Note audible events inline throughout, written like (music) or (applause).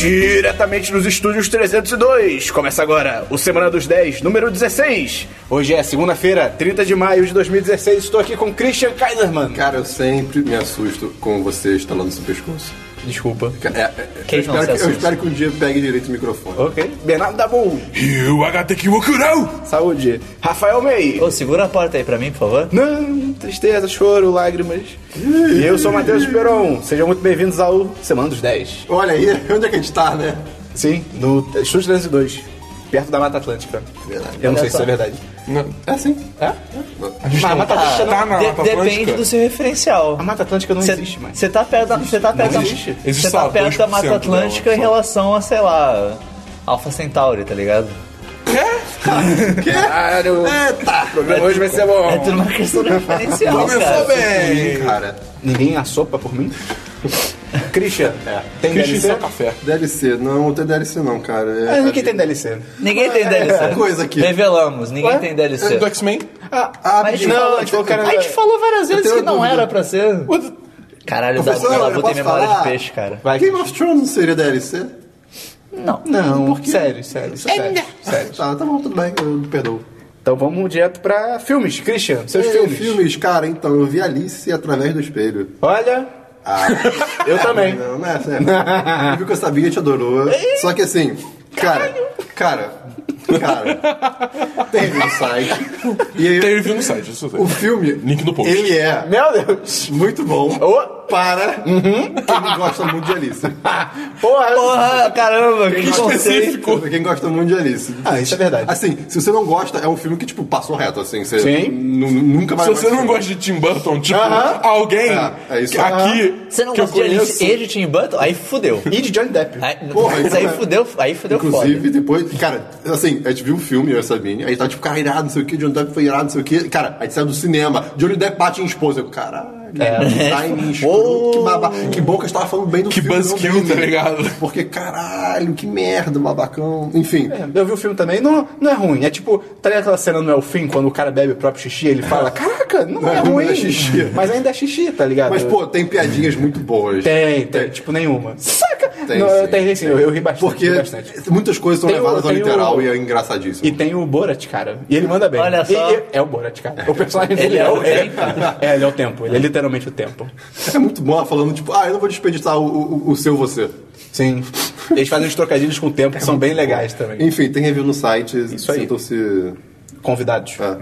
diretamente nos estúdios 302. Começa agora o Semana dos 10, número 16. Hoje é segunda-feira, 30 de maio de 2016. Estou aqui com Christian Kaiserman. Cara, eu sempre me assusto com você estalando seu pescoço. Desculpa. É, é, Quem eu, não se espero que, eu assusta? espero que um dia pegue direito o microfone. Ok. Bernardo Dabu. Eu, Agatekiwokurau! Saúde. Rafael May. Ô, segura a porta aí pra mim, por favor. Não, tristeza, choro, lágrimas. E eu sou Matheus Peron. Sejam muito bem-vindos ao Semana dos 10. Olha aí, (laughs) onde é que a gente tá, né? Sim, no Estúdio 302, perto da Mata Atlântica. Verdade. Eu não sei Olha se isso só. é verdade. Não, É assim. É? a gente Mas não Mata tá, Atlântica tá não- na De- Mata depende Atlântica. do seu referencial. A Mata Atlântica não existe mais. Você tá perto da, você tá perto da, existe. Existe você só tá perto da 2% Mata dela, Atlântica em só. relação a, sei lá, Alpha Centauri, tá ligado? Caralho! Ah, tá. O programa hoje vai ser bom. É tudo uma questão de referencial, cara. Começou bem! Cara, Ninguém assopa por mim? Christian, é. tem Christian DLC? seu café. DLC. Não, não tem DLC não, cara. É, Ah, ninguém tem DLC. Ninguém tem DLC. coisa aqui. Revelamos, ninguém Ué? tem É DLC. do X-Men? Ah, Mas pediu- não, Ah, a gente falou que era- A gente falou várias vezes tenho que não dúvida. era pra ser. Caralho, o Professor, eu Dabu tem posso memória de falar? peixe, cara. Vai. Game of Thrones não seria DLC? Não. Não, sério, sério, é sério, sério. Tá, tá bom, tudo bem, eu me perdoo. Então vamos direto pra filmes. Christian, seus Ei, filmes. cara, então, eu vi Alice através do espelho. Olha, Ah, eu também. Não, não é sério. Eu vi que eu sabia te adorou. Só que assim, cara, cara, cara, tem no site. E aí, Tem review no site, isso tem. o filme, Link no post. É ele é (laughs) Meu Deus. muito bom Ô, para né? quem não gosta muito de Alice. porra. Porra, caramba, que conceito. Específico. Pra quem gosta muito de Alice. Ah, isso é verdade. Assim, se você não gosta, é um filme que, tipo, passou reto, assim. Você Sim. nu- nu- nunca vai Se ver você esse não filme. gosta de Tim Burton, tipo, Aham. alguém É, é isso. que aqui Você não que eu gosta de Alice conheço... e de Tim Burton? Aí fudeu. E de Johnny Depp. Aí, Porra, isso aí então é- fudeu, aí fudeu Inclusive, foda. depois, cara, assim, a gente viu um filme, eu e a Sabine, a gente tava tipo, cara, irado, não sei o que, Johnny Depp foi irado, não sei o que, cara, a gente saiu do cinema, Johnny Depp bate em esposa, eu, caralho, É. (laughs) design escroto, que babá, que bom que eu estava falando bem do Que filme. buzzkill, não dele. tá ligado? Porque, caralho, que merda, babacão, enfim. É, Eu vi o filme também, não, não é ruim. É tipo, tá ligado aquela cena no El Fim, quando o cara bebe o próprio xixi, ele (laughs) fala, caraca, não, é, não ruim. é xixi. Mas ainda é xixi, tá ligado? Mas, pô, tem piadinhas muito boas. Tem, tem, tipo nenhuma. Saca! Tem Não, sim, tem, sim, eu, eu ri bastante. Porque ri bastante. muitas coisas são Tem o- levadas ao tem o- literal e é E engraçadíssimo. tem o Borat, cara. E ele manda bem. Olha só. E- e- é o Borat, cara. O personagem Ele dele é o ele- tempo. É, ele é o tempo. Ele é literalmente o tempo. É muito bom ela falando, tipo, ah, eu não vou desperdiçar o, o- o seu você. Sim. Eles fazem uns trocadilhos com o tempo que são bem legais também. Enfim, tem review no site, Isso aí. sintam-se. Convidados. é.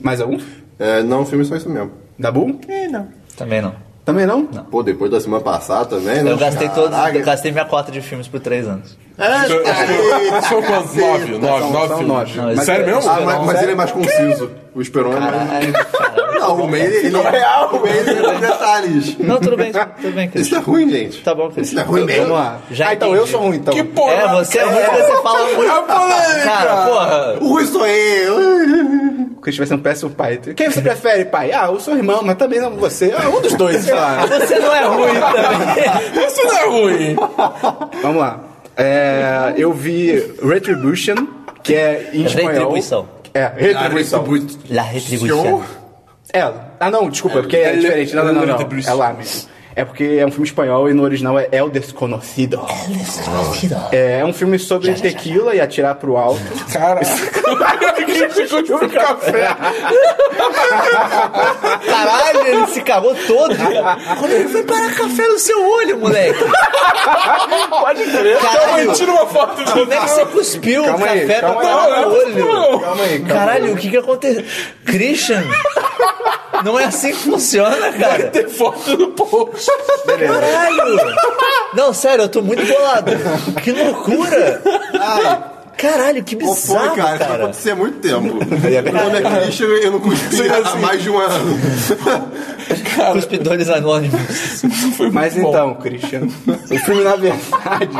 Mais algum? É, não, o filme é só isso mesmo. Dabu? Também não. Também não? Pô, depois da semana passada também, né? Eu gastei todos, Caraca. eu gastei minha cota de filmes por três anos. (laughs) São quantos? Nove, nove, são- nove são filmes. nove. Não, Sério isso é- mesmo? Ah, mas, mas ele é mais conciso. O Esperon é mais... (laughs) Ai, cara. Não, o Meire, ele é real. O Meire, ele é detalhes. Não, tudo bem, tudo bem, Cris. Isso é ruim, gente. Tá bom, Cris. Isso é ruim mesmo. Vamos lá. Já ah, então eu entendi. sou ruim, então. Que porra! É, você é ruim, mas você fala É muito. polêmica! Cara, porra. O ruim sou eu. O Christian vai ser um péssimo pai. Quem você prefere, pai? Ah, o seu irmão, mas também não você. Ah, um dos dois, sei lá. Você não é ruim (laughs) também. Isso não é ruim! Vamos lá. É, eu vi Retribution, que é em espanhol. Retribuição. É, retribuição. La retribuição. É, ah não, desculpa, é porque é ele- diferente. Não, não, não, não. Retribuição. É lá mesmo. É porque é um filme espanhol e no original é El Desconocido. É, é um filme sobre tequila e atirar pro alto. Cara, é que ficou de café! Caralho, ele se cagou todo. Como ele foi parar café no seu olho, moleque? Pode crer. Calma aí, Caralho, tira uma foto do como é que você cuspiu o Calma aí, café pra calma parar aí. no olho? Calma aí, calma Caralho, o que que aconteceu? Christian, não é assim que funciona, cara. Tem foto no post. Caralho! Não, sério, eu tô muito bolado. Que loucura! Caralho, que Qual bizarro, foi, cara? Isso vai cara. acontecer há muito tempo. (laughs) Meu nome é Christian eu não cuspi há mais de um ano. Cuspidores anônimos. (laughs) Foi muito Mas bom. então, Christian, o filme na verdade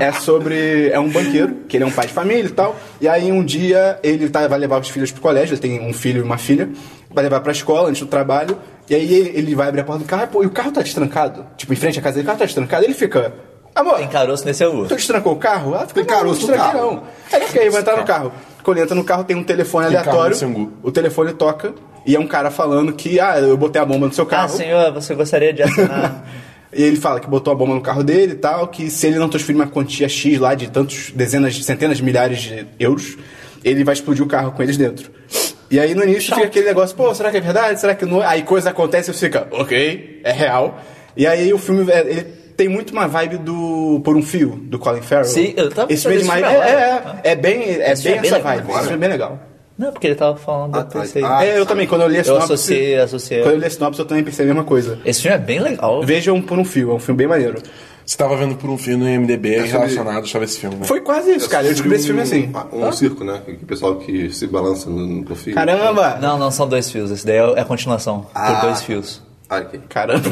é sobre. É um banqueiro, que ele é um pai de família e tal. E aí um dia ele tá, vai levar os filhos pro colégio, ele tem um filho e uma filha, vai levar pra escola antes do trabalho. E aí ele, ele vai abrir a porta do carro e, pô, e o carro tá destrancado. Tipo, em frente à casa dele, o carro tá destrancado. Ele fica. Amor, Tem caroço nesse ovo. tu destrancou Então o carro? Ah, Tem caroço no não, destranquei carro. Não. Aí ok, vai entrar no carro. Quando ele entra no carro, tem um telefone Tem carro aleatório. no Xangu. O telefone toca e é um cara falando que, ah, eu botei a bomba no seu Ah, carro. senhor, você gostaria de assinar E ele fala que botou a bomba no carro dele e tal, que se ele não transferir uma quantia X lá de tantos, dezenas, centenas de milhares de euros, ele vai explodir o carro com eles dentro. E aí no início Tá. fica aquele negócio, pô, será que é verdade? Será que não é? Aí coisa acontece e você fica, ok, é real. E aí o filme, é, ele tem muito uma vibe do Por um Fio, do Colin Farrell. Sim, eu tava Esse pensando filme é nesse demais. filme É, agora. é, é, é bem, é Esse bem filme é bem essa legal. vibe. Esse filme é bem legal. Não, porque ele tava falando Ah, da tá. isso aí. Ah, é, eu também, quando eu li a sinopse... associei- associei. Quando eu li a sinopse, eu também percebi a mesma coisa. Esse filme é bem legal. Vejam Por um Fio, é um filme bem maneiro. Você tava vendo por um filme no IMDB relacionado sobre esse filme, né? Foi quase isso, cara. Eu descobri esse filme assim. Um, um circo, né? Que o pessoal que se balança no, no perfil. Caramba! Não, não são dois fios. Esse daí é a continuação. Ah. Tem dois fios. Ah, ok. (laughs) Caramba!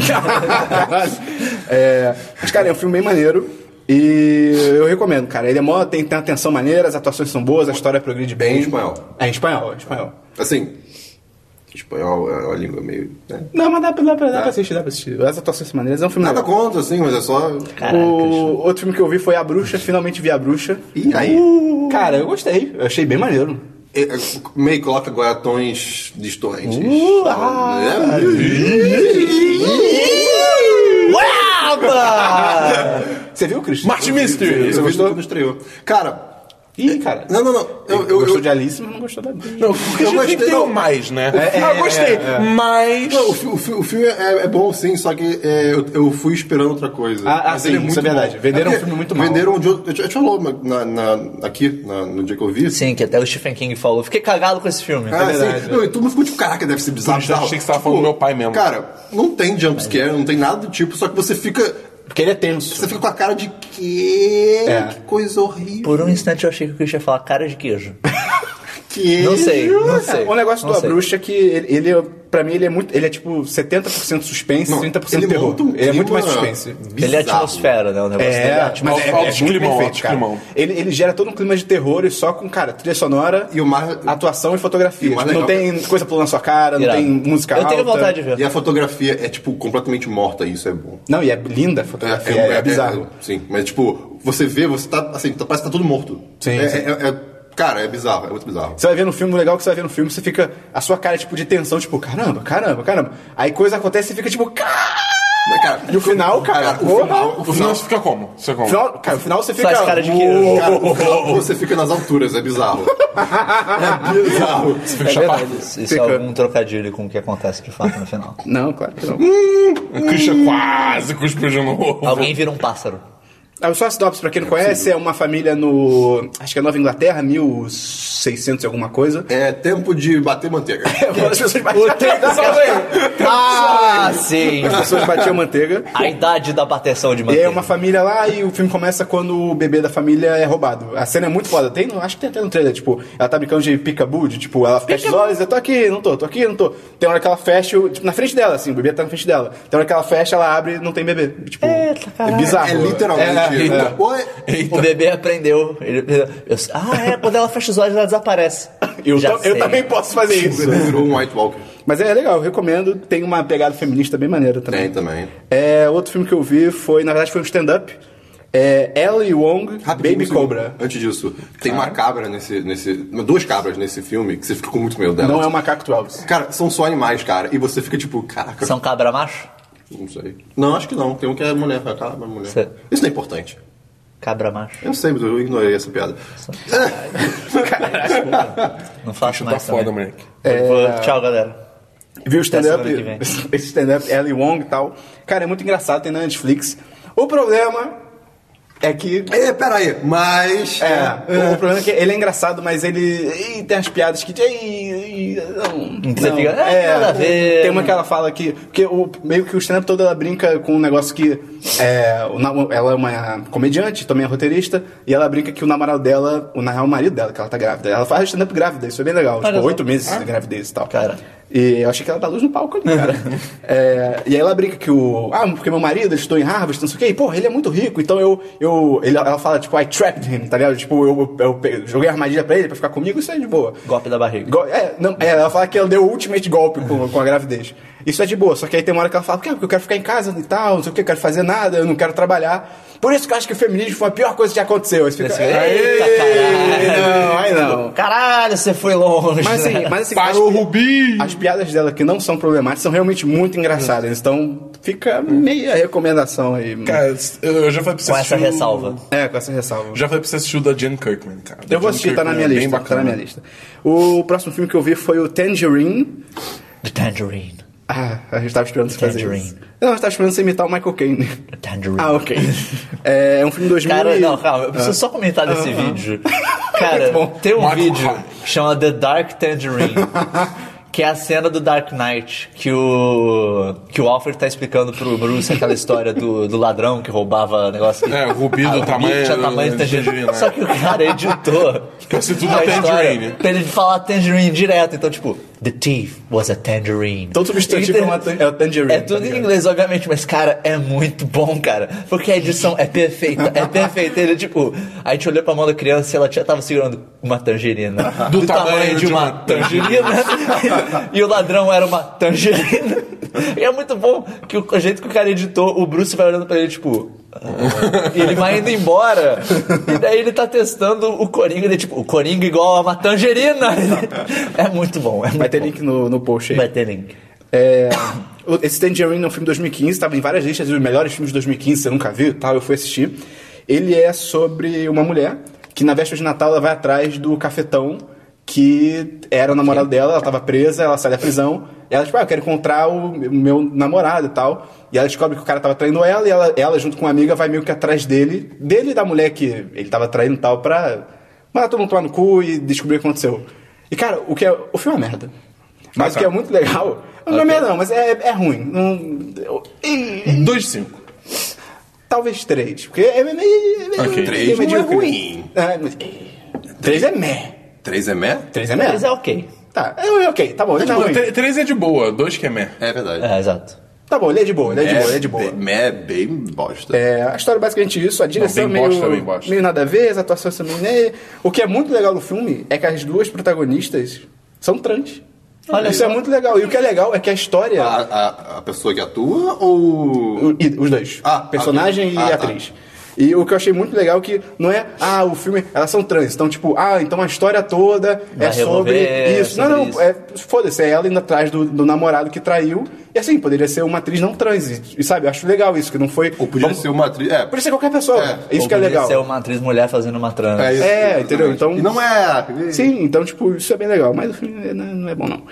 é, mas, cara, é um filme bem maneiro. E eu recomendo, cara. Ele é mó, tem, tem uma tensão maneira, as atuações são boas, a história progride É bem. em espanhol. É em espanhol, é em espanhol. Assim, espanhol é uma língua meio. Né? Não, mas dá pra, dá, pra, dá pra assistir, dá pra assistir. As atuações são maneiras, é um filme Nada legal. contra, assim, mas é só. O outro filme que eu vi foi A Bruxa, finalmente vi A Bruxa. Uh! E aí? Cara, eu gostei, eu achei bem maneiro. É, é, Meio coloca agora tons distantes. É. ah. Uaba! Você viu, Christian? Martin Mystery! Você Você gostou gostou? quando estreou. Cara, Ih, cara. não, não, não. Eu, eu, gostou eu, de Alice, mas não gostou da Bruxa. Não, porque Eu a gente gostei, tem que ter o não. mais, né? É, é, ah, eu é, gostei, é. mas... Não, o, fi- o fi- o filme é, é bom sim, só que é, eu, eu fui esperando outra coisa. Ah, ah, Mas sim, ele isso é muito verdade. bom. Venderam um porque filme muito mal. Venderam de outro. Eu te- eu te falou na, na- aqui, na- no dia que eu vi. Sim, que até o Stephen King falou. Fiquei cagado com esse filme. É Ah, verdade. sim. Não, e todo mundo ficou tipo, caraca, deve ser bizarro. Puxa, bizarro. achei que você tava falando Pô, do meu pai mesmo. Cara, não tem jumpscare, não tem nada do tipo, só que você fica. Porque ele é tenso. Você fica com a cara de que? É. Que coisa horrível. Por um instante eu achei que o Christian ia falar cara de queijo. Que? Não sei, não sei. O negócio não do A sei. Bruxa é que ele, ele, é- pra mim, ele é muito. Ele é tipo 70% suspense, 30% ele terror. monta um ele é muito clima mais suspense. Ele é bizarro. atmosfera, né? O negócio dele é É, atmosfera. mas é, é, altos muito climão, bem feito, altos cara. climão. Ele, ele gera todo um clima de terror e só com, cara, trilha sonora, E o mais- atuação e fotografia. E o mais Tipo, não legal- tem coisa pulando na sua cara, Irado. não tem música Eu tenho alta. vontade de ver. E a fotografia é, tipo, completamente morta, e isso é bom. Não, e é linda a fotografia, é, é bizarro. é, sim, mas tipo, você vê, você tá assim, tá- parece que tá todo morto. Sim, É, sim. é- é- cara, é bizarro, é muito bizarro. Você vai ver no filme, o legal é que você vai ver no filme, você fica. A sua cara, tipo, de tensão, tipo, caramba, caramba, caramba. Aí coisa acontece e você fica, tipo, caramba. Mas, cara, E o final, cara, o porra. final, o O final, final fica como? Você como? Final, cara, no final você fica. Faz cara de queijo. cara, o final, você fica nas alturas, (laughs) é bizarro. é bizarro. É verdade. Isso isso é Fica. algum trocadilho com o que acontece de fato no final. Não, claro que não. O Christian quase cuspiu de novo. Alguém vira um pássaro. Ah, Só a sinopse, pra quem não conhece, é uma família no. Acho que é Nova Inglaterra, 1600 e alguma coisa. É tempo de (laughs) bater manteiga. As É pessoas (laughs) O batiam, tempo Ah, sim. as pessoas batiam manteiga. A idade da bateção de E manteiga. é (laughs) uma família lá e o filme começa quando o bebê da família é roubado. A cena é muito foda. Tem, no- acho que tem até no trailer, tipo, ela tá brincando de peekaboo, de tipo, ela fecha os olhos, eu tô aqui, não tô, tô aqui, não tô. Tem hora que ela fecha, o- tipo, na frente dela, assim, o bebê tá na frente dela. Tem hora que ela fecha, ela abre e não tem bebê. Tipo, é bizarro. É literalmente. É, é, é. Ou é- O bebê aprendeu. Ele- eu- ah, é, quando ela fecha os olhos, ela desaparece. (laughs) Eu, Já tam- eu sei. também posso fazer (laughs) isso. virou um White Walker. Mas é legal, eu recomendo. Tem uma pegada feminista bem maneira também. Tem também. É, outro filme que eu vi foi, na verdade, foi um stand-up. É, Ellie Wong, Rapidinho, um Baby segundo. Cobra. Antes disso, tem uma cabra nesse, nesse. Duas cabras nesse filme que você fica com muito medo dela. Não é o Macaco 12. Cara, são só animais, cara. E você fica tipo, caraca, São cabra macho? não sei. Não, acho que não. Tem um que é mulher, é cabra, mulher. Sei. Isso não é importante. Cabra macho. Eu sei, mas eu ignorei essa piada. Não faço Tá mais foda, também. moleque. É. Vou- Tchau, galera. Viu o stand-up? Até semana que (laughs) Esse stand-up, Ellie Wong e tal. Cara, é muito engraçado, tem na Netflix. O problema é que. É, peraí, mas. É, né? O problema é que ele é engraçado, mas ele. ih, tem as piadas que. ih, ih, não, Você não. É, fica, "Ah, nada a ver." Tem uma que ela fala que. Porque o, meio que o stand-up todo ela brinca com um negócio que. É, o namo- ela é uma comediante, também é roteirista, e ela brinca que o namorado dela, o na real, o marido dela, que ela tá grávida. Ela faz stand-up grávida, isso é bem legal. tipo, só. Ah. oito meses de gravidez e tal. Cara. E eu achei que ela dá luz no palco ali, (laughs) cara. É, e aí ela brinca que o. Ah, porque meu marido estou em Harvard, não sei o quê. E, porra, ele é muito rico, então eu. eu ele, ela fala, tipo, I trapped him, tá ligado? Tipo, eu, eu pe- joguei a armadilha pra ele pra ficar comigo, isso é de boa. Golpe da barriga. Go- é, não, é, ela fala que ela deu o ultimate golpe com, com a gravidez. Isso é de boa, só que aí tem uma hora que ela fala, "Por quê? porque eu quero ficar em casa e tal, não sei o que, eu quero fazer nada, eu não quero trabalhar. Por isso que eu acho que o feminismo foi a pior coisa que já aconteceu. Aí você fica, Eita, "Ei, caralho." não, aí também não. Caralho, você foi longe. Mas assim, né? mas assim Parou as, o Rubi! as piadas dela que não são problemáticas são realmente muito engraçadas. Então fica meia recomendação aí. mano. Cara, eu eu já falei pra você Com essa assistir o- ressalva. É, com essa ressalva. Já falei pra você assistir o da Jen Kirkman, cara. Da Eu vou Jen assistir, tá na Kirkman minha é bem lista. Tá na bacana. minha lista. O próximo filme que eu vi foi o Tangerine. The Tangerine. Ah, a gente tava esperando você fazer Tangerine. isso. Não, a gente tava esperando você imitar o Michael Caine. The Tangerine. Ah, ok. É, é um filme de 2000 Cara, e- não, calma, eu preciso só comentar desse vídeo. Cara, Ah. (laughs) Muito bom. tem um Michael vídeo Hyatt. que chama The Dark (laughs) Tangerine. Que é a cena do Dark Knight que o. que o Alfred tá explicando pro Bruce aquela história do, do ladrão que roubava negócio. que- É, o rubi do Ah, o tamanho tinha tamanho de do tangerine. tangerine, né? Só que o cara (laughs) editou. é Parece tudo a tangerine. história Pra ele falar tangerine direto. Então, tipo, The Thief was a tangerine. Todo substantivo Ele- é uma tan- é o tangerine, É tudo tá em ligado? inglês, obviamente, mas, cara, é muito bom, cara. Porque a edição é perfeita, é perfeita. Ele, tipo, a gente olhou pra mão da criança e ela tinha, tava segurando uma tangerina. Do tamanho de uma tangerina. (laughs) e o ladrão era uma tangerina. E é muito bom que o o jeito que o cara editou, o Bruce vai olhando pra ele, tipo. "Ah", E ele vai indo embora. E daí ele tá testando o Coringa. Ele, tipo, o Coringa igual a uma tangerina. (laughs) É muito bom. É muito Vai ter bom. link no, no post aí. Vai ter link. É, o- esse Tangerine é um filme de 2015, estava em várias listas dos melhores filmes de 2015, você nunca viu e tal, eu fui assistir. Ele é sobre uma mulher que na véspera de Natal ela vai atrás do cafetão que era o namorado dela, ela estava presa, ela sai da prisão, e ela tipo, ah, eu quero encontrar o meu namorado e tal. E ela descobre que o cara tava traindo ela, e ela, ela junto com uma amiga vai meio que atrás dele, dele e da mulher que ele tava traindo e tal, pra mandar todo mundo tomar no cu e descobrir o que aconteceu. E cara, o que é, o filme é uma merda. Mas o que é muito (laughs) legal. Não é merda, não, mas é, é ruim. Não, eu- e- Dois de cinco. talvez três. Porque é, é, é, é, Ok. Três não é ruim. É, mas- três é meh. Três é meh? Três é meh. Mas é ok. Tá, é, é ok, tá bom. Ele não é Pô, ruim. tre- Três é de boa, dois que é meh. É verdade. É, exato. Tá bom, ele é de boa, ele é de boa, ele é de boa. bem- Meh é bem bosta. É, a história é basicamente isso, a direção bem é meio, bosta, bem bosta. meio nada a ver, as atuações também. Né? O que é muito legal no filme é que as duas protagonistas são trans. Olha isso só. é muito legal. E o que é legal é que a história. A, a- a pessoa que atua ou. O- e- os dois. Ah, personagem ok. e Ah, tá. atriz. E o que eu achei muito legal é que não é, ah, o filme, elas são trans. Então, tipo, ah, então a história toda é Vai sobre revolver, isso. sobre não, não, isso. é, foda-se, é ela indo atrás do, do namorado que traiu. E assim, poderia ser uma atriz não trans. E, e, sabe, eu acho legal isso, que não foi. Ou podia vamos- ser uma atriz. É, Podia ser qualquer pessoa. É. isso Ou que é podia legal. ser um uma atriz mulher fazendo uma trans. isso, É, exatamente. entendeu? Então- E não é. Sim, então, tipo, isso é bem legal. Mas o filme não é, não é bom, não.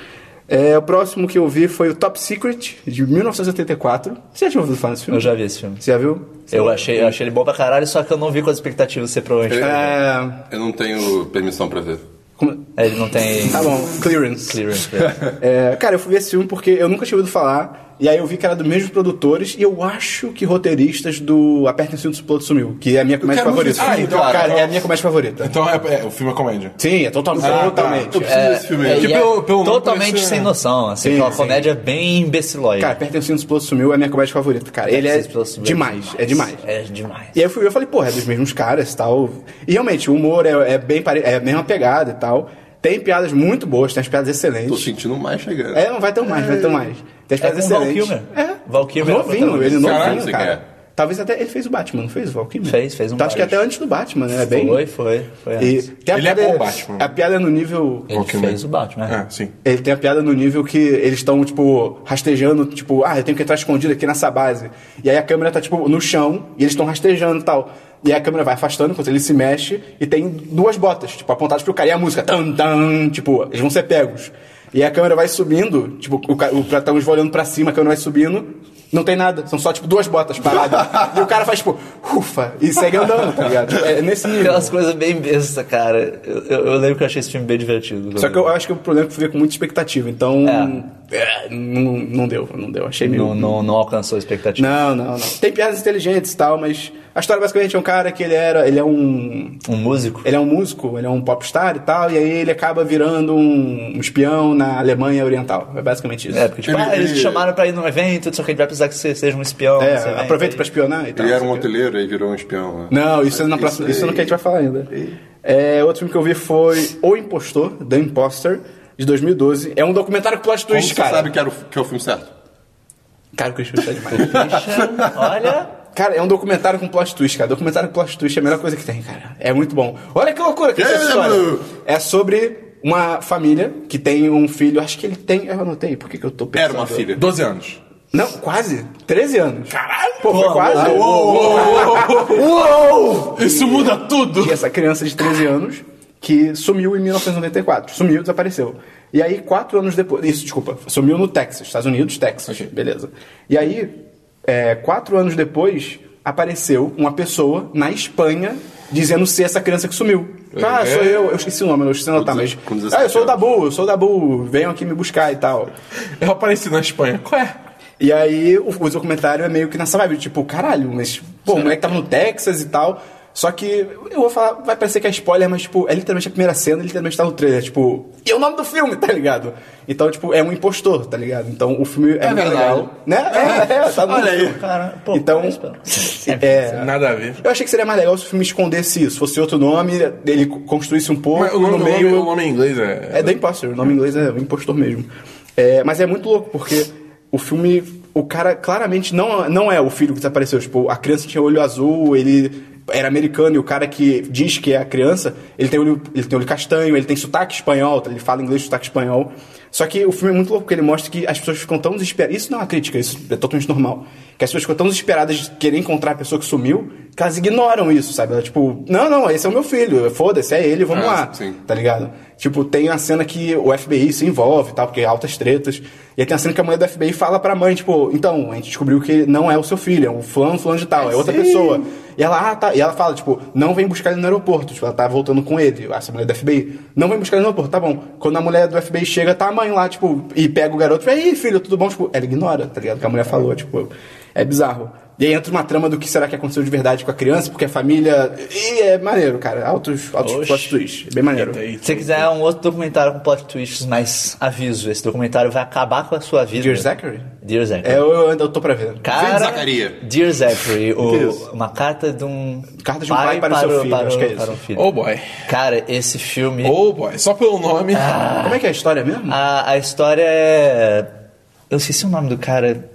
É, o próximo que eu vi foi o Top Secret, de 1984. Você já tinha ouvido falar desse filme? Eu já vi esse filme. Você já viu? Eu achei, eu achei ele bom pra caralho, só que eu não vi com as expectativas de ser provavelmente. tá. É... Eu não tenho permissão pra ver. Como- É, Ele não tem Tá bom, clearance. clearance (laughs) pra ele. É, cara, eu fui ver esse filme porque eu nunca tinha ouvido falar. E aí eu vi que era dos mesmos produtores e eu acho que roteiristas do Aperta o Cinto Suplot Sumiu, que é a minha comédia quero muito favorita. esse filme, cara, cara. é a minha comédia favorita. Então é, é, o filme é comédia. Sim, é totalmente. totalmente. Ah, Eu preciso desse filme. É, Que e é pelo- pelo nome totalmente parece- sem noção, assim, né? Sim, aquela sim. comédia bem imbecilóide. Cara, Aperta o Cinto Suplot Sumiu é a minha comédia favorita, cara. Ele é demais, é demais. É demais. E aí eu fui ver e falei, porra, é dos mesmos caras e tal. E realmente, o humor é, é bem pare... é a mesma pegada e tal. Tem piadas muito boas, tem as piadas Tô excelentes. sentindo mais chegando. É, não vai ter um mais, vai ter um mais. Tem as É piadas com o Val excelentes. Kilmer. É. Val Kilmer era o Novinho, ele protagonista. novinho, Caralho, você é. cara. quer. Talvez até ele fez o Batman, não fez o Val Kilmer? Fez, fez um Então, Acho que Batman. até antes do Batman, né? É bem... Foi, foi, foi. E antes. tem a Ele é piada- bom Batman. A piada é no nível... Ele Qualquer fez meio. o Batman, né? Ah, sim. Ele tem a piada no nível que eles estão, tipo, rastejando, tipo, ah, eu tenho que entrar escondido aqui nessa base. E aí a câmera tá, tipo, no chão e eles estão rastejando e tal. E aí a câmera vai afastando enquanto ele se mexe e tem duas botas, tipo, apontadas pro cara e a música, tan, tan, tipo, eles vão ser pegos. E aí a câmera vai subindo, tipo, o, ca- o protagonista olhando pra cima, a câmera vai subindo, não tem nada, são só, tipo, duas botas paradas. e o cara faz, tipo, ufa, e segue andando, tá ligado? É nesse nível. Aquelas coisas bem besta, cara. Eu, eu- eu lembro que eu achei esse filme bem divertido. Só que eu acho que o problema é que eu fui ver com muita expectativa, então. Né? É. é, não, não deu, não deu. Achei meio. não, não, não alcançou a expectativa. Não, não, não. Tem piadas inteligentes e tal, mas. A história basicamente é um cara que ele era. Ele é um. Um músico? Ele é um músico, ele é um popstar e tal, e aí ele acaba virando um, um espião na Alemanha Oriental. É basicamente isso. É, porque tipo, Ele- ah, eles te ele- chamaram pra ir num evento, só que a gente vai precisar que você seja um espião. É, você vem, aproveita aí- pra espionar e tal. Ele era um sabe? hoteleiro e virou um espião. né? é. Não, isso é na próxima. Isso, Isso é no que a gente vai aí. falar ainda. É, outro filme que eu vi foi O Impostor, The Imposter, de 2012. É um documentário com plot Como twist, você cara. sabe que, era o, que é o filme certo? (laughs) Cara, o Christian tá demais. Christian, (laughs) olha, Cara, é um documentário com plot twist, cara. Documentário com plot twist é a melhor coisa que tem, cara. É muito bom. Olha que loucura que é essa É, história. mano. É sobre uma família que tem um filho. Acho que ele tem. Eu anotei, por que, que eu tô pensando? Era uma filha. 12 anos. Não, quase. 13 anos. Caralho! Pô, foi Uou, quase. Isso muda tudo! (laughs) E essa criança de 13 anos que sumiu em 1994. Sumiu, desapareceu. E aí, quatro anos depois. Isso, desculpa. Sumiu no Texas, Estados Unidos, Texas. Ok. Beleza. E aí, é, quatro anos depois, apareceu uma pessoa na Espanha dizendo ser essa criança que sumiu. Ah, sou eu. Eu esqueci o nome, eu esqueci o nome, tá, mas. Com 17 Ah, eu sou o anos. Dabu, eu sou o Dabu, venham aqui me buscar e tal. Eu apareci na Espanha. Qual é? E aí o, o documentário é meio que nessa vibe, tipo, caralho, mas, pô, o moleque tava no Texas e tal. Só que eu vou falar, vai parecer que é spoiler, mas, tipo, é literalmente a primeira cena, literalmente tá no trailer, tipo, e é o nome do filme, (laughs) tá ligado? Então, tipo, é um impostor, tá ligado? Então o filme é, muito verdade. legal. Né? (laughs) É, é, tá no Olha aí. Cara, pô, é Então, parece pelo- é, Nada a ver. eu achei que seria mais legal se o filme escondesse isso, fosse outro nome, ele construísse um pouco Mas o nome, no o nome- meio. o nome em inglês é. É The Imposter, o nome em inglês é o impostor mesmo. É, mas é muito louco, porque o filme. O cara claramente não, não é o filho que desapareceu. Tipo, a criança tinha olho azul, ele era americano, e o cara que diz que é a criança, ele tem olho, ele tem olho castanho, ele tem sotaque espanhol, tá? ele fala inglês sotaque espanhol. Só que o filme é muito louco, porque ele mostra que as pessoas ficam tão desesperadas. Isso não é uma crítica, isso é totalmente normal. Que as pessoas ficam tão desesperadas de querer encontrar a pessoa que sumiu, que elas ignoram isso, sabe? Ela, tipo, não, não, esse é o meu filho, foda-se, é ele, vamos Ah, lá sim. tá ligado? Tipo, tem a cena que o FBI se envolve e tal, porque é altas tretas. E aí tem a cena que a mulher do FBI fala pra mãe, tipo, então, a gente descobriu que não é o seu filho, é um fulano, fulano de tal, é outra pessoa. E ela, ah, tá. E ela fala, tipo, não vem buscar ele no aeroporto. Tipo, ela tá voltando com ele, essa mulher do FBI. Não vem buscar ele no aeroporto, tá bom. Quando a mulher do FBI chega, tá a mãe lá, tipo, e pega o garoto, e aí, filho, tudo bom? Tipo, ela ignora, tá ligado? O que a mulher falou, tipo, é bizarro. E aí entra uma trama do que será que aconteceu de verdade com a criança, porque a família. E é maneiro, cara. Altos, altos Oxe. plot twists. É bem maneiro. Eita, eita. Se você quiser um outro documentário com plot twists, mas aviso, esse documentário vai acabar com a sua vida. Dear Zachary? Dear Zachary. É, eu, eu, ainda tô pra ver. Cara, Vem, Zacaria. (laughs) Dear Zachary, o- Que isso? uma carta de um Carta de um pai para o seu filho, acho que é para isso. um filho. Oh boy. Cara, esse filme, Oh boy. Só pelo nome. Como é que é a história mesmo? a, a história é... Eu esqueci o nome do cara.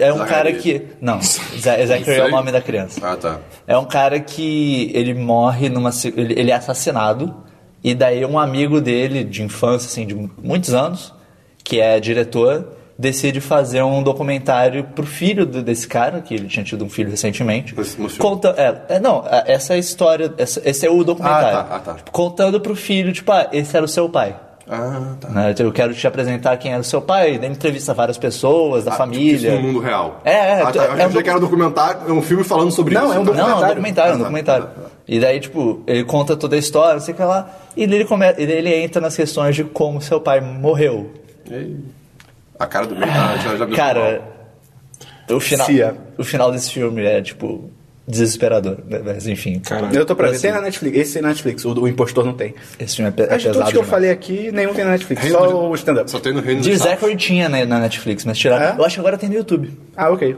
É é um Zachary. cara que... Não, Za- Zachary é o Sério? nome da criança. Ah, tá. É um cara que ele morre numa. se- Ele ele é assassinado. E daí um amigo dele, de infância, assim, de muitos anos, que é diretor, decide fazer um documentário pro filho do- desse cara, que ele tinha tido um filho recentemente. Esse moço. Conta, é, é, não, é- essa é a história. essa- esse é o documentário. Ah, tá, ah, tá. Tipo, Contando pro filho, tipo, ah, esse era o seu pai. Ah, tá. né? Eu quero te apresentar quem era o seu pai. Daí entrevista várias pessoas, da Ah, tipo, Isso no família. mundo real. É, é, Ah, tá. é Eu um achei docu- que era um documentário, é um filme falando sobre Não, isso. é um tá? Não, é um documentário, documentário. é um documentário. E daí, tipo, ele conta toda a história, não sei o que lá. E daí ele, come... e daí ele entra nas questões de como seu pai morreu. A cara do meio tá, já, já me Cara, o final, Cia. o final desse filme é, tipo, desesperador. né? Mas, enfim. Caralho. Eu tô pra ver. Assim, Tem na Netflix. Esse tem na Netflix, o do Impostor não tem. Esse filme é, pe é Acho que pesado todos que eu demais. falei aqui, nenhum tem na Netflix. Reino É Só do- o stand-up. Só tem no reino Dear dos Estados. Zachary tinha na, na Netflix, mas tiraram. É? Eu acho que agora tem no YouTube. Ah, ok.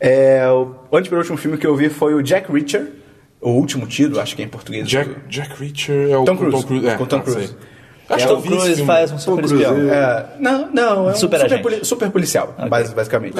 É, o antepenúltimo filme que eu vi foi o Jack Reacher. O último tiro, acho que é em português. Jack, Jack Reacher é o Tom Cruise. Tom Cruise. É, Com Tom não sei. Cruise. Acho É, que eu Tom vi esse Cruise filme. faz um super Cruise, espião. É, não, não, é um super, É. Superagente. poli- super policial, basi- basicamente.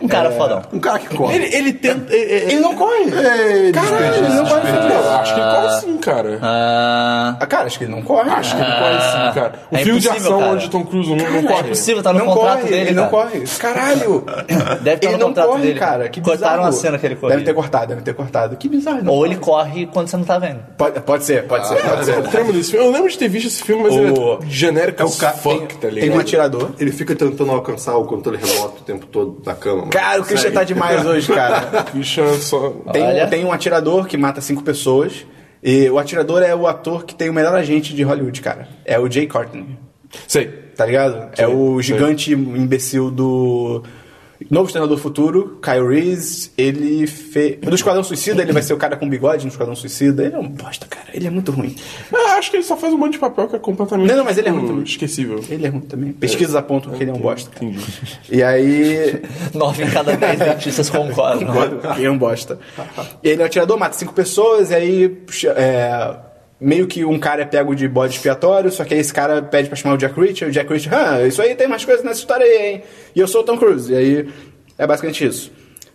Um cara fodão. Um cara que corre. Ele, ele tenta. Ele, ele- Ele não corre! Ele- Caralho, ele não corre. Eu acho que ele corre sim, cara. Ah, Ah, cara, acho que ele não corre. Acho que ele corre sim, cara. O é filme de impossível, ação cara. onde o Tom Cruise não, não é corre. impossível, tá no não contrato corre, dele. ele não cara. corre. Caralho! Deve estar ele no não contrato corre, dele. cara. Que Cortaram bizarro. a cena que ele corria. Deve ter cortado, deve ter cortado. Que bizarro. não Ou ele corre. corre quando você não tá vendo. Pode, pode ser, pode ser, pode ser. Eu lembro desse filme. Eu lembro de ter visto esse filme, mas ele é genérico É o as cara- fuck, tem- tá Tem um ligado? atirador. Ele fica tentando alcançar o controle remoto o tempo todo da cama. mano. Cara, o Christian Sério. tá demais hoje, (laughs) cara. Bicha é só. Tem, Olha. um- tem um atirador que mata cinco pessoas. E o atirador é o ator que tem o melhor agente de Hollywood, cara. É o Jay Courtney. Sei. Tá ligado? é o gigante imbecil do. Novo Estrela do Futuro, Kyle Reese, ele fez. No Esquadrão Suicida, ele vai ser o cara com bigode no Esquadrão Suicida. Ele é um bosta, cara. Ele é muito ruim. Ah, acho que ele só faz um monte de papel que é completamente. Não, não, mas ele é ruim também. Esquecível. Ele é ruim também. Pesquisas apontam que ele é um bosta. cara. Entendi. E aí. Nove em cada dez dentistas concordam. que é um bosta. Ele é um atirador, mata cinco pessoas, e aí. puxa, é, meio que um cara é pego de bode expiatório, só que aí esse cara pede pra chamar o Jack Reacher. O Jack Reacher, ah, isso aí tem mais coisa nessa história aí, hein? E eu sou o Tom Cruise. E aí. É basicamente isso.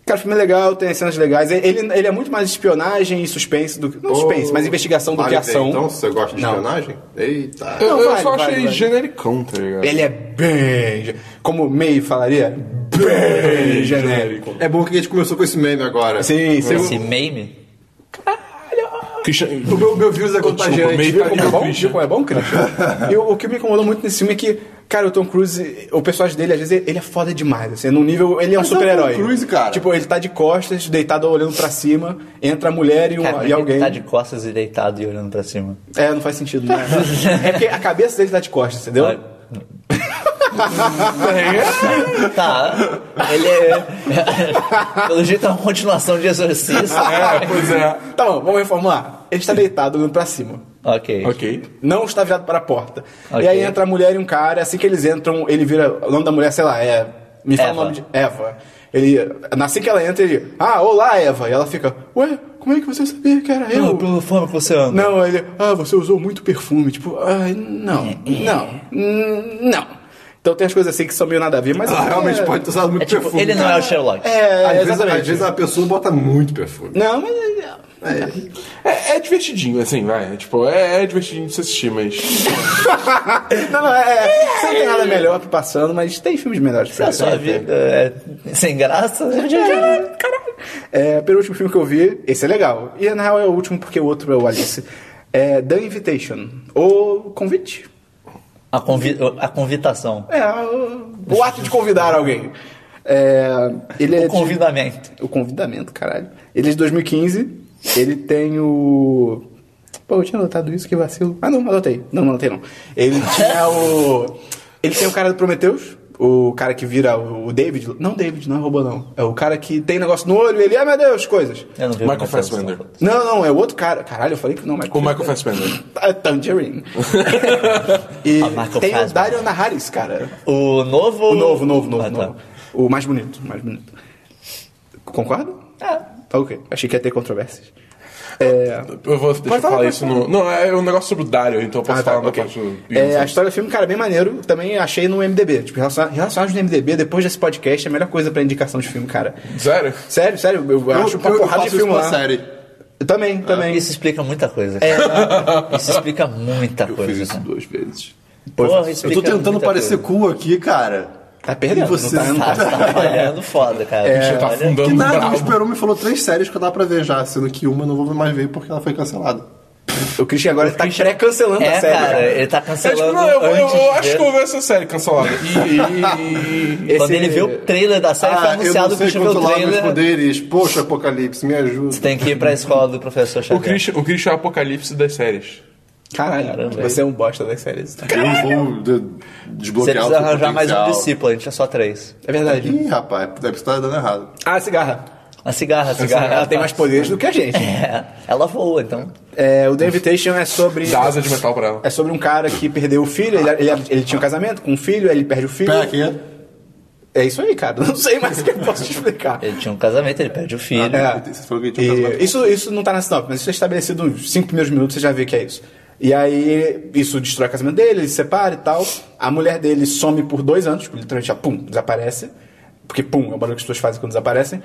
Cara, o filme é legal, tem as cenas legais. Ele, ele é muito mais espionagem e suspense do que. Não suspense, mas investigação do Vale que ver, ação. Então, se você gosta de Não. espionagem? Eita. Eu, Não, eu vale, só achei vale, vale. genericão, tá ligado? Ele é bem. Como o May falaria, bem genérico. É bom que a gente começou com esse meme agora. Sim, sim. Esse meme? Christian... (laughs) O meu, meu vírus é contagiante. meio Viu como é Tá bom? difícil, Viu como é bom, (laughs) Christian? E o, o que me incomodou muito nesse filme é que, cara, o Tom Cruise, o personagem dele, às vezes, ele é foda demais. Assim, num nível, ele é um Mas é o Tom super-herói. Cruise, cara. Tipo, ele tá de costas, deitado olhando pra cima, entra a mulher e, um- Cara, e alguém. ele tá de costas e deitado e olhando pra cima. É, não faz sentido, (laughs) né? é porque a cabeça dele tá de costas, entendeu? Vai. (laughs) tá, ele é. (laughs) Pelo jeito é uma continuação de exorcista. É, pois é. Tá bom, vamos reformular. Ele está deitado olhando pra cima. Ok. Ok. Não está virado para a porta. Ok. E aí entra a mulher e um cara, assim que eles entram, ele vira. O nome da mulher, sei lá, é. Me fala Eva. o nome de. Eva. Ele. Assim que ela entra, ele. Ah, olá, Eva. E ela fica, ué, como é que você sabia que era Pela, eu? pela forma que você anda. Não, ele, ah, você usou muito perfume. Tipo, ah, É, não, não, hum, não. Então tem as coisas assim que são meio nada a ver, mas. Ah, realmente é- pode ter usado muito É tipo, perfume. ele não é o Sherlock. É, Às vezes, exatamente. às vezes a pessoa bota muito perfume. Não, mas. É, é divertidinho, assim, vai. Tipo, é, é divertidinho de se assistir, mas... Não, não, é. Você não tem nada melhor passando, mas tem filmes melhores pra A ver. sua vida é (laughs) sem graça. É, penúltimo filme que eu vi, esse é legal. E na real é o último porque o outro é o Alice. É The Invitation. Ou convite. A, convi a convitação. É, o, o ato de convidar alguém. É, ele é O de- convidamento. o convidamento, caralho. Ele é de 2015. Ele tem o. Pô, eu tinha anotado isso, que vacilo. Ah, não, anotei. Não, não anotei não. Ele tinha o. Ele tem o cara do Prometheus. O cara que vira o o David. Não, David, não é robô, não. É o cara que tem negócio no olho, ele, ah, meu Deus, coisas. Eu não vi Michael o convite, Fassbender. só- Não, não, é o outro cara. Caralho, eu falei que não, mas. O Michael Fassbender. É Tangerine. e Ah, Michael tem o Fassbender. Dario Naharis, cara. O novo. O novo, novo, novo, Ah, tá. novo. O mais bonito, o mais bonito. Concorda? Tá ok. Achei que ia ter controvérsias. É, Eu vou deixa eu falar, falar pode isso no... Não, é um negócio sobre o Dario, então eu posso ah, tá, falar na ok. parte do... É, a história do filme, cara, bem maneiro. Também achei no MDB. Tipo, relaciona- relacionados no MDB, depois desse podcast, é a melhor coisa pra indicação de filme, cara. Sério? Sério, sério, eu, acho uma eu porrada de filme faço isso lá. com a série. Eu Também, também. Isso explica muita coisa. É, Isso explica muita Eu é. coisa. fiz isso cara. duas vezes. Porra, Eu explica tô tentando muita parecer coisa. cool aqui, cara. Tá perdendo, E você não tá- (laughs) Tá, tá falhando foda, cara. É. Já tá Olha- afundando Que no nada, o brabo. Esperou me falou três séries que eu dava pra ver já, sendo que uma eu não vou mais ver porque ela foi cancelada. O Christian agora tá Christian- pré-cancelando É, a série. cara, ele tá É, tipo, cancelando. não, eu, eu- eu antes de acho ver. que eu vou ver essa série cancelada. E... e- Quando ele vê o trailer da série, foi Ah, anunciado eu que não o sei Christian vê o controlar meus trailer. poderes. Poxa, Apocalipse, me ajuda. (laughs) Tem que ir pra escola do professor O Xavier. Christian, o Christian é o apocalipse das séries. Caralho, Caramba, você é um bosta das séries. Eu vou de- Você desbloquear precisa o seu arranjar mais um potencial. discípulo, a gente é só três. É verdade. Ih, rapaz, deve estar dando errado. Ah, cigarra. A cigarra, a É cigarra. tá Ela tem mais poderes do que a gente. (laughs) É, ela voa, então. É, o The Invitation é sobre. Dá asa de metal pra ela. É sobre um cara que perdeu o filho, ele, ele- ele tinha um casamento com um filho, aí ele perde o filho. Pera aqui. é? É isso aí, cara. (laughs) Não sei mais o que eu posso te explicar. Ele tinha um casamento, ele perde o filho. É. Você falou que ele tinha um E casamento. isso, isso não tá na sinopse, mas isso é estabelecido nos cinco primeiros minutos, você já vê que é isso. E aí, isso destrói o casamento dele, ele se separa e tal. A mulher dele some por dois anos, tipo, literalmente, ela, pum, desaparece. Porque, pum, é o barulho que as pessoas fazem quando desaparecem.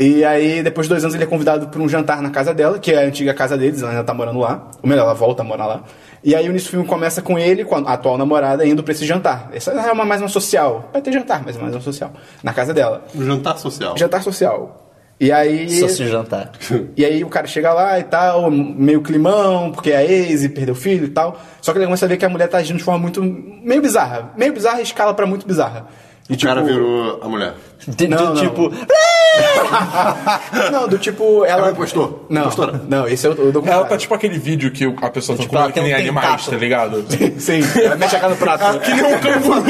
E aí, depois de dois anos, ele é convidado pra um jantar na casa dela, que é a antiga casa deles, ela ainda tá morando lá. Ou melhor, ela volta a morar lá. E aí, o início do filme começa com ele, com a atual namorada, indo pra esse jantar. Essa é uma, mais uma social. Vai ter jantar, mas é mais uma social. Na casa dela. Um jantar social. Jantar social. E aí. Ah. Só se jantar. E aí o cara chega lá e tal, meio climão, porque é ex e perdeu o filho e tal. Só que ele começa a ver que a mulher tá agindo de forma muito. meio bizarra. Meio bizarra e escala pra muito bizarra. E, tipo, O cara tipo virou a mulher. Do, Não, do não. tipo, (laughs) Não, do tipo. Ela Ela impostor. Não, Impostora. não, esse é o, o documentário. Ela tá tipo aquele vídeo que a pessoa tá Tipo, comendo ela que tem nem um animais, tentáculo. tá ligado? Sim, ela mexe a Tá cara no (laughs) prato. Que nem um canguru.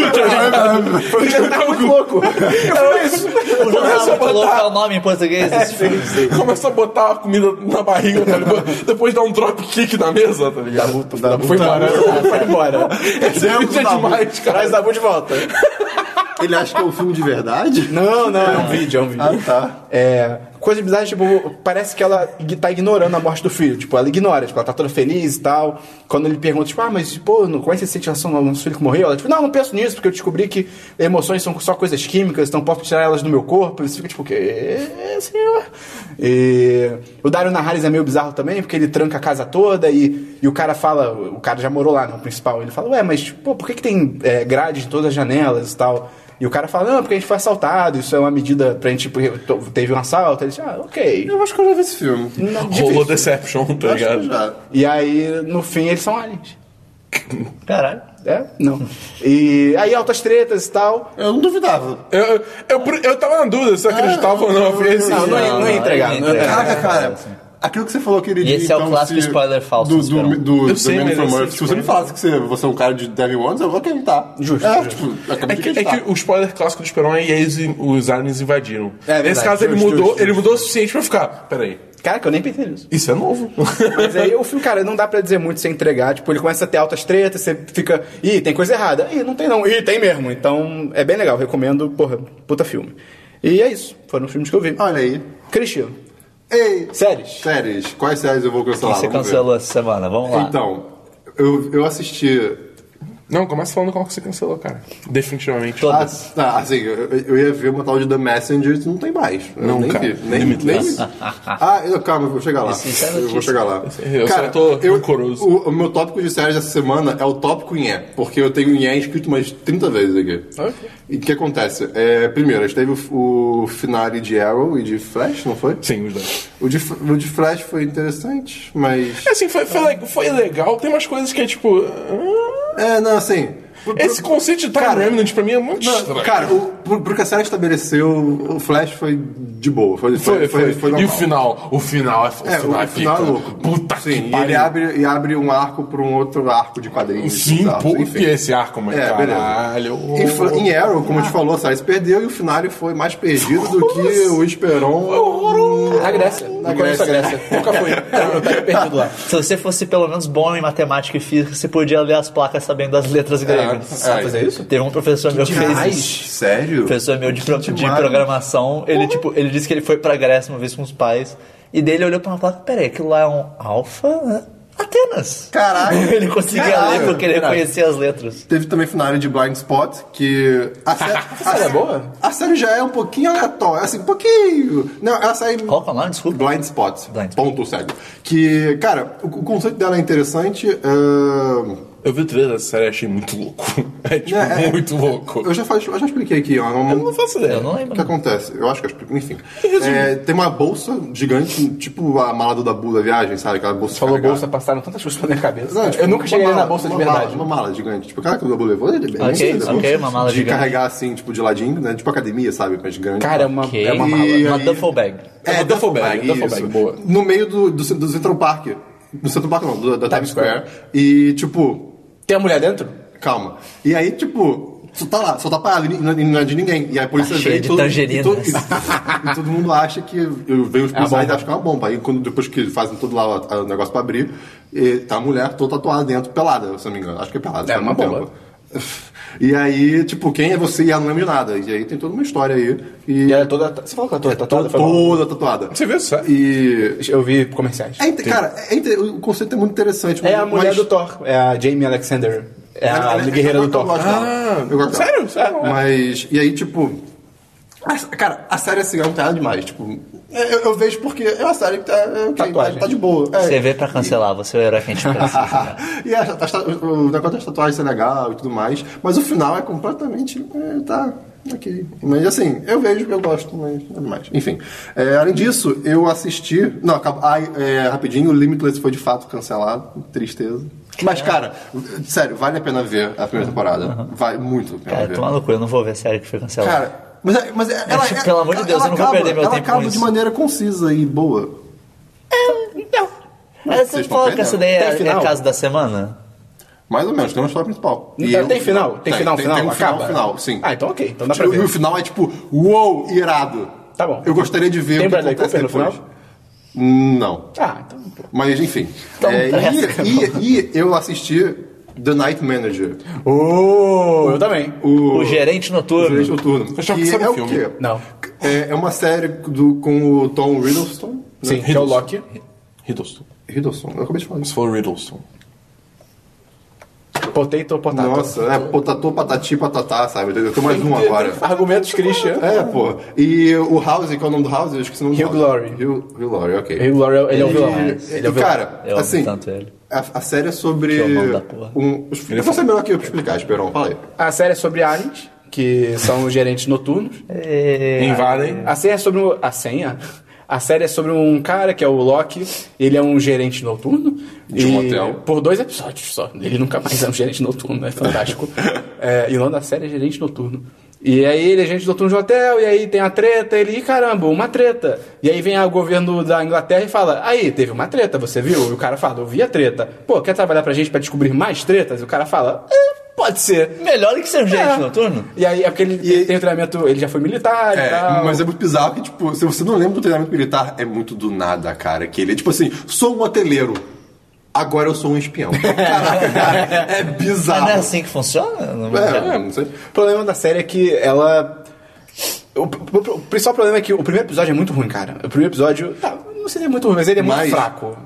Ele já tá muito louco. o jornal é não colocar é o nome em português. desse filme. Começa a botar a comida na barriga, tá ligado? Depois dá um drop kick na mesa, tá ligado? Foi embora. Vai embora. Esse vídeo é Dabu. demais, cara. Traz Dabu de volta. Ele acha que é um filme de verdade? (laughs) Não, não, é um vídeo, é um vídeo. Ah, tá. É, coisas bizarras, tipo, parece que ela ig- tá ignorando a morte do filho. Tipo, ela ignora, tipo, ela tá toda feliz e tal. Quando ele pergunta, tipo, ah, mas, pô, não- como é que você sente em relação ao nosso filho que morreu? Ela, tipo, não, não penso nisso, porque eu descobri que emoções são só coisas químicas, então posso tirar elas do meu corpo. E você fica, tipo, o quê, senhor? E o Dario Naharis é meio bizarro também, porque ele tranca a casa toda e, e o cara fala, o cara já morou lá, no principal, ele fala, ué, mas, pô, por que que tem é, grades em todas as janelas e tal? E o cara fala, não, é porque a gente foi assaltado, isso é uma medida pra gente, porque to- teve um assalto. Ele disse, ah, ok. Eu acho que eu já vi esse filme. Tá Não, Rolou difícil. Deception, tá Acho que eu ligado? já. E aí, no fim, eles são aliens. Caralho. É? Não. E aí, altas tretas e tal. Eu não duvidava. Eu, eu, eu, eu tava na dúvida se eu acreditava ou não. Eu fiquei assim, Não, não, ia- não ia entregar. não ia não ia entregar. entregar. é Caraca, cara. Aquilo que você falou que ele E é, assim. esse é o clássico spoiler falso um. do, do, do Superman. do, do, Eu sei, Man mas eu from sei Earth. Se você me falasse que você, você é um cara de Devil Wands, eu ok, tá. Justo, É, justo. tipo, É acabei que, de é que o spoiler clássico do Esperão é e aí os, os aliens invadiram. É verdade, Nesse caso ele justo, mudou, justo, ele mudou o suficiente pra ficar. Peraí, Cara, que eu nem pensei nisso. isso é novo. (laughs) Mas aí, o filme, cara, não dá pra dizer muito sem entregar. Tipo, ele começa a ter altas tretas, você fica... Ih, tem coisa errada. Ih, não tem não. Ih, tem mesmo. Então, é bem legal. Recomendo. Porra, puta filme. E é isso. Foram os filmes que eu vi. Olha aí. Cristian, Ei, séries. séries. Quais séries eu vou cancelar? Você Vamos ver. cancelou essa semana, vamos lá. Então, eu, eu assisti não, começa falando qual que você cancelou, cara. Definitivamente. Ah, Todas. tá, assim, eu, eu ia ver uma tal de The Messenger e não tem mais. Eu Não, nem cara. vi. Nem, Limitless. nem- Ah, eu- calma, eu vou chegar lá. Esse é eu vou notícia. chegar lá. (laughs) Eu só tô rancoroso. O, o meu tópico de séries dessa semana é o tópico em E, porque eu tenho em E escrito umas 30 vezes aqui. Ok. E o que acontece? É, primeiro, a gente teve o, o finale de Arrow e de Flash, não foi? Sim, os dois. O de, o de Flash foi interessante, mas. É Assim, foi, foi, le- foi legal, tem umas coisas que é tipo. ah, É, não, assim. pro- pro- Esse conceito de Time Cara, Remnant pra mim é muito Não, estranho. cara, o, pro, pro que a série estabeleceu, o Flash foi de boa. Foi, foi, foi, E o normal. final? O final é, o É, final o é final é pica. louco. Puta Sim, que e ele pariu. abre, e abre um arco pra um outro arco de quadrinhos. Sim, bizarros, pô, enfim. que esse arco, mas É, beleza. caralho. Em, Fla- em Arrow, como a gente falou, a série se perdeu e o final foi mais perdido do que o É Esperon A Grécia. Não conheço a Grécia. Nunca fui. Eu tava perdido lá. Se você fosse pelo menos bom em matemática e física, você podia ler as placas sabendo as letras gregas. Sabe fazer isso? Teve um professor meu que fez isso. Demais. Sério? Um professor meu de, pro- de demais. programação, ele, tipo, ele disse que ele foi pra Grécia uma vez com os pais, e dele olhou pra uma placa, peraí, aquilo lá é um alfa? Atenas. Caralho. (laughs) Ele conseguia Caralho. ler porque ele reconhecia as letras. Teve também finale de Blind Spot, que. A série, a série é boa? A série já é um pouquinho aleatória, assim, um pouquinho. Não, ela sai. Qual que é o nome? Desculpa. Blind Spot. Blind Spot. Ponto cego. Que, cara, o, o conceito dela é interessante. ahn, Eu vi o trailer dessa série e achei muito louco. (laughs) É tipo, É, é. muito louco. eu, já falei- eu já expliquei aqui, ó. não- Eu não faço ideia. Eu não O lembro. que acontece? Eu acho que eu explico. Enfim. É, tem uma bolsa gigante, tipo a mala do Dabu da viagem, sabe? Aquela bolsa Falou carregada. bolsa, passaram tantas coisas na minha cabeça. Não, tipo, eu nunca uma cheguei mala, na bolsa de uma verdade. Mala, uma mala gigante. Tipo, cara, que o Dabu levou, ele é bem Ok, grande, né? ok, uma mala de gigante. carregar assim, tipo, de ladinho, né? Tipo academia, sabe? Mas grande. Cara, é uma, Ok. é uma E- mala. Uma aí- duffel bag. É uma duffel bag, duffel bag, isso. boa. No meio do, do, do Central Park. Do Central Park não, do- da Times Square. E, tipo, Tem a mulher dentro? calma. E aí, tipo, só tá lá, só tá parado, e não, e não é de ninguém. E aí a polícia Tá vem cheio e de todo- tangerinas. E, todo- e- e todo mundo acha que. Eu venho os policiais e bomba. acham que é uma bomba. Aí quando, depois que fazem tudo lá o- o negócio pra abrir, e tá a mulher toda tatuada dentro, pelada, se eu não me engano. Acho que é pelada. É, faz uma muito bomba. tempo. E aí, tipo, quem é você? E ela não lembra de nada. E aí tem toda uma história aí. E, E ela é toda. Você falou que ela é toda tatuada? Foi mal. toda tatuada. Você viu isso? E Eu vi comerciais. é inte- cara, é inte- o conceito é muito interessante. É mas- a mulher do Thor. É a Jamie Alexander. É Ela- a ela- guerreira eu do Thor. gosto dela. Ah, Eu gosto dela. sério? Sério? Mas, e aí, tipo... a- Cara, a série assim, não tem nada demais. Tipo, eu, eu vejo porque é uma série que tá, é ok, tá, Tatuagem. tá de boa. É. Você vê pra cancelar, você é o herói que a gente (laughs) precisa. e a- a- a- o negócio das tatuagens é legal e tudo mais. Mas o final é completamente. é, tá. Ok. Mas assim, eu vejo, eu gosto, mas nada mais. Enfim. é, além disso, eu assisti. Não, acab- ai, é, rapidinho, o Limitless foi de fato cancelado. Tristeza. Mas, É. cara, sério, vale a pena ver a primeira temporada. Vale muito a pena Cara, ver. tô maluco, eu não vou ver a série que foi cancelada. Cara, mas, é- mas é- ela, tipo, pelo amor de ela- Deus, ela eu não vou acaba- perder meu ela tempo com acaba de isso. maneira concisa e boa. Então. Mas você vocês estão falou que essa vendo? daí Tem é, é final? a casa da semana? Mais ou menos, tem uma história principal. E Então, eu- tem final? Tem, final, final? Tem um final, Acaba? final, sim. Ah, então ok. Então dá pra Tipo, E o ver. final é tipo, uou, irado. Tá bom. Eu gostaria de ver Tem o que Bradley acontece Cooper no depois. Hum, Não. Ah, então... Mas enfim. Então, É, presta, e, e- e eu assisti The Night Manager. Oh, eu também. O, O gerente noturno. Gerente Noturno. achava que que isso era é um o filme. quê? Não. É, é uma série do, com o Tom Riddleston. né? Sim, que é o Loki. Riddleston. Riddleston, eu acabei de falar Se isso. for Riddleston. Potato, potato. Nossa, é potatô, patati, patatá, sabe? Eu tô mais um (laughs) agora. Argumentos Christian. É, pô. E o House, qual é o nome do House? Eu esqueci o nome Hugh do House. Laurie. Hugh, Hugh Laurie, ok. Ele, ele é o vilão. E, Ele é o e, vilão. cara, Eu amo assim, tanto ele. a, a série é sobre... Que é o nome da porra. um, eu vou ser melhor que eu pra explicar, Esperão, fala aí. A série é sobre aliens, que são os gerentes noturnos. É, Invadem. A senha é sobre um, a senha. A série é sobre um cara que é o Loki. Ele é um gerente noturno. De um e- hotel. Por dois episódios só. Ele nunca mais é um gerente noturno. É (laughs) fantástico. É, e o nome da série é gerente noturno. E aí ele é gerente noturno de um hotel. E aí tem a treta. Ele, "Ih, caramba, uma treta. E aí vem o governo da Inglaterra e fala: Aí, teve uma treta, você viu? E o cara fala: Eu vi a treta. Pô, quer trabalhar pra gente pra descobrir mais tretas? E o cara fala: "É, Pode ser. Melhor do que ser um gerente É. noturno. E aí é porque ele E- tem o treinamento, ele já foi militar e É, tal. mas é muito bizarro que, tipo, se você não lembra do treinamento militar, é muito do nada, cara. Que ele é tipo assim, sou um hoteleiro, agora eu sou um espião. (laughs) Caraca, cara, é Mas bizarro. não é assim que funciona? Não vai É, não sei. O problema da série é que ela. O, p- p- o principal problema é que o primeiro episódio é muito ruim, cara. O primeiro episódio. Tá, não seria muito ruim, mas ele é muito Mas- fraco.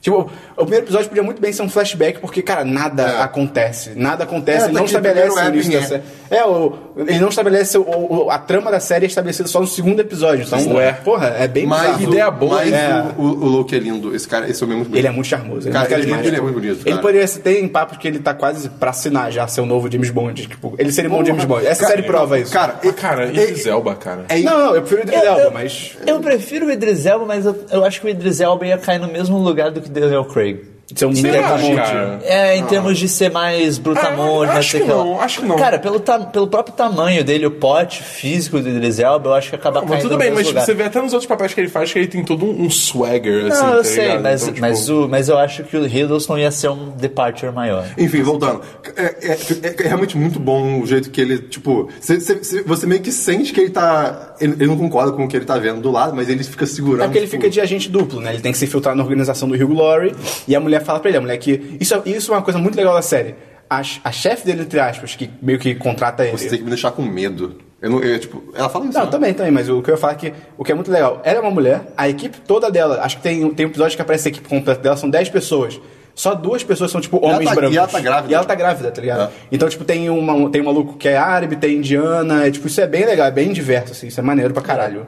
Tipo, o primeiro episódio podia muito bem ser um flashback, porque, cara, nada É. acontece. Nada É, acontece, até ele não que estabelece o primeiro início da Ebbing série. É, o, ele não estabelece o- o- a trama da série é estabelecida só no segundo episódio. Então, Ué. porra, é bem Mas bizarro. o- ideia boa, mas né? o, o, o Loki é lindo. Esse cara, esse homem é muito bonito. Ele é muito charmoso. Cara, muito ele- carismático. ele é muito bonito, Ele cara. poderia se ter em papos que ele tá quase pra assinar já seu novo James Bond. Tipo, ele seria um bom James Bond. Essa série prova isso. então, Cara, Ah, cara, e- Idris Elba, cara. é- não, não, eu prefiro o Idris Elba, mas. eu prefiro o Idris Elba, mas eu, eu acho que o Idris Elba ia cair no mesmo lugar do que Daniel Craig. Isso é um Será, brutamonte. cara? É, em termos de ser mais brutamonte, Ah, não acho sei que o que lá. não, acho que não. Cara, pelo, ta- pelo próprio tamanho dele, o pote físico do Idris Elba, eu acho que acaba Não, mas caindo tudo no bem, mesmo mas tipo, lugar. você vê até nos outros papéis que ele faz que ele tem todo um um swagger, assim, não, eu tá sei, ligado? mas, Então, tipo, mas, o, mas eu acho que o Hiddleston ia ser um departure maior. Enfim, voltando. É, é- é- é realmente muito bom o jeito que ele, tipo. cê- cê- cê- você meio que sente que ele tá. Ele, ele não concorda com o que ele tá vendo do lado, mas ele fica segurando. É porque ele tipo, fica de agente duplo, né? Ele tem que se infiltrar na organização do Hugh Laurie. E a mulher fala pra ele, a mulher que... Isso, é- isso é uma coisa muito legal da série. A, ch- a chefe dele, entre aspas, que meio que contrata ele. Você tem que me deixar com medo. Eu não, eu, tipo, ela fala isso. Não, tá né? também, também, mas o que eu ia falar é que o que é muito legal, ela é uma mulher, a equipe toda dela, acho que tem, tem um episódio que aparece a equipe completa dela, são 10 pessoas. Só duas pessoas são, tipo, homens tá- brancos. e ela tá grávida. E ela tá grávida, tá ligado? É. Então, tipo, tem, uma, tem um maluco que é árabe, tem indiana, é, tipo, isso é bem legal, é bem diverso, assim, isso é maneiro pra caralho.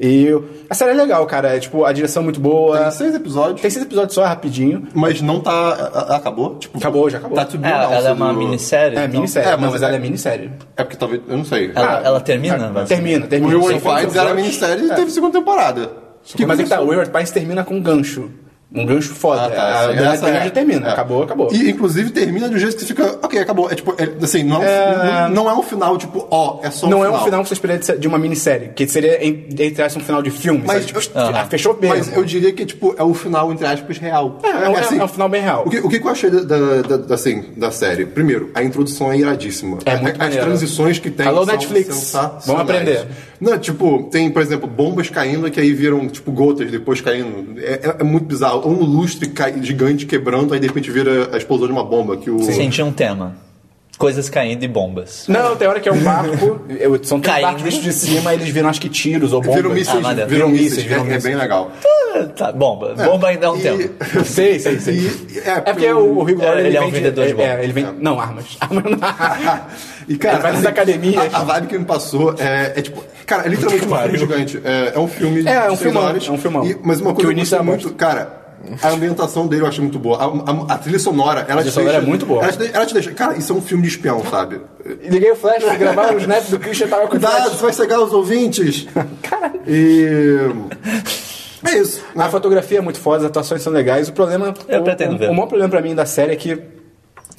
E a série é legal, cara, é, tipo, a direção é muito boa. Tem seis episódios. Tem seis episódios só, é rapidinho. Mas não tá. a- a- Acabou? Tipo, Acabou, já acabou. Tá tudo É, ela é uma do... minissérie. É, então. minissérie. É, não, mas- mas ela é minissérie. É porque talvez. Eu não sei. Ela, é Ah, ela termina? vai? Termina, o termina. Will São and quantos Finds era episódios? é É. minissérie e teve segunda temporada. Que mas é que tá, começou- o Wayward Pines termina com um gancho. Um gancho foda. Ah, tá, a sim, Dona essa Tânia é- já termina. é. Acabou, acabou. E, inclusive, termina de um jeito que você fica, ok, acabou. É tipo, é, assim, não é, um, É. Não, não é um final, tipo, ó, é só um não final. é um final que você esperaria de ser- de uma minissérie, que seria, em- entre aspas, um final de filme. sabe? Mas- Tipo, Aham. ah, fechou bem. Mas eu diria que, tipo, é o final, entre aspas, real. assim, É, é um- é um final bem real. O que, o que que eu achei da, da- da- da- assim, da série? Primeiro, a introdução é iradíssima. É A- muito As maneiro. transições que tem Alô, são Netflix. sensacionais. Vamos aprender. Não, tipo, tem, por exemplo, bombas caindo que aí viram, tipo, gotas depois caindo. É, é- é muito bizarro. Ou um lustre cai- gigante quebrando, aí de repente vira a explosão de uma bomba. Que o... Senti um tema. Coisas caindo e bombas. Não, tem hora que é um barco, eu- são três Caindo. barcos de cima, eles viram acho que tiros ou bombas. Viram mísseis, Ah, maneiro. viram Viram mísseis, mísseis, um viram é- é, mísseis. bem legal. Ah, Tá, bomba. Bomba ainda é Então, um E- tema. Sei, sei, sei. E- é, porque o, o Rigor, É, ele é um vende- vendedor de é, bola. é, ele vende... Não, armas. (laughs) Armas E, cara, Ele assim, vai nas academias. A, a vibe que me passou é, é tipo. Cara, é literalmente um filme gigante. É, é um filme. É, é um de seis filmão, horas. é um filmão. E- mas uma Que o coisa que eu início gostei é uma muito. Cara. A ambientação dele eu achei muito boa. A, a- a trilha sonora, ela te sonora deixa, é muito boa. Ela te, de- ela te deixa. Cara, isso é um filme de espião, sabe? Liguei o flash, gravaram o snap do Christian, tava com o Cuidado, flash. você vai cegar (laughs) os ouvintes. Caralho. E. É isso. A fotografia é muito foda, as atuações são legais. O problema. Eu o, pretendo o, ver. o maior problema pra mim da série é que,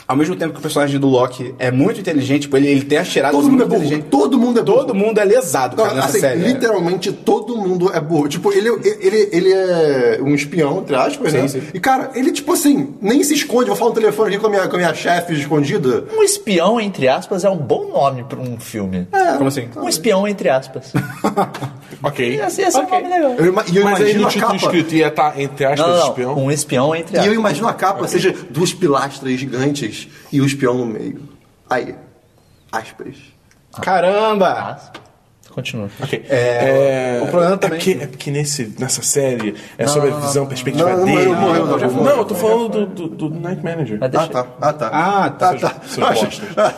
ao mesmo tempo que o personagem do Loki é muito inteligente, tipo, ele, ele tem a cheirada Todo mundo é muito burro. inteligente. Todo mundo é burro. Todo mundo é lesado, Não, cara, nessa assim, série. literalmente todo mundo é burro. Tipo, ele, ele, ele é um espião, entre aspas, né? sim. E, cara, ele, tipo assim, nem se esconde. Vou falar no telefone aqui com a minha, com a minha chefe escondida. Um espião, entre aspas, é um bom nome pra um filme. É. Como assim? Um espião, entre aspas. ok. Esse, esse é um nome legal. Eu ima- E eu Mas aí imagino no a título capa. escrito ia estar entre Não, aspas não, não. é espião. É. Um espião, entre E eu aspas. imagino a capa, seja duas pilastras gigantes aspas, e o espião no meio. Aí, aspas. Ah, Caramba! Ah, Continua. Ok. É, o problema também- É porque, é porque nesse, nessa série é sobre a visão, perspectiva Não, não, dele. eu morreu, não, já não, foi. eu tô falando do, do, do Night Manager. Mas Ah, deixa- tá. Ah, tá. Ah, tá. tá. Seus Acho- bostas. Ah.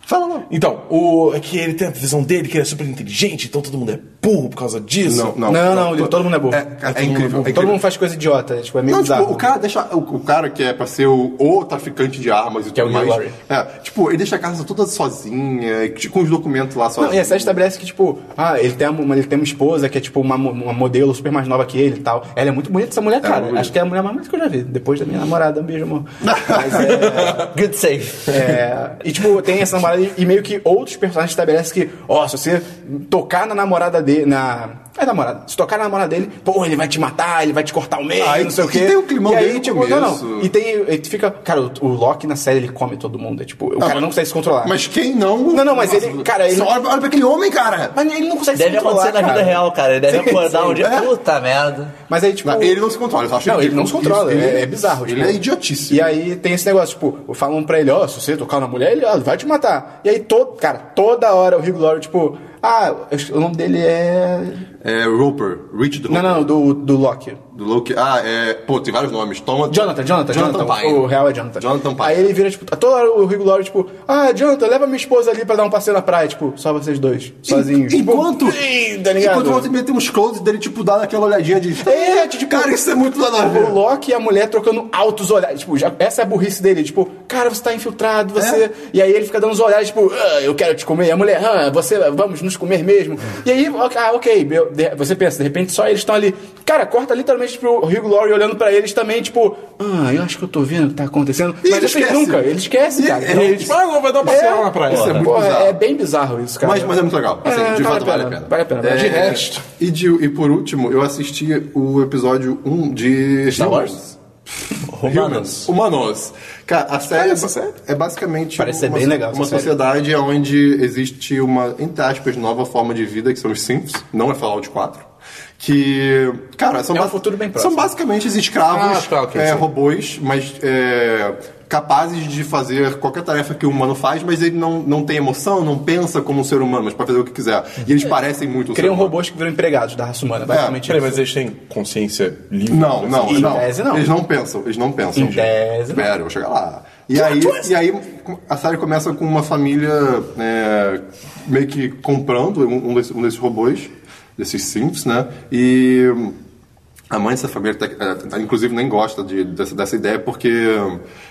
Fala não. Então, o, é que ele tem a visão dele, que ele é super inteligente, então todo mundo é burro por causa disso. Não, não, Lilo, todo mundo é burro. É, cara, é incrível. é Todo incrível. mundo faz coisa idiota, é, tipo, é meio Não, bizarro. tipo, o cara deixa. O, o cara que é pra ser o, o traficante de armas e é o tudo mais. Hillary. É, tipo, ele deixa a casa toda sozinha, e com os documentos lá sozinho. Não, e a série estabelece que, tipo, ah, ele tem, uma, ele tem uma esposa que é, tipo, uma, mo- uma modelo super mais nova que ele e tal. Ela é muito bonita, essa mulher, cara. bonita. Acho que é a mulher mais bonita que eu já vi. Depois da minha namorada, um beijo, amor. Mas é... Good save. É, e tipo, tem essa namorada e meio que outros personagens estabelecem que, ó, se você tocar na namorada dele, na... É namorada. Se tocar na namorada dele, pô, ele vai te matar, ele vai te cortar o meio, Ah, e- não sei o e quê. tem o climão e aí, dele no tipo, não, não. começo. E tem, ele fica, cara, o, o Loki na série ele come todo mundo, é tipo, o cara não consegue se controlar. Ah, Mas quem não. Não, não, mas ele- cara, ele- Só olha, olha pra aquele homem, cara! Mas ele não consegue Deve se controlar, acontecer na vida cara. real, cara. Ele deve Sim, acordar sim. um dia. É. Puta merda. Mas aí, tipo... Não, ele não se controla, eu acho Não, ele ridículo não se controla, isso. é, é bizarro. Ele tipo. é idiotice. E aí tem esse negócio, tipo, falam pra ele, ó, se você tocar na mulher, ele ó, vai te matar. E aí, todo, cara, toda hora o Hugh Laurie, tipo, ah, eu acho que o nome dele é... É Roper, Richard Roper. Não, não, do, do Loki. Do Loki. Ah, é. Pô, tem vários nomes. Toma. Jonathan, Jonathan, Jonathan. Pine. O real é Jonathan. Jonathan Pine. Aí ele vira, tipo, toda hora o Hugh Laurie, tipo, ah, Jonathan, leva minha esposa ali pra dar um passeio na praia, tipo, só vocês dois, sozinhos. Tipo, Enquanto. ih, tá ligado? Enquanto o outro tem uns close dele, tipo, dá aquela olhadinha de. É, tipo, Cara, isso é muito nada a ver. O Loki e a mulher trocando altos olhares. Tipo, já- essa é a burrice dele. Tipo, cara, você tá infiltrado, você. É. E aí ele fica dando uns olhares, tipo, ah, eu quero te comer. E a mulher, ah, você, vamos nos comer mesmo. E aí, ok, ah, ok. meu- de- Você pensa, de repente só eles estão ali. Cara, corta literalmente pro Hugh Laurie olhando pra eles também, tipo, ah, eu acho que eu tô vendo o que tá acontecendo. E Mas ele ele esquece. nunca, ele esquece, E- cara. é, Então, é, Tipo, ah, não, vai dar uma passeada na praia. Porra, muito bizarro. é bem bizarro isso, cara. Mas, mas é muito legal. Assim, É, vale de fato, a vale a pena, pena. vale a pena. É, De resto. E, de- e por último, eu assisti o episódio 1 de Star Wars? Humanos. Humanos. Cara, a série, essa série? é basicamente Parece ser uma, bem legal uma essa série. sociedade onde existe uma, entre aspas, nova forma de vida, que são os Sims, não é Fallout 4. Que, cara, são, É um basi- futuro bem são próximo. basicamente os escravos, Ah, tá, ok, é, sim. robôs, mas é, capazes de fazer qualquer tarefa que o humano faz, mas ele não, não tem emoção, não pensa como um ser humano, mas pode fazer o que quiser. E eles parecem muito um ser É. Criam humano. robôs que viram empregados da raça É. humana, basicamente. Peraí, isso. mas eles têm consciência livre? Ah, Não, não, Em não. tese, não. Eles não pensam, eles não pensam. Em tese, não. é Pera, eu vou chegar lá. E aí, e aí a série começa com uma família é, meio que comprando um, um desses, um desses robôs, desses Sims, né? E a mãe dessa família, tá- é, inclusive, nem gosta de- dessa, dessa ideia porque...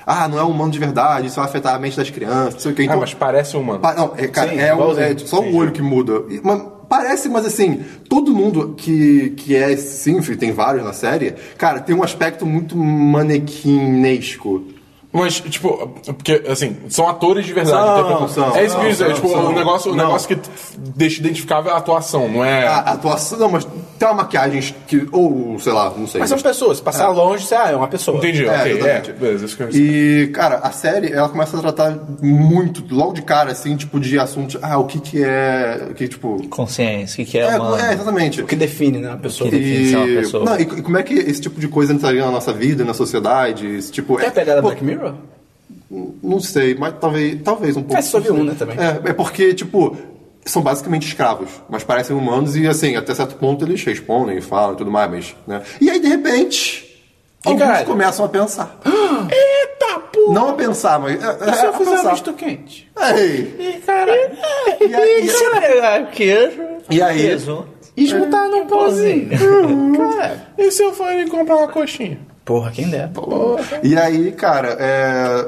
Ah, não é um humano de verdade, isso vai afetar a mente das crianças, não sei o que. Ah, mas parece um humano. Pa- Então- Não, é, cara, Sim, é, um- igualzinho. é só o olho que muda. E, mas parece, mas assim, todo mundo que, que é Sinf, tem vários na série, cara, tem um aspecto muito manequinesco. Mas, tipo, porque, assim, são atores de verdade. São, então, são, é isso que eu ia dizer, são, tipo, são. o negócio, o Não. Ah. negócio que t- deixa identificável é a atuação, não é... A, a atuação, não, mas tem uma maquiagem que. Ou, sei lá, não sei. Mas são pessoas, se passar longe, você, ah, é uma pessoa. Entendi, ok, é, exatamente. beleza, isso que eu ia dizer. E, cara, a série, ela começa a tratar muito, logo de cara, assim, tipo, de assuntos. Ah, o que que é. O que, tipo. Consciência, o que, que é, É, mano? é, exatamente. O que define, né, a pessoa. Que define. E... definição, a pessoa. Não, e, e como é que esse tipo de coisa entraria na nossa vida, na sociedade? Esse tipo, É a pegada Pô, Black Mirror? Não sei, mas talvez, talvez um pouco. É, só vi um, né, também. É, é porque, tipo, são basicamente escravos, mas parecem humanos e, assim, até certo ponto eles respondem, falam e tudo mais, mas, né? E aí, de repente, alguns caralho. começam (gasps) a pensar. Eita, porra! Não a pensar, mas... É, é, Se eu a fizer um pensar. misto quente. Ei, Ih, Caralho. E aí- Isso é legal, queijo. né? E aí? Presunto. E escutar num pauzinho. É, tipo assim. (laughs) Cara. E se eu for ali comprar uma coxinha? Porra, quem der. E aí, cara, é...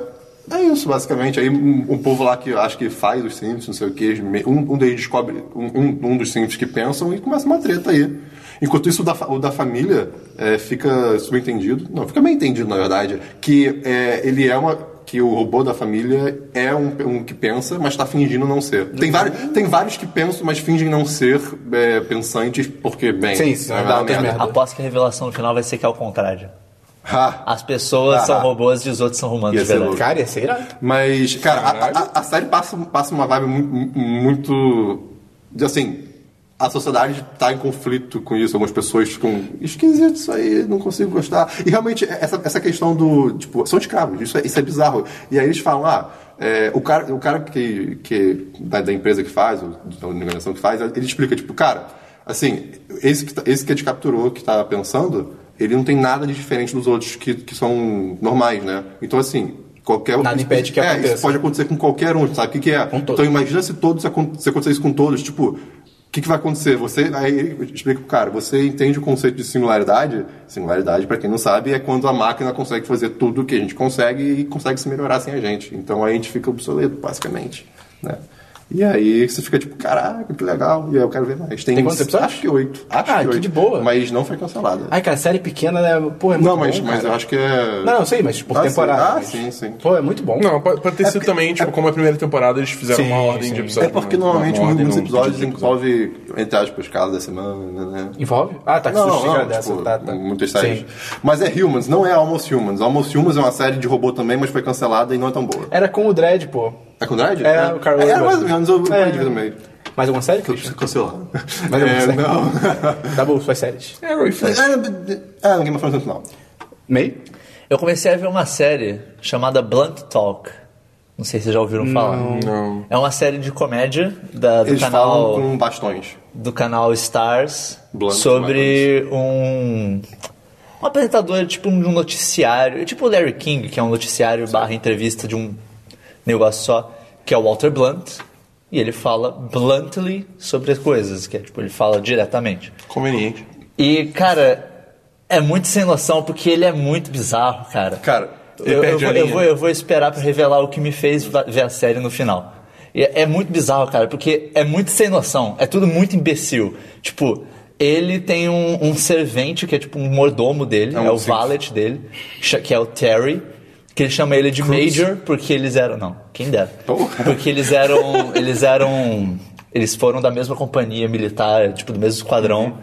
É isso, basicamente. Aí um, um povo lá que eu acho que faz os Sims, não sei o que, um, um deles descobre, um, um- um dos Sims que pensam e começa uma treta aí. Enquanto isso, o da, fa- o da família é, fica subentendido, não, fica bem entendido, na verdade, que é, ele é uma... Que o robô da família é um, um que pensa, mas tá fingindo não ser. Uhum. Tem vários, tem vários que pensam, mas fingem não ser é, pensantes, porque, bem... é, Sim, sim, vai dá dar outras merda. Aposto que a revelação no final vai ser que é o contrário. Ha. As pessoas Ah. são robôs e os outros são humanos, Ia de ser verdade. louco. Cara, ia ser irado. Mas, cara, a, a- a série passa, passa uma vibe mu- mu- muito. de, assim. a sociedade tá em conflito com isso, algumas pessoas ficam esquisito isso aí, não consigo gostar. E realmente, é, essa, essa questão do, tipo, são escravos, isso é, isso é bizarro. E aí eles falam, ah, é, o cara, o cara que, que da, da empresa que faz, ou da organização que faz, ele explica, tipo, cara, assim, esse que, tá- esse que te capturou, que tá pensando, ele não tem nada de diferente dos outros que, que são normais, né? Então, assim, qualquer... Nada impede que é, aconteça. Isso pode acontecer com qualquer um, sabe o que que é? todos. Então, imagina se todos acon- se acontecer isso com todos, tipo, o que, que vai acontecer? Você aí ele explica pro cara, você entende o conceito de singularidade? Singularidade, para quem não sabe, é quando a máquina consegue fazer tudo o que a gente consegue e consegue se melhorar sem a gente. Então aí a gente fica obsoleto, basicamente, né? E aí você fica tipo, caraca, que legal. E aí eu quero ver mais. Tem, Tem quantos episódios? Acho que oito. Acho Ah, que que oito. de boa. Mas não foi cancelada. Ai, cara, série pequena, né? Pô, é muito não, mas, bom, mas cara. eu acho que é... Não, não, sei, mas por Ah, sim. temporada. Ah, mas- sim, sim. Pô, é muito bom. Não, pode, pode ter sido também, tipo, como a primeira temporada eles fizeram uma ordem de É episódios. porque né? normalmente Uma ordem, muitos um episódios pedido de episódio. envolve, entre aspas, casa da semana, né? Envolve? Ah, tá, que Não, susto não, cara, tipo, dessa. tá, tá. muitas Sim. séries. Mas é Humans, não é Almost Humans. Almost Humans é uma série de robô também, mas foi cancelada e não é tão boa. Era com o Dredd, pô. É com o Dredd? É, o Carl Era Urban. mais ou menos, eu É. perdi no meio. Mais alguma série, Christian? (laughs) Cancelado. Mais alguma É, série? (laughs) não. Tá bom, suas séries. É, Roy Flash. Ah, ninguém mais falou tanto não. Meio? Eu comecei a ver uma série chamada Blunt Talk. Não sei se vocês já ouviram falar. Não. É uma série de comédia da- do Eles canal falam com bastões. do canal Stars Blunt, sobre um um apresentador tipo de um noticiário, tipo o Larry King, que é um noticiário barra entrevista de um negócio só, que é o Walter Blunt. E ele fala bluntly sobre as coisas, que é tipo, ele fala diretamente. Conveniente. E, cara, é muito sem noção, porque ele é muito bizarro, cara. Cara, ele eu, eu, perde a vou, eu, linha. vou, eu vou esperar pra revelar o que me fez va- ver a série no final. E é é muito bizarro, cara, porque é muito sem noção. É tudo muito imbecil. Tipo, ele tem um, um servente que é tipo um mordomo dele, é, um o sirvo. valet dele, cha- que é o Terry. Que ele chama ele de Major porque eles eram. Não, quem dera. Porra. (laughs) Porque eles eram. Eles eram. Eles foram da mesma companhia militar, tipo, do mesmo esquadrão.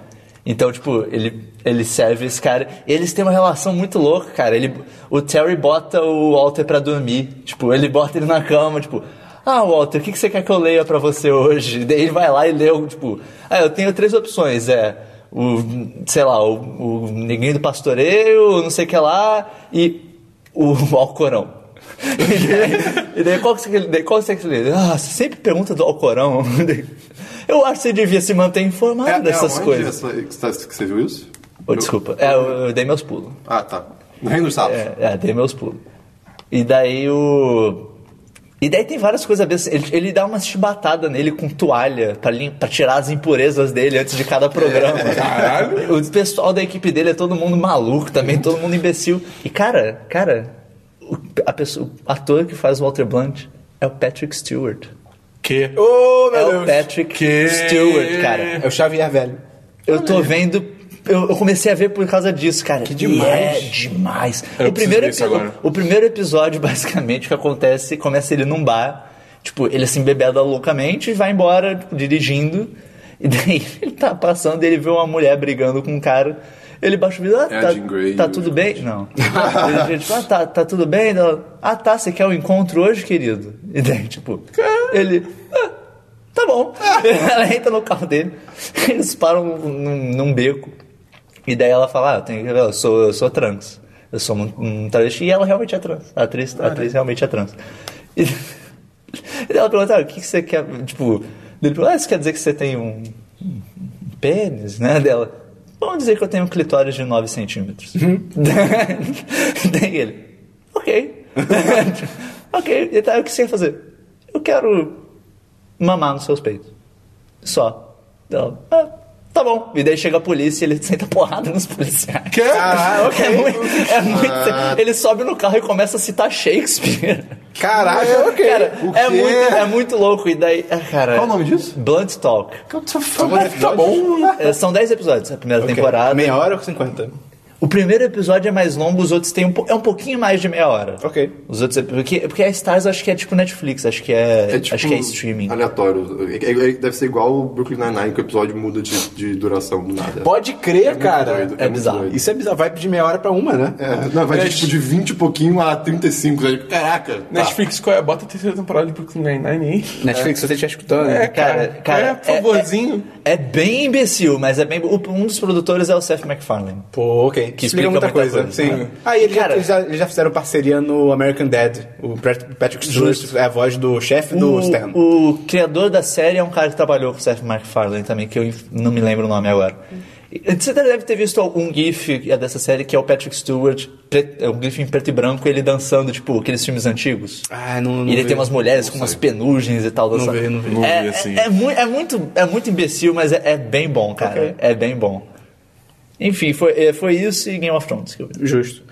Então, tipo, ele, ele serve esse cara. Eles têm uma relação muito louca, cara. Ele, o Terry bota o Walter pra dormir. Tipo, ele bota ele na cama, tipo. Ah, Walter, o que, que você quer que eu leia pra você hoje? (laughs) Daí ele vai lá e lê, o, tipo... Ah, eu tenho três opções, é... O, sei lá, o, o Neguinho do Pastoreio, não sei o que lá... E o (laughs) Alcorão. e, daí, e daí, qual que você, daí, qual você quer ler? Ah, você sempre pergunta do Alcorão. (laughs) Eu acho que você devia se manter é informado dessas aonde coisas. é, essa- que você- que você viu isso? Oh, desculpa, é, eu, eu dei meus pulos. Ah, tá. No Reino dos Sapos. É, é, dei meus pulos. E daí o. E daí tem várias coisas dessas. Ele, ele dá uma chibatada nele com toalha pra, lim... pra tirar as impurezas dele antes de cada programa. Caralho. O pessoal da equipe dele é todo mundo maluco também, todo mundo imbecil. E cara, cara, o, a pessoa, o ator que faz o Walter Blunt é o Patrick Stewart. Que? Ô, é o Patrick Que- Stewart, cara. É o Xavier Velho. Eu tô vendo. Eu, eu comecei a ver por causa disso, cara. Que demais. é demais. Eu o, primeiro preciso ver isso epi- agora. o primeiro episódio, (laughs) basicamente, o que acontece, começa ele num bar. Tipo, ele se embebeda loucamente e vai embora, tipo, dirigindo. E daí (laughs) ele tá passando, ele vê uma mulher brigando com um cara. Ele baixa o vidro, ah, É a tá, Jean Grey, tá né? tudo bem? Não. Ele, tipo, ah, tá, tá tudo bem? Ela, ah, tá, você quer o encontro hoje, querido? E daí, tipo, ele, ah, tá bom. (laughs) Ela entra no carro dele, (laughs) eles param num, num beco. E daí ela fala, ah, eu, tenho, eu, sou, eu sou trans. Eu sou um, um travesti. E ela realmente é trans. A atriz, a atriz realmente é trans. (laughs) E, e ela pergunta, ah, o que, que você quer? Tipo, ele pergunta, ah, isso quer dizer que você tem um pênis, né, dela. Vamos dizer que eu tenho um clitóris de 9 centímetros. (laughs) Daí ele, ok. (laughs) ok, e tá, o que você quer fazer? Eu quero mamar nos seus peitos. Só. Ela, ah, tá bom. E daí chega a polícia e ele (laughs) senta porrada nos policiais. Que? Ah, É muito, é muito- Ele sobe no carro e começa a citar Shakespeare. Caraca, ok. Cara, Ah, O é quê? muito, é muito louco. E daí, ah, cara... Qual o nome disso? Blunt Talk. Tá É, São 10 episódios, a primeira Ok. temporada. Meia hora ou 50? O primeiro episódio é mais longo, os outros têm um, po- é um pouquinho mais de meia hora. Ok. Os outros episódios. Porque, porque a Stars acho que é tipo Netflix, acho que é, tipo acho que é streaming. Aleatório. É- é- é- Deve ser igual o Brooklyn Nine-Nine, que o episódio muda de, de duração do nada. Pode crer, cara. doido, é muito bizarro. doido. Isso é bizarro. Vai de meia hora pra uma, né? É, não, vai de, tipo, de 20 e pouquinho a 35. né? Tá. Caraca. Netflix, qual é? Bota a terceira temporada de Brooklyn Nine-Nine aí. Netflix, se tá você estiver escutando. É, né, Cara, cara, É, por favorzinho. É, é bem imbecil, mas é bem. o- Um dos produtores é o Seth MacFarlane. Pô, ok. Que explica muita coisa. Sim. É. Aí eles, Cara- eles já, eles já fizeram parceria no American Dad. O Pat- Patrick Stewart é a voz do chefe do Stan. O, o criador da série é um cara que trabalhou com o Seth MacFarlane também, que eu inf- não me lembro o nome agora. E- Você deve ter visto um GIF dessa série que é o Patrick Stewart, pre- é um GIF em preto e branco, ele dançando, tipo, aqueles filmes antigos. Ah, não- não E ele vi. tem umas mulheres com umas penugens e tal. dançando. vi, não vi. Não É, vi, assim. é, é mu- é muito, é muito imbecil, mas é, é bem bom, cara. É bem bom. Enfim, foi, é, foi isso e Game of Thrones que eu vi. Justo.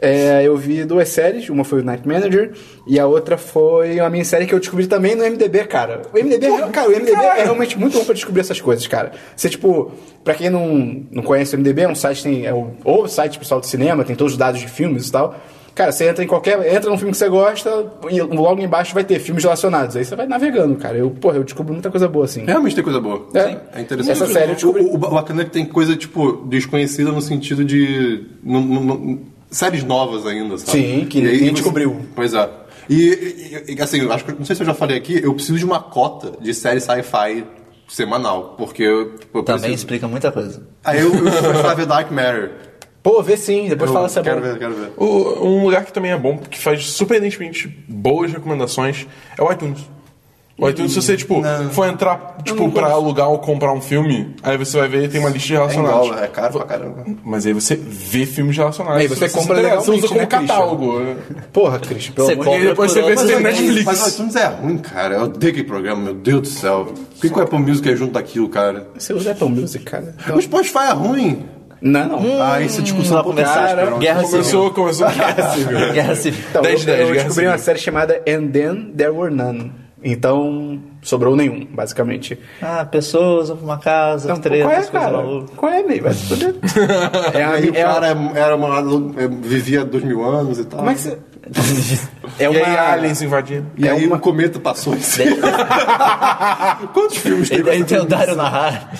É, eu vi duas séries, uma foi o Night Manager e a outra foi uma minissérie que eu descobri também no MDB, cara. O MDB, cara, o MDB é realmente muito bom pra descobrir essas coisas, cara. Você, tipo, pra quem não, não conhece o MDB, é um site, tem, é o, ou site pessoal de cinema, tem todos os dados de filmes e tal. Cara, você entra em qualquer. Entra num filme que você gosta, e logo embaixo vai ter filmes relacionados. Aí você vai navegando, cara. Eu, porra, eu descubro muita coisa boa, assim. Realmente tem coisa boa. É. Sim, é interessante. Essa série eu descobri. o, o bacana é que tem coisa, tipo, desconhecida no sentido de. não- não- não- séries novas ainda, sabe? Sim, que E aí ninguém você- descobriu. Pois é. E, e- e, assim, eu acho que, não sei se eu já falei aqui, eu preciso de uma cota de série sci-fi semanal, porque eu, eu Também preciso. explica muita coisa. Aí eu, eu vou ver Dark Matter. Pô, vê sim, depois Eu fala se é quero bom. ver, quero ver. O- um lugar que também é bom, que faz surpreendentemente boas recomendações, é o iTunes. O iTunes, se você, tipo, for entrar, tipo, pra alugar ou comprar um filme, aí você vai ver tem uma lista de É, em relacionados. dólar, é caro pra caramba. Mas aí você vê filmes relacionados. Aí você se compra se interessa, Você legalmente, usa como né, Christian? catálogo. Porra, Cris, pelo Você amor de E aí depois você vê se tem Mas, assim, Netflix. Mas o iTunes é ruim, cara. Eu odeio aquele programa, meu Deus do céu. Por que que o Apple Music é junto daquilo, cara? Deus. Você usa Apple Music, cara. O Spotify é ruim. Não, não. Ah, isso é discussão Pra um pouco começar, né? áspera. guerra civil. Começou, começou. assim, Guerra civil. Então, 10, eu, 10, eu Guerra descobri uma Civil. série chamada And Then There Were None. Então, sobrou nenhum, basicamente. Ah, pessoas, uma casa, Então, três, qual é, coisas cara? malucas. Qual é, meio? Vai se fuder. É a- Aí o é a- cara é- era morado, é, vivia dois mil anos e tal. Como é que você... É E aí uma... aliens invadindo. E é aí uma- um cometa passou em cima. (laughs) é Quantos filmes tem? (laughs) Ele, ele tem o Dario (laughs) narrar.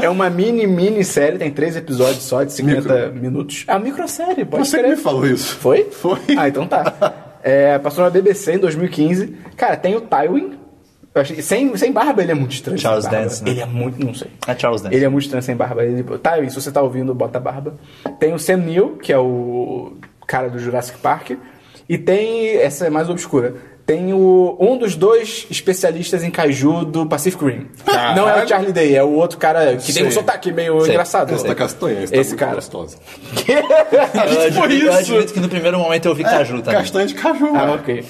É uma mini, mini série. Tem três episódios só, de 50 minutos. É uma microsérie, pode Você que ser. me falou isso. Foi? Foi. Ah, então (laughs) tá. É, passou na BBC em 2015. Cara, tem o Tywin. Eu achei- sem, sem barba ele é muito estranho. Charles sem barba. Dance, né? Ele é muito, não sei. É Charles Dance. Ele é muito estranho sem barba. Ele, Tywin, se você tá ouvindo, bota barba. Tem o Sam Neill, que é o cara do Jurassic Park. E tem, essa é mais obscura, tem o, um dos dois especialistas em caju do Pacific Rim. Não é o Charlie Day, é o outro cara que tem um sotaque meio Sei. engraçado. Essa tá castanha, essa tá Esse muito cara. (laughs) É tipo gostosa. Eu, admito, eu isso? admito que no primeiro momento eu vi Tá Caju também. Castanha de caju. Ah, né? ok.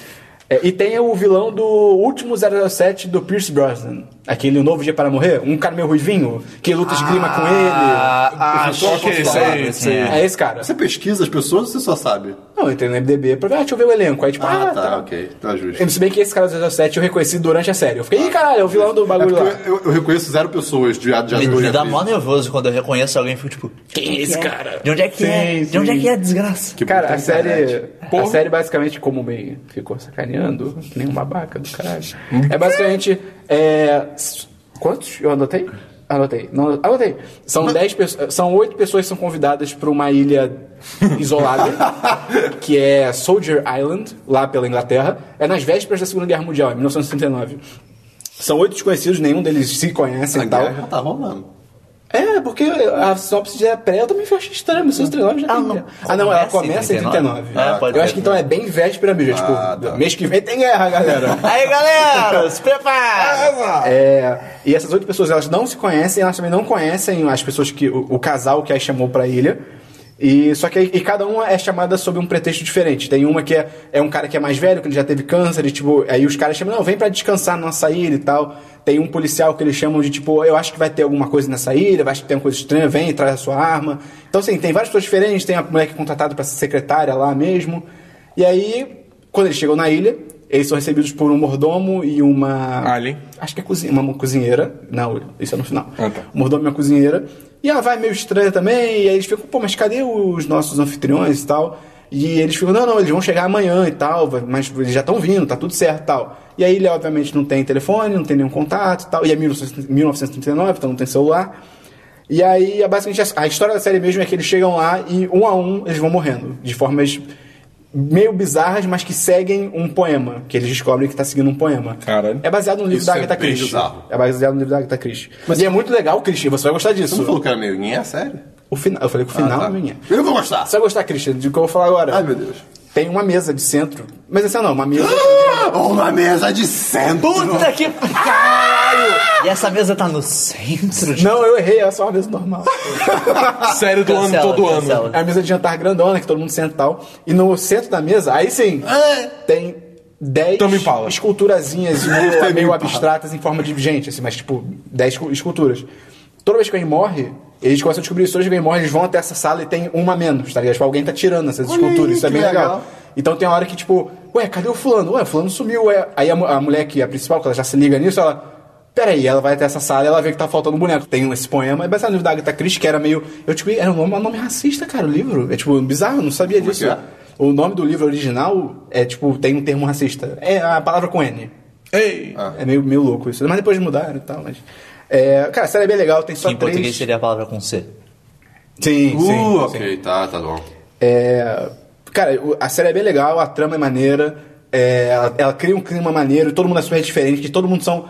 É, e tem o vilão do último 007 do Pierce Brosnan. Aquele Novo Dia para Morrer. Um cara meio ruivinho, que luta esgrima com ele. Ah, acho Ok, que isso aí, é, isso aí. É esse cara. Você pesquisa as pessoas ou você só sabe? Não, eu entrei no MDB pra ver, ah, deixa eu ver o elenco. Aí tipo, Ah, tá, ok. Tá justo. Se bem que esse cara do 007 eu reconheci durante a série. Eu fiquei, ih, caralho, é o vilão do É bagulho lá. porque eu, eu reconheço zero pessoas de de Me, atores e me dá atrizes. mó nervoso quando eu reconheço alguém e fico tipo, quem é esse cara? De onde é que é? Sim, De onde é sim. que é a desgraça? Que Cara, puta a série, internet. a Porra. série basicamente, como meio ficou sacaneando, que nem um babaca do caralho. Hum. É basicamente. É, s- quantos? Eu anotei? Anotei. Não, anotei. São, dez pesso- são oito pessoas que são convidadas para uma ilha (laughs) isolada, que é Soldier Island, lá pela Inglaterra. É nas vésperas da Segunda Guerra Mundial, em 1939. São oito desconhecidos, nenhum deles se conhece A e tal. guerra tá rolando. É, porque a sinopse já é pré, eu também acho estranho, mas seus 39 já tem. Ah, não. não, assim, né? ela começa Começa em em 39. 39. É, pode eu ser. acho que então é bem véspera mesmo, tipo, Ah, tá. mês que vem tem guerra, (laughs) galera. Aí galera, se prepara! É, e essas oito pessoas, elas não se conhecem, elas também não conhecem as pessoas que. o, o casal que as chamou pra ilha. E, só que aí- e cada uma é chamada sob um pretexto diferente. Tem uma que é, é um cara que é mais velho, que ele já teve câncer, e tipo, aí os caras chamam, não, vem pra descansar na nossa ilha e tal. Tem um policial que eles chamam de tipo, eu acho que vai ter alguma coisa nessa ilha, eu acho que tem uma coisa estranha, vem, traz a sua arma. Então, assim, tem várias pessoas diferentes, tem a mulher que é contratada pra ser secretária lá mesmo. E aí, quando eles chegam na ilha, eles são recebidos por um mordomo e uma. Alien. Acho que é cozinha, uma cozinheira. Não, isso é no final. Ah, tá. O mordomo é uma cozinheira. E ela vai meio estranha também, e aí eles ficam, pô, mas cadê os nossos anfitriões e tal? E eles ficam, não, não, eles vão chegar amanhã e tal, vai- mas eles já estão vindo, tá tudo certo e tal. E aí ele, obviamente, não tem telefone, não tem nenhum contato e tal, e é 1900 1939, então não tem celular. E aí, é basicamente, a- a história da série mesmo é que eles chegam lá e, um a um, eles vão morrendo, de formas meio bizarras, mas que seguem um poema, que eles descobrem que tá seguindo um poema. Caralho. É baseado no livro Isso da é Agatha bem Christie. bizarro. É baseado no livro da Agatha Christie. Mas e é muito legal, Christie, você vai gostar Você não disso. falou que era meio é sério? Ah, tá. O final, eu falei que o final é minha. Eu vou gostar. Você vai gostar, Christian, do que eu vou falar agora. Ai, meu Deus. Tem uma mesa de centro. Mas essa não, uma mesa. (gasps) Ah! Uma mesa de centro. Puta que. Caralho! E essa mesa tá no centro de. não, eu errei, é só uma mesa normal. Série do Cancela, ano, todo cancela. ano. É a mesa de jantar grandona, que todo mundo senta e tal. E no centro da mesa, aí sim, É. tem 10 Tamo em pala. esculturazinhas meio, meio abstratas em forma de gente, assim, mas tipo, 10 escu- esculturas. Toda vez que alguém morre, eles começam a descobrir isso. Toda vez que alguém morre, eles vão até essa sala e tem uma menos, tá ligado? Tipo, alguém tá tirando essas esculturas, aí, isso é que bem legal. legal. Então tem uma hora que, tipo, ué, cadê o fulano? Ué, o fulano sumiu, ué. Aí a, mu- a mulher que é a principal, que ela já se liga nisso, ela. Peraí, ela vai até essa sala e ela vê que tá faltando um boneco. Tem esse poema, é baseado no livro da Agatha Christie, que era meio. Eu, tipo, era um nome, um nome racista, cara, o livro. É, tipo, bizarro, eu não sabia Como é disso. que é? O nome do livro original é, tipo, tem um termo racista. É a palavra com N. Ei! É meio, meio louco isso. Mas depois mudaram e tal, mas. É, cara, a série é bem legal, tem só Em três. português seria a palavra com C. Sim, sim. Uh, ok, tá, tá bom. É, cara, o- a série é bem legal, a trama é maneira, é, ela, ela cria um clima maneiro, todo mundo é super diferente, que todo mundo são.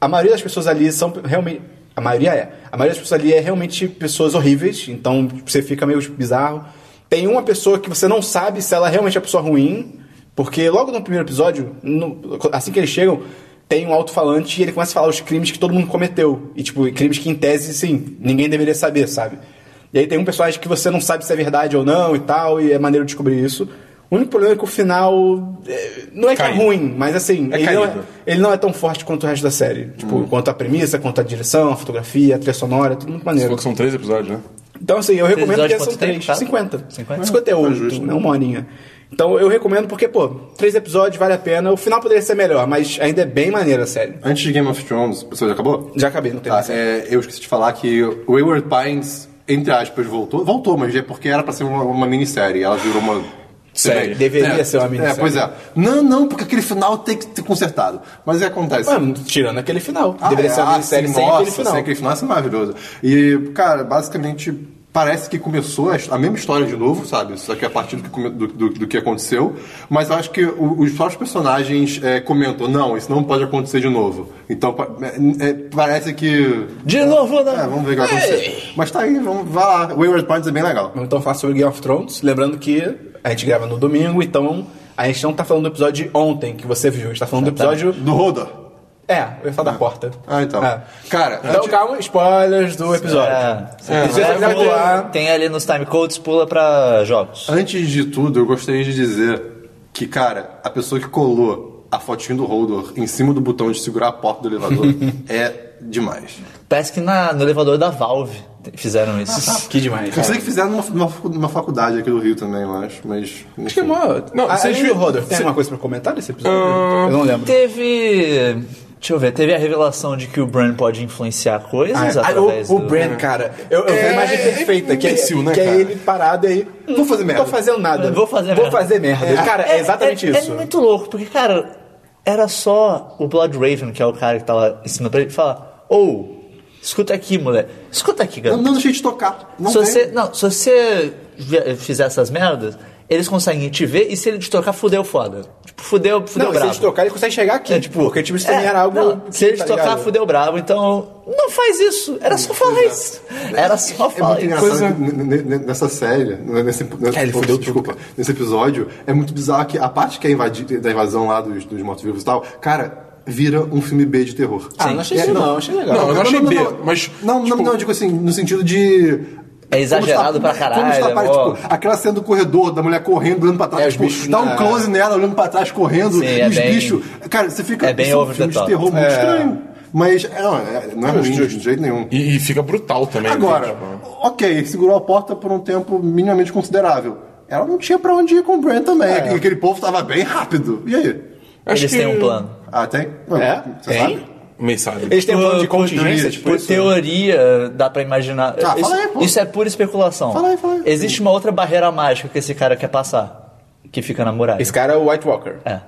A maioria das pessoas ali são realmente. A maioria é. A maioria das pessoas ali é realmente pessoas horríveis, então você fica meio bizarro. Tem uma pessoa que você não sabe se ela realmente é uma pessoa ruim, porque logo no primeiro episódio, no- assim que eles chegam, tem um alto-falante e ele começa a falar os crimes que todo mundo cometeu. E, tipo, crimes que em tese, sim, ninguém deveria saber, sabe? E aí tem um personagem que você não sabe se é verdade ou não e tal, e é maneiro descobrir isso. O único problema é que o final é, não é que é Caído. ruim, mas assim, É ele, não é, caído. ele não é tão forte quanto o resto da série. Tipo, quanto a premissa, quanto a direção, a fotografia, a trilha sonora, tudo muito Você falou maneiro. que são três episódios, né? Então, assim, eu recomendo episódios, que são quanto tempo, 3, tá? 50. 50? 58, né? Uma horinha. Então eu recomendo porque, pô, três episódios vale a pena. O final poderia ser melhor, mas ainda é bem maneiro a série. Antes de Game of Thrones, você já acabou? Já acabei, não tem Tá, mais. é, eu esqueci de falar que o Wayward Pines, entre aspas, voltou. Voltou, mas é porque era pra ser uma, uma minissérie. Ela virou uma. Série. Deveria ser uma É, minissérie. pois é. Não, não, porque aquele final tem que ser consertado. Mas o que acontece? Mano, tirando aquele final. Ah, deveria é, ser ah, uma minissérie sim, sem nossa, aquele final. Sem aquele final, isso é maravilhoso. E, cara, basicamente parece que começou a, his- a mesma história de novo, sabe? Só que a partir do que, come- do, do- do que aconteceu. Mas eu acho que o- os próprios personagens eh, comentam, não, isso não pode acontecer de novo. Então pa- é- é- parece que... De novo, né? É, não! vamos ver o que vai acontecer. Mas tá aí, vamos, vai lá. Wayward Pines é bem legal. Vamos então falar sobre Game of Thrones. Lembrando que a gente grava no domingo, então a gente não tá falando do episódio de ontem que você viu. A gente tá falando do episódio. Do Roda. É, eu ia falar da porta. Ah, então. É. Cara, Então antes- calma, spoilers do episódio. É, se Se você quiser, quiser pula- pular- tem ali nos timecodes, pula pra jogos. Antes de tudo, eu gostaria de dizer que, cara, a pessoa que colou a fotinha do Holdor em cima do botão de segurar a porta do (laughs) elevador é demais. Parece que na, no elevador da Valve fizeram isso. Ah, Que demais. É. Eu sei que fizeram numa, numa facu- numa faculdade aqui do Rio também, eu acho, mas. Acho que é mó. Não, Ah, vocês além do viram- Rodor, tem cê- alguma coisa pra comentar nesse episódio? Eu não lembro. Teve. Deixa eu ver, teve a revelação de que o Bran pode influenciar Ah, coisas ah, através o, o do. Bran, cara, eu, eu vi a É, imagem perfeita, que, é, imbecil, né, que é cara? ele parado aí. Vou fazer merda. Tô fazendo nada. Vou fazer Vou merda. fazer merda. Cara, é, exatamente é- isso. É muito louco, porque, cara, era só o Blood Raven, que é o cara que tava ensinando pra ele, falar: Ou, escuta aqui, mulher. Escuta aqui, Não, garoto. não deixei de tocar. Não se tem. você, não, se você vi- fizer essas merdas, eles conseguem te ver e se ele te tocar, fudeu foda. Tipo, fudeu, Não, fudeu e se bravo. eles tocarem, ele consegue chegar aqui. É, tipo, porque tipo, isso também é, era algo. não, se eles tá tocar, ligado? fudeu bravo. Então, não faz isso. Era só falar isso. Era só É muito falar isso. engraçado Coisa- que n- n- n- nessa série, n- nesse, nesse, É, ele fudeu tudo, desculpa, nesse episódio, é muito bizarro que a parte que é invadi- da invasão lá dos, dos mortos-vivos e tal, cara, vira um filme B de terror. Ah, não achei É, isso não, achei legal. Não, eu achei B, mas, Não, não, tipo- não, eu digo assim, no sentido de. É exagerado Como está- pra como está caralho, parte, ó. tipo, aquela cena do corredor, da mulher correndo, olhando pra trás, É, os tipo, bichos dá na- um close nela, olhando pra trás, correndo, Sim, e é os bem- bichos. Cara, você fica. é bem isso um over the filme de top. terror muito É. estranho. Mas é, não, é, não é ruim de jeito nenhum. E, e fica brutal também. Agora, né? Tipo, ok, segurou a porta por um tempo minimamente considerável. Ela não tinha pra onde ir com o Brand também. E Aquele povo tava bem rápido. E aí? acho Eles que- têm um plano. Ah, tem? É? Você Tem? sabe? mensagem. Eles têm um plano de Por- por- contingência, tipo por isso? Tá, teoria, dá pra imaginar. Ah, fala isso, aí, pô. isso é pura especulação. Fala aí, fala aí. Existe uma outra barreira mágica que esse cara quer passar, que fica na muralha. Esse cara é o White Walker. É.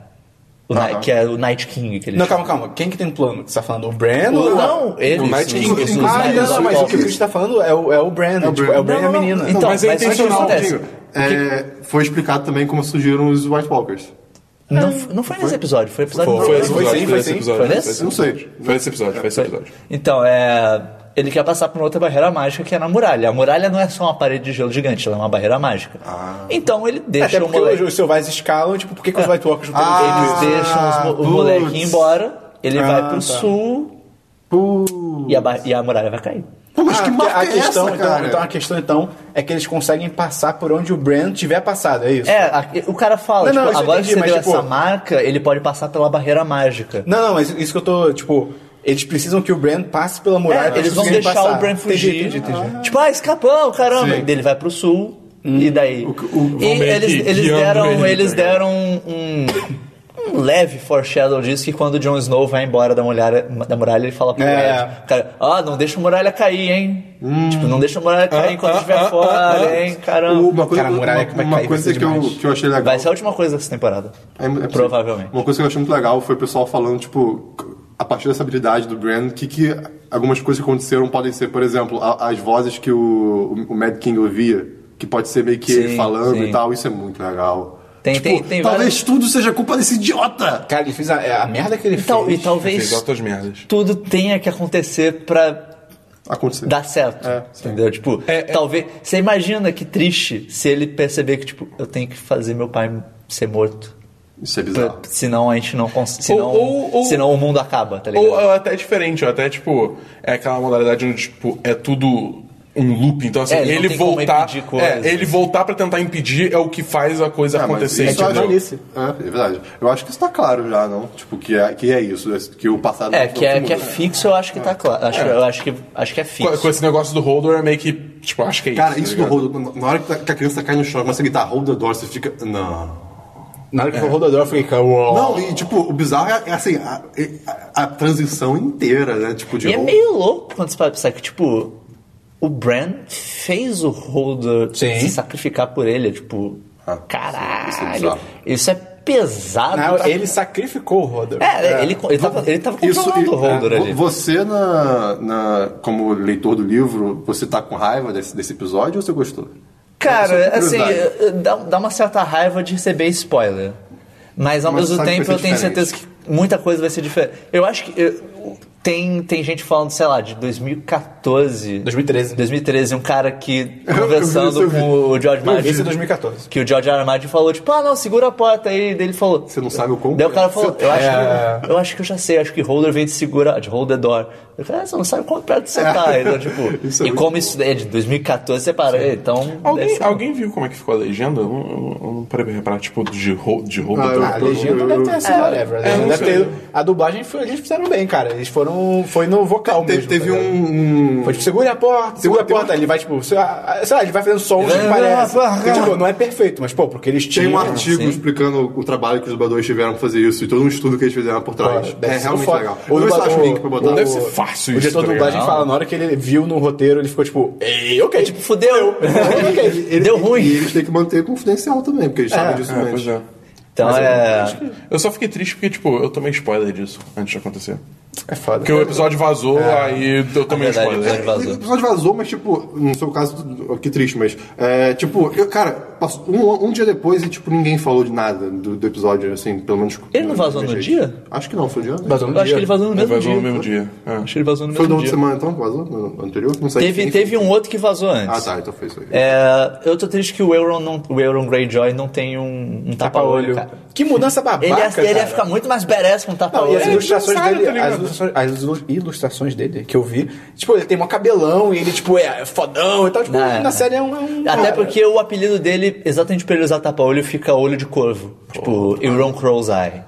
O Ah, Ni- tá. Que é o Night King que ele Não, chama. calma, calma. Quem que tem um plano? Você tá falando o Brand ou Não, ele. O Night os- King, os- sim. os Ah, Night não, não, mas o Stalkers. que o Chris tá falando é o, é o Brand. o tipo, Brand. é o Brand e a Não, não, menina. Então, mas é mas isso intencional, acontece. digo. um É, foi explicado também como surgiram os White Walkers. Não, f- não foi nesse episódio, foi episódio Foi, anterior. foi esse Hum. Foi episódio, sim, foi foi esse sim. episódio. Foi esse nesse? Eu não episódio. sei. Foi esse episódio, foi esse episódio. Então, é. Ele quer passar por uma outra barreira mágica que é na muralha. A muralha não é só uma parede de gelo gigante, ela é uma barreira mágica. Então ele deixa Ah. É, Até o porque moleque. hoje os selvagens escalam, tipo, por que, que os White Walkers não têm Ah, um Eles deixam os mo- o putz. moleque ir embora, ele Ah, vai pro tá. sul e a, ba- e a muralha vai cair. Pô, mas Ah, que porque marca a é questão, essa, então, cara? então, a questão, então, é que eles conseguem passar por onde o Brand tiver passado, é isso? É, a- o cara fala, Não, não, tipo, isso eu agora entendi, que você mas, deu tipo- essa marca, ele pode passar pela barreira mágica. Não, não, mas isso que eu tô, tipo, eles precisam que o Brand passe pela É, muralha. pra eles vão conseguir deixar passar. o Bran fugir. Entendi, entendi, entendi. Tipo, ah, escapão, caramba. Sim. Daí Ele vai pro sul. Hum. E daí? e vão meio eles, que eles guiando deram, ele, tá eles ligado? deram um, um leve foreshadow disso que quando o Jon Snow vai embora da muralha, da muralha ele fala pro É. Ed, cara, ah, não deixa a muralha cair, hein? Tipo, não deixa a muralha cair enquanto ah, estiver ah, fora, ah, ah. hein? Caramba. Uma coisa, Então, Cara, a muralha é que uma, vai uma cair vai coisa ser que, eu, demais. que eu achei legal. Vai ser a última coisa dessa temporada. É, é possível. Provavelmente. Uma coisa que eu achei muito legal foi o pessoal falando, tipo, a partir dessa habilidade do Brand, que, que algumas coisas que aconteceram podem ser, por exemplo, a- as vozes que o, o Mad King ouvia, que pode ser meio que ele Sim, falando sim. e tal, isso é muito legal. Tem- Tipo, tem- tem talvez várias- tudo seja culpa desse idiota! Cara, ele fez a, a merda que ele Então, E, tal- e fez. Fez talvez altas merdas. tudo tenha que acontecer pra Aconteceu. dar certo. entendeu? Tipo, talvez. Você imagina que triste se ele perceber que, tipo, eu tenho que fazer meu pai ser morto. Isso é pra- bizarro. senão a gente não consegue. Ou- Senão, ou- ou- senão o mundo acaba, tá ligado? Ou, ou até é diferente, ou até tipo, é aquela modalidade onde tipo, é tudo um loop, então assim, É, ele não ele tem como voltar, impedir coisas. é, ele voltar pra tentar impedir é o que faz a coisa Ah, mas acontecer. isso entendeu? é velhice. É, é verdade. Eu acho que isso tá claro já, não? Tipo, que é, que é isso, que o passado é, não que é, muda. que é fixo, eu acho que tá claro. Acho, Eu acho que, acho que é com, fixo. com esse negócio do holder é meio que, tipo, acho que é Cara, tá isso do ligado? rodo, na hora que a- que a criança cai no chão, começa a gritar hold the door, você fica. Não. Na hora que foi o rodador, eu fiquei, cara, uau. Não, e tipo, o bizarro é, é assim, a, a- a transição inteira, né? Tipo, de E é hold- meio louco quando você para pensar que, tipo, o Bran fez o Holder Sim. se sacrificar por ele. é Tipo, Ah, isso é caralho. Isso é, bizarro. pesado. Na real, pra- ele sacrificou o rodador. É, ele, ele, tava, ele tava Isso, controlando o né, Holder é, ali. vo- Você, na, na- como leitor do livro, você tá com raiva desse, desse episódio ou você gostou? Cara, É só assim, curiosidade. eh, dá, dá uma certa raiva de receber spoiler. Mas ao Mas mesmo sabe que tempo vai eu ser tenho diferente. certeza que muita coisa vai ser diferente. Eu acho que. eh, tem, tem gente falando, sei lá, de 2014. 2013. 2013, um cara que (laughs) eu conversando vi. com o George Eu vi Martin. esse em 2014. Que o George R. R. Martin falou, tipo, ah, não, segura a porta aí. Daí ele falou. Você não sabe o como? Daí o cara falou, eu acho, É. tá." que, eu acho que eu já sei, acho que holder vem de segurar, de hold the door. Eu falei, ah, você não sabe quanto perto você tá. Então, tipo, É. (laughs) Isso é e muito como isso é de 2014, você para, então... deve Alguém, ser- alguém viu como é que ficou a legenda? Eu, não- eu, eu não parei pra reparar, tipo, de, hold, de holder. Ah, eu- A legenda eu- deve ter sido whatever. A, É, legenda não deve sei. ter, a dublagem foi, eles fizeram bem, cara. Eles foram. Foi no vocal Teve, mesmo. teve tá ligado? um. um- Foi tipo, segure a porta, segura a tem porta. Ele vai, tipo, sei lá, sei lá, ele vai fazendo sons Ele que vai- parece. Ah, E, tipo, não é perfeito, mas, pô, porque eles Tem tinham. um artigo sim. explicando o trabalho que os dubladores tiveram pra fazer isso e todo um estudo que eles fizeram por trás. Deve é ser realmente foda. legal. O Eu não acho dublador- o link pra botar. o- Deve ser fácil O isso, diretor tá de dublagem ligado? fala, na hora que ele viu no roteiro, ele ficou tipo, ei, ok. Tipo, fudeu. (laughs) Ok. Deu ruim. E eles têm que manter confidencial também, porque eles sabem disso É, mesmo. pois é. Então é... Eu só fiquei triste porque, tipo, eu tomei spoiler disso antes de acontecer. É foda. Porque o episódio vazou, É. aí eu tomei É verdade, o spoiler. episódio vazou. O episódio vazou, mas tipo, no seu caso, tudo- que triste, mas. é, tipo, eu, cara, passou um, um dia depois e tipo, ninguém falou de nada do, do episódio, assim, pelo menos. Ele não vazou no dia? Acho que não, foi no dia. né? Vazou no Eu acho dia. que ele um vazou no Ele mesmo vazou dia. no mesmo dia. é. Acho que ele vazou no Foi na mesmo outra dia. semana então, que vazou? No anterior? Não sei. Teve, Enfim. teve um outro que vazou antes. Ah, tá, então foi isso aí. É, eu tô triste que o Euron, não, o Euron Greyjoy não tem um, um Tapa-olho. tapa-olho, cara. Que mudança babaca. Ele, ia, ele ia cara. ficar muito mais badass com um Não, tapa-olho. e as Ele ilustrações não sabe, dele, tá ligado? as, ilustrações, as ilu- ilustrações dele que eu vi, tipo, ele tem um cabelão e ele, tipo, é fodão e tal. Tipo, Ah, na é. série é um. é um- Até ah, porque o apelido dele, exatamente por ele usar tapa-olho, fica olho de corvo. Tipo, Euron Crow's Eye.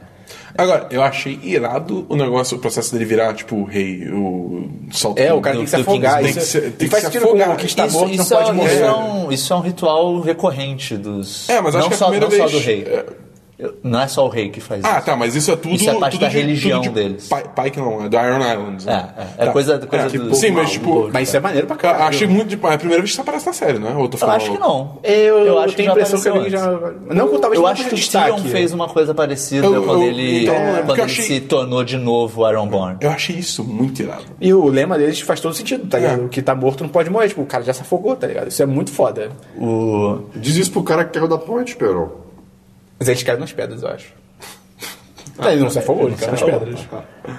Agora, eu achei irado o negócio, o processo dele virar, tipo, o rei, o salto. É, o cara tem que se do afogar. Isso, Kings- tem que se- isso tem que faz se sentido com afogar. o que está isso, morto não isso, é- pode morrer. isso é um, isso é um ritual recorrente dos. É, mas não acho que a só, primeira não só vez- do rei. é. Eu- Não é só o rei que faz Ah, isso. tá, mas isso é tudo. Isso é parte tudo da de- religião tudo de deles. Pi- Pike não, é do Iron Islands. né? É, é, é coisa- coisa do- Sim, mas do tipo. Mas isso é maneiro pra Cara, caralho. achei muito de. É a primeira vez que isso aparece na série, né? Ou eu tô Eu falando. acho que não. Eu, eu acho tenho a que já impressão que apareceu alguém já. antes. Não, que talvez Eu não acho que o com Tyrion destaque. fez um uma coisa parecida Eu- quando eu- ele, então, é porque quando eu ele achei- se tornou de novo Iron Born. Eu achei isso muito irado. E o lema deles faz todo sentido, tá ligado? É. O que tá morto não pode morrer. Tipo, o cara já se afogou, tá ligado? Isso é muito foda. O... Diz isso pro cara que caiu da ponte, Perão. Mas eles caíram nas pedras, eu acho. (laughs) Ele não se afogou, ele caiu nas pedras.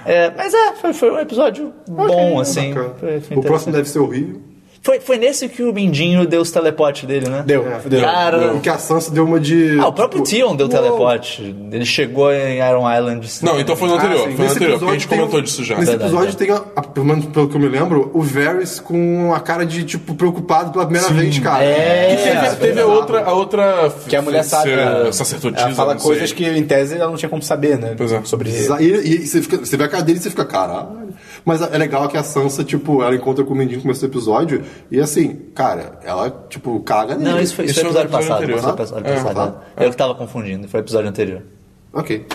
É, mas é, foi, foi um episódio bom, assim. Bacana. Foi, foi O próximo interessante. deve ser o Rio. Foi, foi nesse que o Mindinho deu os teleporte dele, né? Deu, É. deu. Cara, Em que a Sansa deu uma de. Ah, o próprio tipo, Tion deu uou. teleporte. Ele chegou em Iron Island. Não, então foi no anterior. Ah, sim. foi no Nesse anterior, porque a episódio gente tem comentou o- disso já. Nesse Verdade, episódio é. tem, a- a- pelo menos pelo que eu me lembro, o Varys com a cara de, tipo, preocupado pela primeira Sim. vez, cara. É. E teve, teve um- a outra. A outra Que a mulher sabe. é, né? é Sacerdotisa. Ela fala não sei. coisas que, em tese, ela não tinha como saber, né? Pois é. Sobre Exa- E, e você, fica- você vê a cara dele e você fica, caralho. Mas é legal que a Sansa, tipo, ela encontra com o Mendinho no começo do episódio e assim, cara, ela, tipo, caga nele. Não, isso foi, isso Isso foi foi Ah, no episódio passado. episódio foi anterior, episódio né? passado, É, tá. é. Eu que tava confundindo, foi episódio anterior. Ok.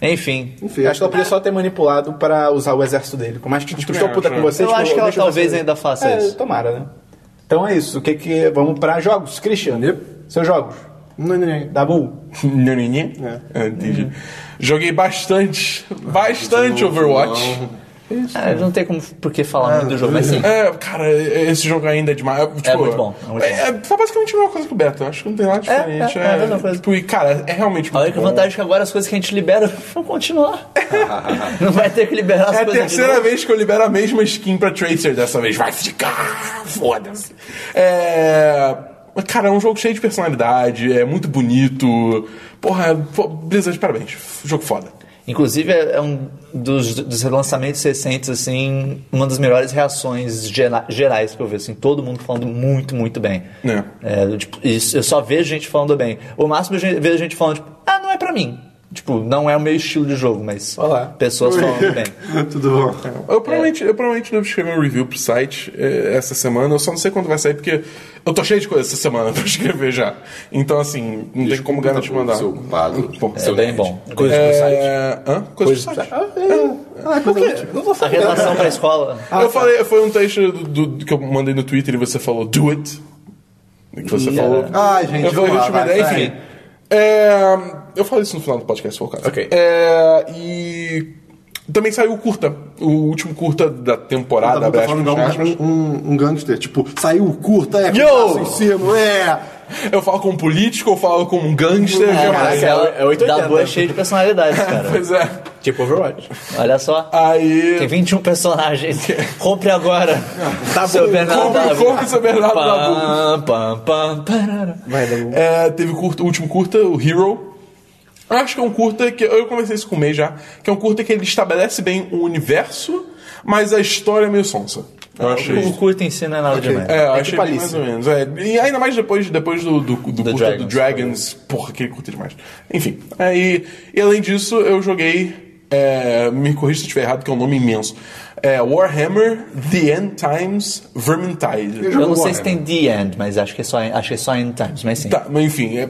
Enfim. Enfim. Acho que ela podia só ter manipulado pra usar o exército dele. Por mais que, tipo, Também estou puta com acho, é. você. Eu tipo, acho que ela deixa eu talvez fazer. ainda faça É, isso. tomara, né? Então é isso. O que que... Vamos pra jogos. Christian, Yep. seus jogos. Não, não, não. Dabu. Naninha? É. entendi. Joguei bastante. Ah, Bastante Overwatch. É, não tem como por que Ah. falar muito do jogo, mas sim. É, cara, esse jogo ainda é demais. Tipo, muito bom, é muito bom. é- é- foi basicamente a mesma coisa que o Beto. Acho que não tem nada diferente. é, é a mesma coisa. Tipo, e, cara, é realmente A muito única bom. vantagem é que agora as coisas que a gente libera (laughs) vão (laughs) continuar. não vai ter que liberar as É a coisas. de terceira novo. vez que eu libero a mesma skin pra Tracer dessa vez. Vai ficar! Foda-se. É. Cara, é um jogo cheio de personalidade, é muito bonito. Porra, pô, Blizzard, parabéns. Jogo foda. Inclusive, é é um dos, dos relançamentos recentes, assim, uma das melhores reações gera- gerais que eu vejo, assim, todo mundo falando muito, muito bem. É. É, tipo, isso, eu só vejo gente falando bem. O máximo eu ge- vejo gente falando, tipo, ah, não é pra mim. Tipo, não é o meu estilo de jogo, mas Olá. pessoas falando bem. (laughs) Tudo bom. Eu provavelmente, eu provavelmente devo escrever um review pro site eh, essa semana. Eu só não sei quando vai sair, porque eu tô cheio de coisa essa semana (laughs) pra escrever já. Então, assim, não tem como garantir mandar. seu (laughs) ocupado. Pô, É bem bom. Coisas É, do site. Hã? Coisas pro site. Ah, por quê? Não vou A saber. (laughs) relação pra escola. eu falei, foi um texto do- do- que eu mandei no Twitter e você falou, do it. Que você falou. é. Ah, Ai, gente, eu falei, vamos lá, gente, uma vai, ideia, vai. enfim. É, eu falei isso no final do podcast, se for o caso. Ok. É, e também saiu o curta, o último curta da temporada, Tá, abre tá falando igual aspas, aspas. um, um, um gangster, tipo, saiu o curta, é, Yo! passo em cima, é. Eu falo como político, eu falo como gangster. É, eu- caraca, é 880, Dabu é né? cheio de personalidades, (laughs) cara. Pois é. Tipo Overwatch. Olha só. Tem Aí. 21 (laughs) personagens. Compre agora. Tá bom. Seu Bernardo Compre, Dabu. compre seu Bernardo Dabu. Pam, pam, pam, parara. É, teve o curta- o último curta, o Hero. Eu Acho que é um curta que. Eu comecei isso com o May já. Que é um curta que ele estabelece bem o universo, mas a história é meio sonsa. Ah, Eu achei. O curto em si não é nada demais. É, eu tipo achei bem Alice. mais ou menos. é. E ainda mais depois, depois do, do, do curta Dragons. do Dragons. Porra, aquele curta é demais. Enfim. Aí, e além disso, eu joguei. é, me corrija se eu estiver errado, que é um nome imenso. É Warhammer The End Times Vermintide. Eu não sei se tem The End, mas acho que é só, acho que é só End Times, mas sim. né? Tá, mas enfim, é,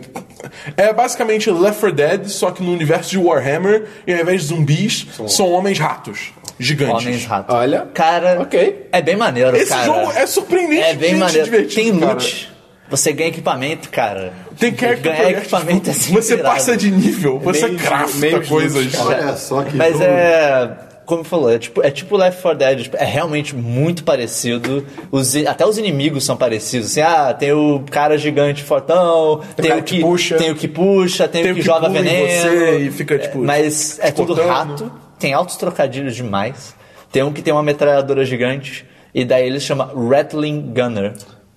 é basicamente Left 4 Dead, só que no universo de Warhammer, e ao invés de zumbis, são homens-ratos. Gigantes. Homens rato. Olha. Cara, Ok. é bem maneiro, Esse cara. jogo é surpreendente É bem de maneiro. divertido, Tem cara. loot. Você ganha equipamento, cara. Tem character Ganhar progress, equipamento é tipo, assim. Você passa de nível, você meio- crafta meio coisas. justo, Olha só que Mas jogo. é. Como falou, é tipo, é tipo Left 4 Dead, tipo, é realmente muito parecido. Os, i- até os inimigos são parecidos. Assim, ah, tem o cara gigante fortão, tem, cara o que que puxa. tem o que puxa, tem, o que, joga pula em veneno. você e fica, tipo, É, mas é tudo cortando. rato, tem altos trocadilhos demais. Tem um que tem uma metralhadora gigante, e daí ele chama Rattling Gunner.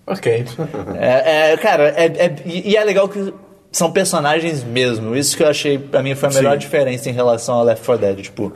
Ok. É, é, cara, é, é- e e é legal que são personagens mesmo. Isso que eu achei, pra mim, foi a melhor diferença em relação ao Left 4 Dead. Tipo,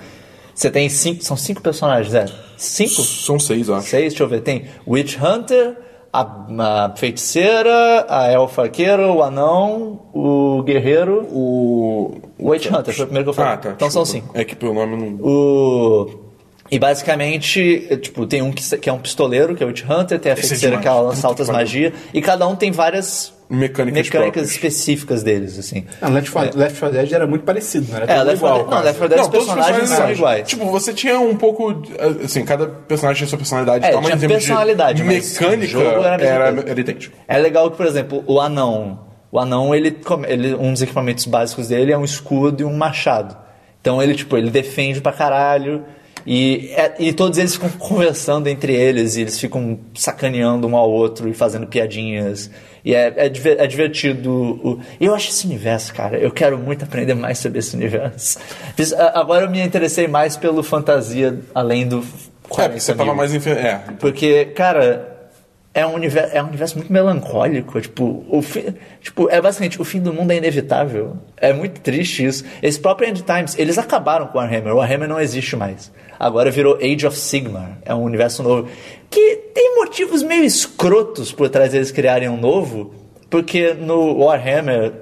você tem cinco. São cinco personagens, é? Cinco? São seis, eu acho. Seis, deixa eu ver. Tem Witch Hunter, a, a feiticeira, a elfaqueira, o anão, o guerreiro. O. O Witch Hunter, foi o primeiro que eu falei. Ah, tá. Então são desculpa. cinco. É que pelo nome não. O. E basicamente, é, tipo, tem um que, se- que é um pistoleiro, que é o Witch Hunter, tem a Esse é feiticeira que demais. ela lança Puta que altas pariu. magias, e cada um tem várias Mecânicas próprias. É específicas deles, assim. Ah, Left 4 Left 4 Dead era muito parecido, não era? É, tudo Left 4 igual, Dead- não, quase. Left 4 Dead os personagens são iguais. Tipo, você tinha um pouco. Assim, cada personagem tinha sua personalidade então É, e tal, mas tinha em termos de personalidade, mas o mecânica jogo era a mesma era, coisa. era idêntico. É legal que, por exemplo, o anão. O anão, ele, come- ele um dos equipamentos básicos dele é um escudo e um machado. Então ele, tipo, ele defende pra caralho. E, é- e todos eles ficam conversando entre eles, e eles ficam sacaneando um ao outro e fazendo piadinhas. E é, é, diver- é divertido. o- Eu acho esse universo, cara. Eu quero muito aprender mais sobre esse universo. Fiz- a- Agora eu me interessei mais pelo fantasia além do. É, 40 porque você tava mil. mais. Infe... É, Porque, cara, é um universo, é um universo muito melancólico. Tipo, o fi, tipo, é basicamente o fim do mundo é inevitável. É muito triste isso. Esse próprio End Times, eles acabaram com o Warhammer. O Warhammer não existe mais. Agora virou Age of Sigmar. É um universo novo. Que tem motivos meio escrotos por trás deles criarem um novo. Porque no Warhammer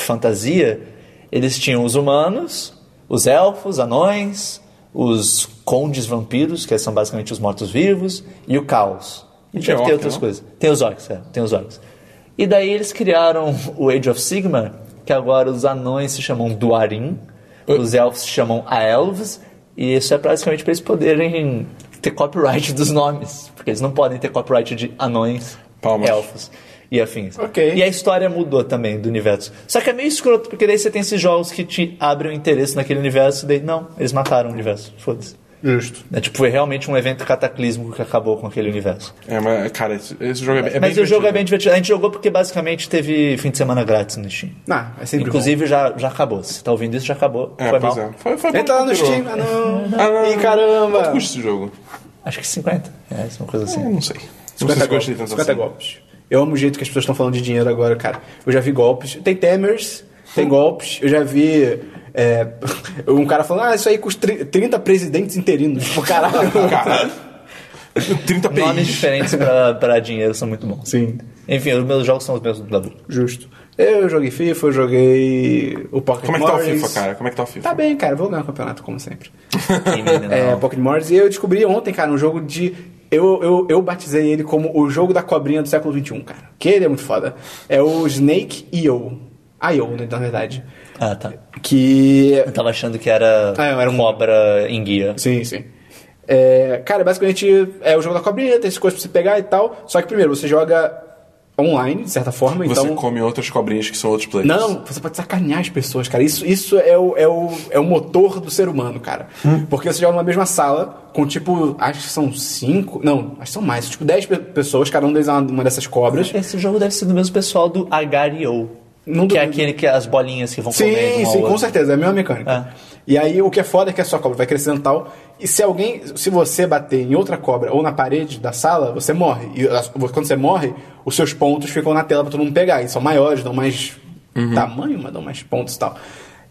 fantasia, eles tinham os humanos, os elfos, anões, os condes vampiros, que são basicamente os mortos-vivos, e o caos. E tinha deve orc, ter outras não? coisas. Tem os orcs, é, tem os orcs. E daí eles criaram o Age of Sigma, que agora os anões se chamam Duarim, os elfos se chamam Aelves, e isso é basicamente para eles poderem ter copyright (laughs) dos nomes, porque eles não podem ter copyright de anões, Palmas. elfos e afins. Ok. E a história mudou também do universo. Só que é meio escroto, porque daí você tem esses jogos que te abrem o interesse naquele universo, e daí não, eles mataram o universo, foda-se. Justo. É, tipo, foi realmente um evento cataclísmico que acabou com aquele universo. é, mas, cara, esse, esse jogo é, bem- é Mas bem o jogo é bem divertido. divertido. A gente jogou porque basicamente teve fim de semana grátis no Steam. Ah, é sempre bom. Inclusive já, já acabou. Se tá ouvindo isso, já acabou. É, Foi mal. pois tá é. Foi, foi bom Entra lá no que durou. Steam, ah não. Ah, não. Ih, caramba. Quanto custa esse jogo? Acho que 50. É, isso é uma coisa assim. Eu não sei. Não sei 50 se gostei golpes. tanto 50 assim. golpes. Eu amo o jeito que as pessoas estão falando de dinheiro agora, cara. Eu já vi golpes. Tem temers, tem golpes. Eu já vi é, (laughs) um cara falando, ah, isso aí custa tri- 30 presidentes interinos. (laughs) Tipo, caralho. Cara, (laughs) 30 Nomes PIs. diferentes pra, pra dinheiro são muito bons. Sim. Enfim, os meus jogos são os mesmos do (laughs) Dabu. Justo. Eu joguei FIFA, eu joguei o Pocket Como é que tá o Morris. FIFA, cara? Como é que tá o FIFA? Tá bem, cara. Vou ganhar o campeonato, como sempre. Quem me dera. É, Pocket Morris. E eu descobri ontem, cara, um jogo de... Eu, eu, eu batizei ele como o jogo da cobrinha do século XXI, cara. Que ele é muito foda. É o Snake Io. Io, né, na verdade. Ah, tá. Que Eu tava achando que era, Ah, eu era um- cobra em guia. Sim, sim. É, cara, basicamente é o jogo da cobrinha, tem essas coisas pra você pegar e tal. Só que primeiro, você joga online, de certa forma, Você então. come outras cobrinhas que são outros players. Não, você pode sacanear as pessoas, cara. Isso, isso é, o, é, o, é o motor do ser humano, cara. Porque você joga numa mesma sala, com tipo, acho que são cinco. Não, acho que são mais, tipo, dez pe- pessoas, cada um deles é uma, uma dessas cobras. Esse jogo deve ser do mesmo pessoal do Agario. Não que é duvido. aquele que é as bolinhas que vão comer Sim, sim, uma ao com outro. certeza, é a mesma mecânica. E aí o que é foda é que a sua cobra vai crescendo e tal. E se alguém, se você bater em outra cobra ou na parede da sala, você morre. E a- quando você morre, os seus pontos ficam na tela pra todo mundo pegar. E são maiores, dão mais Uhum. tamanho, mas dão mais pontos e tal.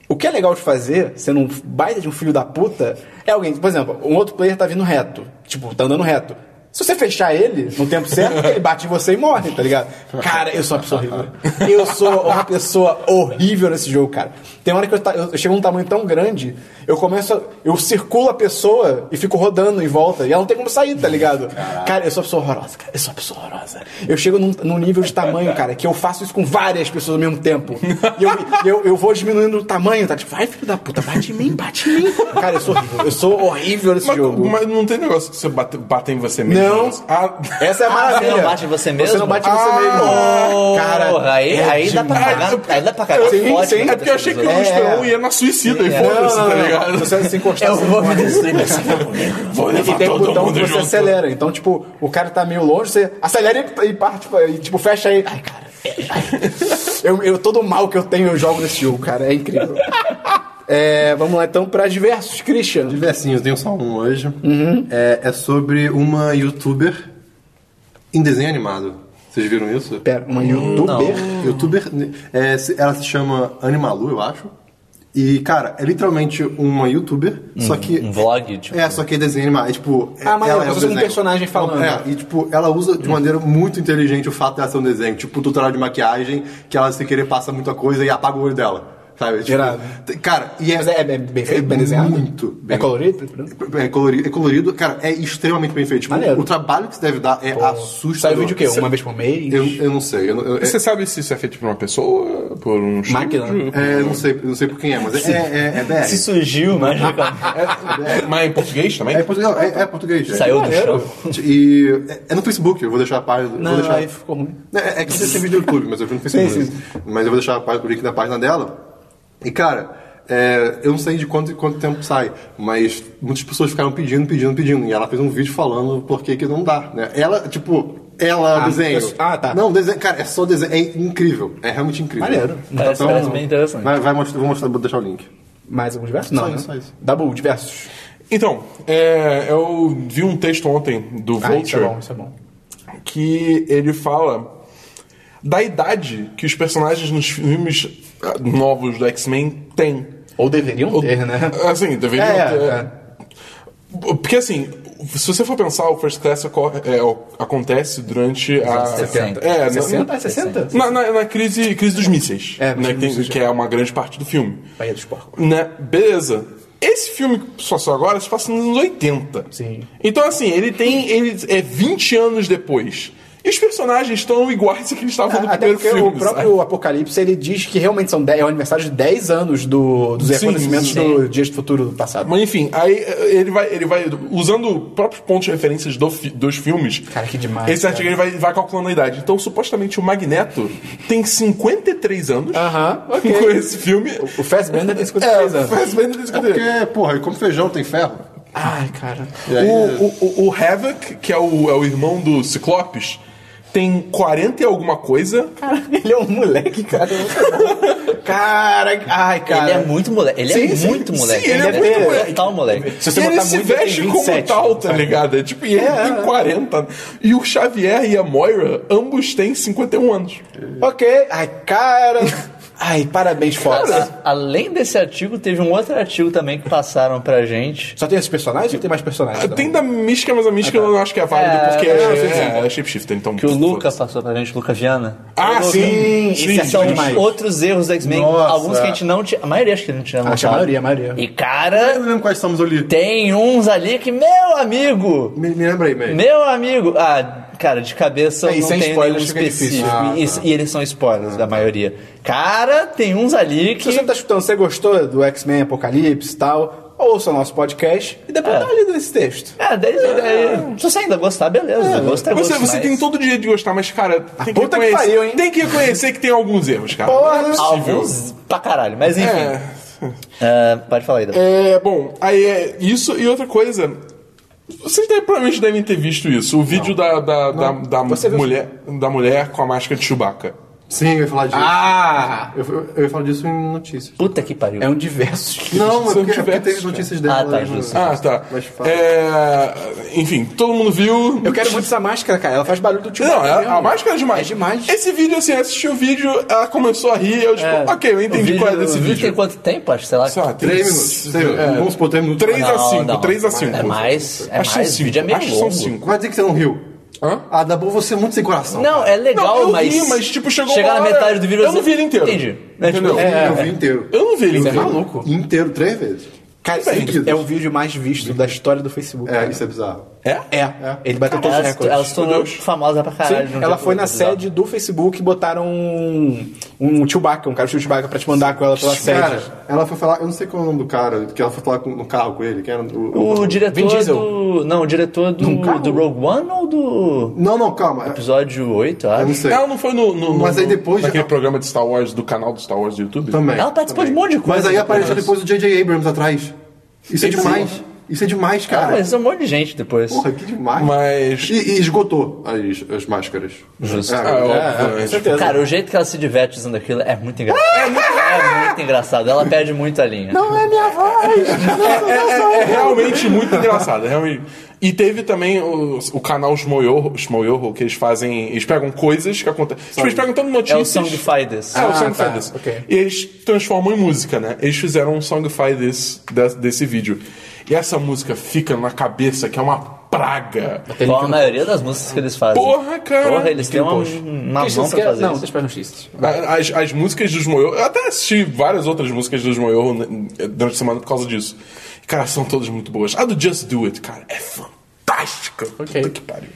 O que é legal de fazer, sendo um baita de um filho da puta, é alguém, por exemplo, um outro player tá vindo reto. Tipo, tá andando reto. Se você fechar ele no tempo certo, ele bate em você e morre, tá ligado? Cara, eu sou uma pessoa horrível. Eu sou uma pessoa horrível nesse jogo, cara. Tem hora que eu, ta- eu chego num tamanho tão grande, eu começo. a- eu circulo a pessoa e fico rodando em volta. E ela não tem como sair, tá ligado? Cara, eu sou uma pessoa horrorosa, cara. Eu sou uma pessoa horrorosa. Eu chego num, num nível de tamanho, cara, que eu faço isso com várias pessoas ao mesmo tempo. E eu, eu, eu vou diminuindo o tamanho, tá? Tipo, vai, filho da puta, bate em mim, bate em mim. Cara, eu sou horrível. Eu sou horrível nesse Mas, jogo. mas não tem negócio que você bate, bate em você mesmo? Não. Ah, Essa é a Ah, maravilha. você não bate em você Você mesmo? não bate em você Ah, mesmo. Cara, aí, é aí, dá pra demais. cagar, aí dá pra cagar. Sim, forte sim, na é é (laughs) porque eu achei que o cabeça É. Luiz Pelão ia na suicida e É. foda-se, Não, não, tá não. ligado? Se (laughs) você se encostar, Eu você vou me morre. destruir, mas você vai morrer. Vou E levar tem um todo botão mundo que você junto. acelera. Então, tipo, o cara tá meio longe, você acelera e, e parte, tipo, e, tipo, fecha aí. Ai, cara. (laughs) ai. Eu, eu, todo o mal que eu tenho, eu jogo nesse jogo, cara. É incrível. É, vamos lá, então, pra diversos, Christian. Diversinho, eu tenho só um hoje. Uhum. É, é sobre uma youtuber em desenho animado. Vocês viram isso? Pera, uma youtuber? Youtuber, é, se- ela se chama Animalu, eu acho. E, cara, é literalmente uma youtuber, só que. um vlog, tipo. É, só que é desenho animado. É, tipo, Ah, mas ela é como se o fosse um desenho. personagem falando. É, e tipo, ela usa de maneira muito inteligente o fato dela ser um desenho. Tipo, tutorial de maquiagem, que ela sem querer passa muita coisa e apaga o olho dela. Sabe? Tipo, Irado. t- Cara, e é, Mas é, é bem feito, bem desenhado? Muito bem. É colorido? preto e branco? É colorido, é colorido, cara, é extremamente bem feito. Tipo, Maneiro. o trabalho que se deve dar é assustador. é Sai o vídeo o quê? Uma vez por mês? Eu, eu não sei. Eu, não- eu- é- Você sabe se isso é feito por uma pessoa, por um Máquina. estúdio? é, eu não sei, eu não sei por quem é, mas é, é, é, é BR. Se surgiu, (laughs) mas É. Mas em português também? É português. É, é português. é. saiu do chão. E é, é no Facebook, eu vou deixar a página. Não, vou deixar... aí ficou ruim. É, é que você tem vídeo no YouTube, mas eu vi no Facebook. Sim, Mas eu vou deixar a página, o link da página dela. E cara, é, eu não sei de quanto, quanto tempo sai, mas muitas pessoas ficaram pedindo, pedindo, pedindo. E ela fez um vídeo falando por que que não dá, né? Ela, tipo, ela Ah, desenha. eu- ah, tá. Não, desenho, cara, é só desenho. É incrível. É realmente incrível. Maneiro. Parece- parece bem interessante. Vai, vai mostrar, vou mostrar, vou deixar o link. Mais alguns versos? Não, Só né? isso, só isso. Double, diversos. Então, é, eu vi um texto ontem do Ah, isso é Vulture bom, isso é bom. que ele fala da idade que os personagens nos filmes ah, novos do X-Men têm. Ou deveriam ter, né? Assim, (laughs) deveriam É, ter. é. Porque assim, se você for pensar, o First Class ocorre- é, o- acontece durante a. 60. É, na- 60? É 60? Na, na- na crise, crise dos mísseis. É, né, que, tem- mísseis, que é uma grande parte do filme. Bahia dos Porcos. Né? Beleza. Esse filme que só só agora se passa nos anos 80. Sim. Então, assim, ele tem. Ele é 20 anos depois. E os personagens estão iguais a que eles estavam no Ah, Até primeiro porque filme. o próprio sabe? Apocalipse ele diz que realmente são 10, é o aniversário de 10 anos do, dos Sim, acontecimentos sim. do Dias do Futuro do passado. Mas enfim, aí eh, ele vai, ele vai usando próprios pontos de referências do fi- dos filmes. Cara, que demais, Esse artigo ele vai, vai calculando a idade. Então, supostamente, o Magneto tem 53 anos Aham, (laughs) ok. com esse filme. O Fassbender tem 53 anos. Faz bem desde que eu dei. É Porque, porra, e como feijão tem ferro. Ai, cara. E aí, é. O, o, o- o Havoc, que é o, é o irmão do Ciclopes, tem 40 e alguma coisa. Ele é um moleque, cara. cara, ai, cara. Ele é muito moleque. Ele Sim, é sim. muito moleque. Sim, ele é deve muito ter moleque. Tal moleque. Se você ele botar se muito, ele tem veste 27, como tal, tá sabe? ligado? É Tipo, e ele né? É, é. tem 40. E o Xavier e a Moira, ambos têm 51 anos. Ok. Ai, cara. Ai, parabéns, Fox. Cara, além desse artigo, teve um outro artigo também que passaram pra gente. Só tem esses personagens ou tem mais personagens? então? Tem da Ah, Mística, mas a Mística Ah, tá. eu não acho que é válida, É, porque não, é, não, sim, sim. é shapeshifter, então... Que o Luca foda-se. passou pra gente, o Luca Viana. Ah, O Luca. sim! Esse sim, é só sim. demais. Outros erros do X-Men, Nossa. alguns que a gente não tinha. A maioria acho que a gente não tinha. Acho que a notado. maioria, a maioria. E Eu cara, não lembro quais estamos ali. tem uns ali que, meu amigo! Me, me lembra aí, man. Meu amigo! Ah, cara, de cabeça É, e eu não sem tem spoiler nenhum fica difícil. específico. Ah, e, e eles são spoilers da maioria. Cara, tem uns ali que. Se você tá escutando, você gostou do X-Men Apocalipse e tal, ouça o nosso podcast e depois É. dá uma lida nesse texto. É, daí, daí- se você ainda gostar, beleza. gosto é Você, gosto, você mas- tem todo o direito de gostar, mas, cara, tem que, puta que reconhecer, pariu, hein? tem que reconhecer que tem alguns erros, cara. Porra. Ah! Não é possível. Alguns pra caralho, mas enfim. É. É, pode falar aí, Dan. É, bom, aí é isso e outra coisa. Vocês devem- provavelmente devem ter visto isso. O vídeo da, da, da, da Você viu? mulher, da mulher com a máscara de Chewbacca. Sim, eu ia falar disso. Ah! Eu, eu, eu ia falar disso em notícias. Puta que pariu. É um diversos. Não, mas Se eu porque, é porque tivesse, teve cara. notícias dela. Ah, tá, aí no- justo. Ah, tá. Mas fala. É, enfim, todo mundo viu. Eu quero muito essa máscara, cara. Ela faz barulho do tio. Não, Bob é, Tipo, mesmo. a máscara é demais. É demais. Esse vídeo, assim, eu assisti o vídeo, ela começou a rir, eu tipo, É. ok, eu O entendi vídeo- qual é desse o vídeo. Tem quanto tempo, acho? Sei lá. Sei lá, Três minutos. É. Três minutos. Vamos supor, três minutos. 3 a Não, 5, não. 3 a 5. É mais- é acho que são mais, o vídeo é meio acho que são longo. 5. Vai dizer que você não riu. Hã? Ah, Dabu, você é muito sem coração. Não, é legal, Não, eu mas. vi, mas, tipo, chegou Chegar uma na hora- metade do vídeo. eu não vi ele inteiro. Entendi. É, tipo, Entendeu? cara. Eu vi inteiro. Eu não vi ele Você é inteiro. maluco. Inteiro, três vezes. Cara, esse Bem, vídeo é o vídeo mais visto da história do Facebook. É, isso é bizarro. É? É. Ele bateu todos os Ela, se- ela recordes. se tornou Meu Deus. famosa pra caralho. de um Sim, dia ela pro foi na outro, bizarro. sede do Facebook e botaram um, um Chewbacca, um cara de Chewbacca pra te mandar com ela pela Cara, sede. ela foi falar, eu não sei qual é o nome do cara, que ela foi falar com- no carro com ele, que era o. O Vin diretor Diesel. do. Não, o diretor do, do Rogue One ou do. Não, não, É calma. Eu Episódio 8, acho. não sei. Ela não foi no. no- Mas no- aí depois Naquele já- programa de Star Wars, do canal do Star Wars do YouTube? Também. Ela participou de um monte de coisa. Mas aí apareceu depois. depois o J.J. Abrams atrás. Isso é demais. Isso é demais, Ah, cara. mas é um monte de gente depois. Porra, que demais. Mas. E, e esgotou as, as máscaras. Justo. É, Ah, é. óbvio, é, tipo, Cara, o jeito que ela se diverte usando aquilo é muito engraçado. É muito, é muito engraçado. Ela perde muito a linha. Não é minha voz! é- é realmente muito engraçado. é realmente- E teve também o, o canal Shmoyorro, Shmoyorro, que eles fazem. Eles pegam coisas que acontecem. Tipo, eles pegam tanto é notícias. o Songify This. É, o Song tá, Fai This. ok. E eles transformam em música, né? Eles fizeram um Songify This de- desse vídeo. E essa música fica na cabeça, que é uma praga. Igual a maioria das músicas que eles fazem. Porra, cara. Porra, eles têm uma, uma Triples. Tá mão Christians pra quer- fazer Não, isso. vocês fazem X. A- As, as músicas dos Moyo, eu até assisti várias outras músicas dos Moyo né, durante a semana por causa disso. E, Cara, são todas muito boas. A do Just Do It, cara, é fantástica. Ok. Puta que pariu.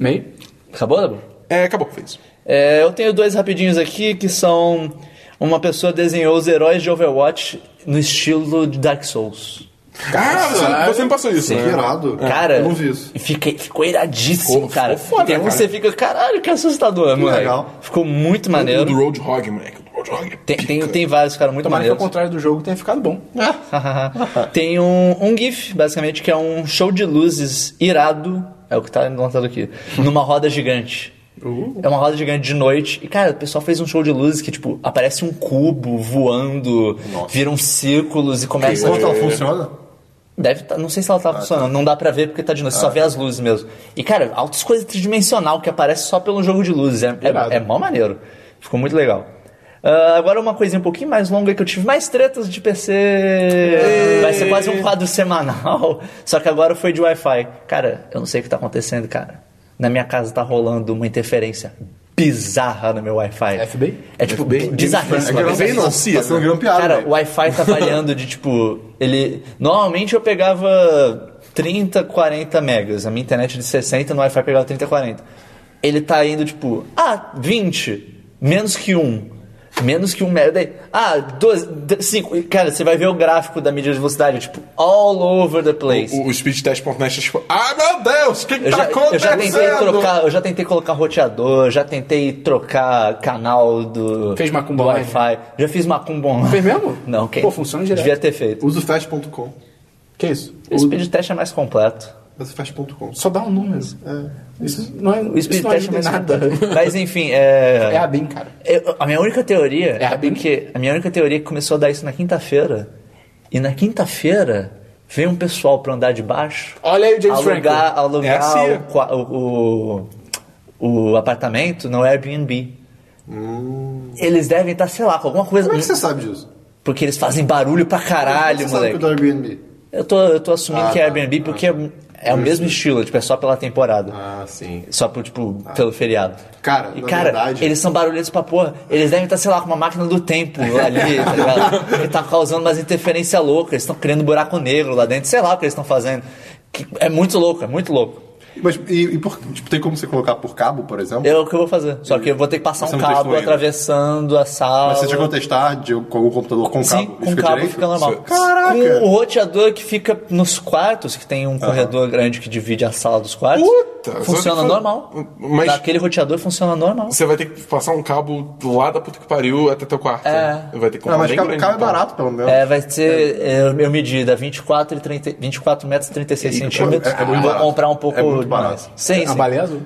Meio? Acabou, Dabu? É, acabou, fez. É, eu tenho dois rapidinhos aqui que são... Uma pessoa desenhou os heróis de Overwatch no estilo de Dark Souls. Ah, você, você me passou isso, né? Irado. Cara, É, Eu não vi isso. e fica- ficou iradíssimo, Ficou- cara. ficou foda, Tem um que cara. você fica, caralho, que assustador, mano. legal. Ficou muito O do maneiro. Roadhog, moleque. O do Roadhog é Tem, pica. tem, tem vários, cara, muito Tomara que ao maneiros. contrário do jogo tenha ficado bom. tem um, um GIF, basicamente, que é um show de luzes irado. É o que tá lançado aqui. Numa roda gigante. É uma roda gigante de noite. E, cara, o pessoal fez um show de luzes que, tipo, aparece um cubo voando, viram círculos e começa. Portal funciona? Deve tá, não sei se ela Ah, tá funcionando, não dá pra ver porque tá de noite, você só vê as luzes mesmo. E cara, altas coisas tridimensional que aparece só pelo jogo de luzes, é, Irado. é, é mó maneiro. Ficou muito legal. Ah, agora uma coisinha um pouquinho mais longa que eu tive mais tretas de PC. Vai ser quase um quadro semanal, (laughs) só que agora foi de Wi-Fi. Cara, eu não sei o que tá acontecendo, cara. Na minha casa tá rolando uma interferência bizarra no meu Wi-Fi. FBI? É tipo, bizarríssima. É que eu não vi, não. Tá Sim, sendo né? grampeado. Cara, velho. o Wi-Fi tá variando de tipo. Ele. Normalmente eu pegava 30, 40 megas. A minha internet é de 60, no Wi-Fi eu pegava 30, 40. Ele tá indo tipo. Ah, 20. Menos que 1. Menos que 1 mega. Daí, ah, 12, 5. Cara, você vai ver o gráfico da medida de velocidade, tipo, all over the place. O, o speedtest.net é tipo, ah meu Deus, o que, que Eu tá já, eu acontecendo? já tentei trocar, eu já tentei colocar roteador, já tentei trocar canal do Fez macumba do online? Wi-Fi, já fiz macumba online. Fez mesmo? Não, quem? Pô, funciona direto. Devia ter feito. Usa o fast.com. Que isso? O speed test é mais completo. Usa o fast.com. Só dá um número. É. Isso não é, O speed isso não test ajuda é em mais nada. completo. Mas enfim, É é, a BIM, cara. eu- a minha única teoria É a Bin? porque a minha única teoria é que começou a dar isso na quinta-feira e na quinta-feira veio um pessoal pra andar de baixo. Olha aí o James alugar, Franco. alugar É a CIA. o qua- o, o, o apartamento no Airbnb. Eles devem estar, sei lá, com alguma coisa. Como é que você sabe disso? Porque eles fazem barulho pra caralho, Como é que moleque. você sabe que é do Airbnb? Eu tô, eu tô assumindo Ah, que é tá. Airbnb porque é, é o mesmo estilo, tipo, é só pela temporada. Ah, sim. Só pro, tipo, pelo feriado. Cara, e, na cara verdade- eles são barulhentos pra porra. Eles devem estar, sei lá, com uma máquina do tempo (laughs) ali, tá ligado? Que tá causando umas interferências loucas. Eles estão criando buraco negro lá dentro. Sei lá o que eles estão fazendo. Que- é muito louco, é muito louco. Mas e, e por- tipo, tem como você colocar por cabo, por exemplo? É o que eu vou fazer. Só que eu vou ter que passar Você um não testou cabo ainda. atravessando a sala. Mas você chegou a testar de, com o computador com Sim, cabo? com cabo fica normal. é- Caraca! Com o roteador que fica nos quartos, que tem um corredor grande que divide a sala dos quartos. Puta, só funciona que fa- normal. Mas- Naquele roteador funciona normal. Você vai ter que passar um cabo lá da puta que pariu até teu quarto. É. Vai ter que comprar Não, mas bem cabo, grande, cabo é então. barato, pelo menos. É, vai ser, eu, eu medi, dá 24, e 30, 24 metros e 36 centímetros. é muito Vou barato. comprar um pouco É muito mais. barato. Sim, A sim. baleia azul?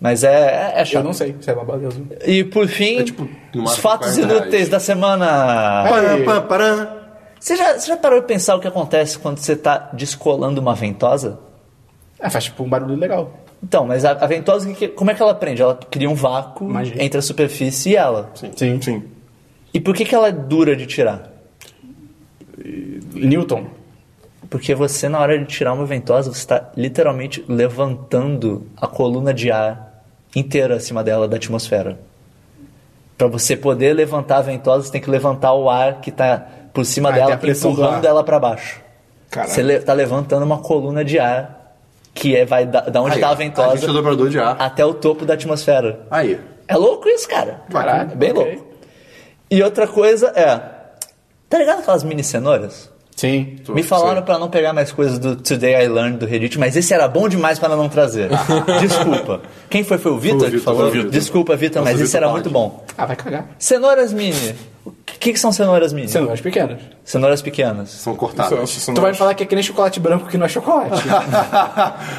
Mas é, é, é chato. Eu não sei se é uma baleia azul. E por fim, tipo, no os máximo fatos 40 reais. inúteis da semana. Pará, pará, pará. Você já, você já parou de pensar o que acontece quando você tá descolando uma ventosa? Ah, faz tipo um barulho legal. Então, mas a, a ventosa, que que- como é que ela prende? Ela cria um vácuo Magia. entre a superfície e ela. Sim. Sim. E por que, que ela é dura de tirar? Newton. Porque você, na hora de tirar uma ventosa, você está literalmente levantando a coluna de ar inteira acima dela, da atmosfera. Para você poder levantar a ventosa, você tem que levantar o ar que está por cima Ah, tem dela, a pressão do empurrando ar. ela para baixo. Caralho. Você está levantando uma coluna de ar que é, vai da, da onde está a A gente é ventosa dobrador de ar. até o topo da atmosfera. Aí. É louco isso, cara. Caralho, É bem ok. louco. E outra coisa é. Tá ligado aquelas mini cenouras? Sim. Me falaram pra não pegar mais coisas do Today I Learned do Reddit, mas esse era bom demais pra não (laughs) trazer. Desculpa. Quem foi? Foi o Vitor que Vitor, falou? foi o Vitor. Desculpa, Vitor, Nossa, mas o Vitor esse tá era fala muito aqui. bom. Ah, vai cagar. Cenouras mini. O que, que são cenouras mini? Cenouras pequenas. Cenouras pequenas. São Isso, cortados. isso não- Tu vai me falar que é que nem chocolate branco que não é chocolate.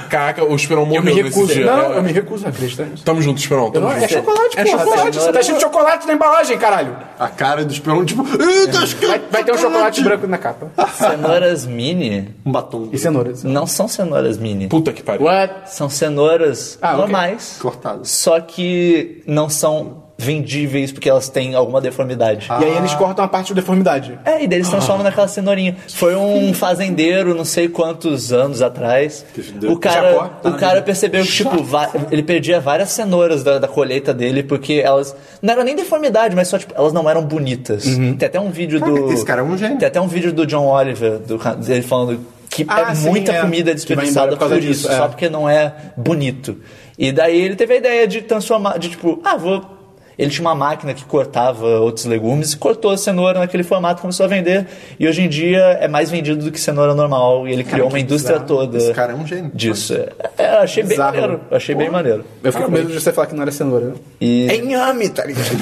Caraca, o Esperão eu morreu me nesse recuso. (laughs) dia. Não, É. eu me recuso a acreditar nisso. Tamo junto, Esperão. Eu Tamo não- é junto. chocolate, É porra. chocolate, Você tá cheio de chocolate na embalagem, caralho. é- A cara do esperão, tipo... "Ih, É. tá escrito Vai, vai ter um chocolate branco na capa. Cenouras mini Um batom E cenouras. não são cenouras mini. Puta que pariu. What? São cenouras Ah, ok. normais. cortado. Só que não são vendíveis porque elas têm alguma deformidade. E aí eles cortam a parte de deformidade. É, e daí eles se transformam Ah. naquela cenourinha. Foi um fazendeiro, não sei quantos anos atrás. O Jacó, cara, tá o cara percebeu que, tipo, va- ele perdia várias cenouras da, da colheita dele, porque elas. Não era nem deformidade, mas só, tipo, elas não eram bonitas. Uhum. Tem até um Ah, vídeo do. esse cara é um gênio. Tem até um vídeo do John Oliver, do, ca- dele falando que Ah, é sim, muita é. comida desperdiçada Que vai embora por, por causa isso, disso, é. só porque não é bonito. E daí ele teve a ideia de transformar, de tipo, ah, vou. Ele tinha uma máquina que cortava outros legumes e cortou a cenoura naquele formato e começou a vender. E hoje em dia é mais vendido do que cenoura normal. E ele criou uma indústria toda. Esse cara é um gênio. Disso. É, é, eu achei Bizarro. bem maneiro. eu Achei bem maneiro. Eu fico com medo de você falar que não era cenoura. E... É inhame, tá ligado?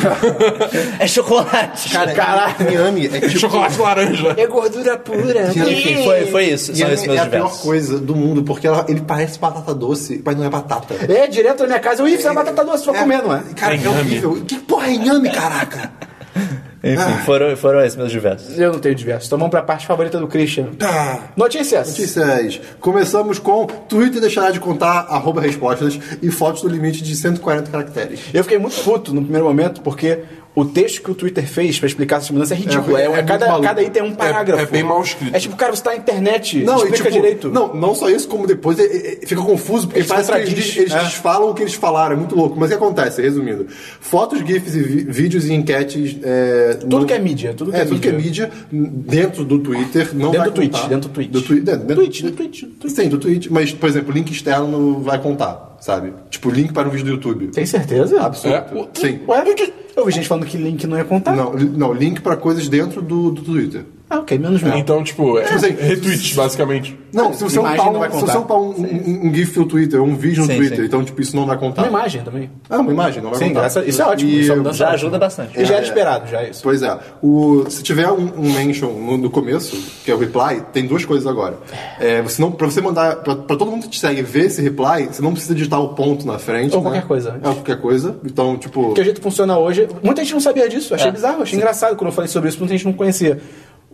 É chocolate. Cara, Caralho. inhame é tipo... (laughs) (laughs) Chocolate laranja. É gordura pura. (laughs) Enfim, foi, foi isso. São Inhame esses meus é a pior diversos. coisa do mundo, porque ela- ele parece batata doce, mas não é batata. É, direto na minha casa. Eu ia fazer batata doce pra comer, não é? Cara, é, inhame. horrível. Que porra é inhame, caraca? Ah. Enfim, foram, foram esses meus diversos. Eu não tenho diversos. Então vamos pra parte favorita do Christian. Tá. Notícias. Notícias. Começamos com Twitter deixará de contar arroba respostas e fotos do limite de 140 caracteres. Eu fiquei muito puto no primeiro momento, porque o texto que o Twitter fez pra explicar essa mudança é ridículo. É, É, é muito cada, maluco. cada item é um parágrafo. é bem mal escrito. É tipo, cara, você tá na internet, e, explica tipo, direito. Não, não só isso, como depois é, é, é, fica confuso, porque Eles parece que eles, contradiz, diz- eles é. desfalam o que eles falaram, é muito louco. Mas o que acontece, resumindo? Fotos, GIFs e vi- vídeos e enquetes. é, Tudo que é mídia, tudo que é tudo que é mídia dentro do Twitter. Não Dentro vai do Twitch, contar. dentro do Twitch. Do Twi- é, dentro Twitch, do do Twitch, do Twitch. Sim, do Twitch. Mas, por exemplo, link externo vai contar, sabe? Tipo, link para um vídeo do YouTube. Tem certeza? Absurdo. É? Sim. Ué, porque- eu vi gente falando que link não ia contar. Não, li- não, link para coisas dentro do, do Twitter. Ah, ok, menos mal. Então, tipo, é Tipo assim, retweet, basicamente. Não, se você Imagem upar não um, vai se você contar. upar um, um, um GIF no Twitter, um vídeo no Sim, Twitter, sim. então, tipo, isso não vai contar. Uma imagem também. Ah, uma imagem, não vai Sim, contar. graça- isso é ótimo. E- isso é uma mudança Já ótima. ajuda bastante. E já É, era é. esperado, já isso. Pois é. O, se tiver um, um mention no, no começo, que é o reply, tem duas coisas agora. É, você não, pra você mandar, pra, pra todo mundo que te segue ver esse reply, você não precisa digitar o ponto na frente. Ou né? qualquer coisa. É, qualquer coisa. Então, tipo... Porque o jeito que funciona hoje. Muita gente não sabia disso. É. Achei bizarro, achei engraçado quando eu falei sobre isso, muita gente não conhecia.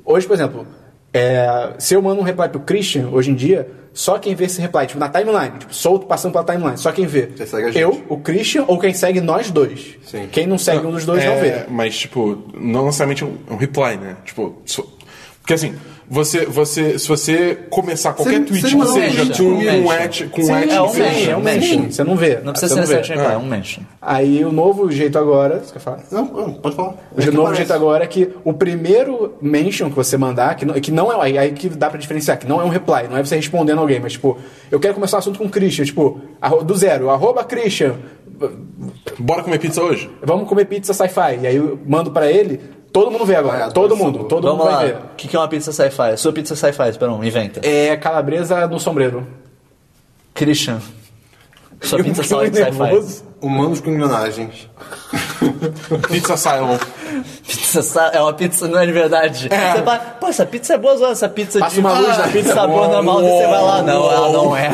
Hoje, por exemplo, é, se eu mando um reply pro Christian, hoje em dia, só quem vê esse reply, tipo, na timeline, tipo, solto passando pela timeline, só quem vê. Você segue a gente. eu, o Christian, ou quem segue nós dois. Sim. Quem não segue um dos dois É, não vê. Mas, tipo, não necessariamente é um é um reply, né? Tipo, so- porque assim, você, você, se você começar qualquer Você- tweet você que manda um seja mention, com um mention. um at, com um Sim, at é um que seja, mention. é um mention. mention. Você não vê. Não precisa Você ser vê. necessariamente Ah. reply, é um mention. Aí o novo jeito agora. Você quer falar? Não, não, pode falar. O É que novo parece. jeito agora é que o primeiro mention que você mandar, que não, que não é. Aí, aí que dá pra diferenciar, que não é um reply, não é você respondendo alguém, mas tipo, eu quero começar o assunto com o Christian, tipo, arro- do zero, arroba Christian, um- Bora comer pizza hoje? vamos comer pizza sci-fi. E aí eu mando pra ele, todo mundo vê agora. Ah, é, todo por mundo, favor. todo Vamos mundo vai lá. ver. O que que é uma pizza sci-fi? Sua pizza sci-fi, espera um, inventa. É calabresa no sombreiro. Christian. Sua Eu pizza fiquei sci- sci-fi. nervoso. Humanos com engrenagens. Pizza Cylon. Pizza sa- é uma pizza, não é de verdade. Você vai, pô, essa pizza é boa, zona, essa pizza Passa de Ah, uma luz na pizza. sabor Uou, normal, daí você vai lá, não, ela não é.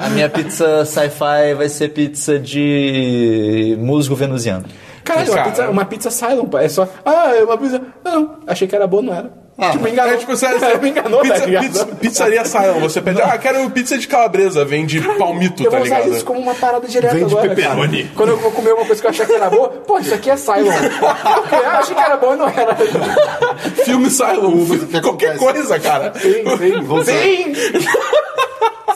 A minha pizza sci-fi vai ser pizza de musgo venusiano. Caralho, uma Cara. pizza, uma pizza silent, pô. É só. Ah, é uma pizza. Não, achei que era boa, não era. tipo, enganou. É, tipo, você, (laughs) me enganou, pizza, tá ligado? pizza- pizzaria Cylon. Você pede, ah, quero pizza de calabresa. Vem de palmito, eu tá vou usar ligado? isso como uma parada direta Vende agora, pepperoni. cara. Quando eu vou comer uma coisa que eu achei que era boa, pô, isso aqui é Cylon. eu achei que era boa e não era. Filme Cylon. que (laughs) Qualquer acontece? coisa, cara. Vamos lá. Sim!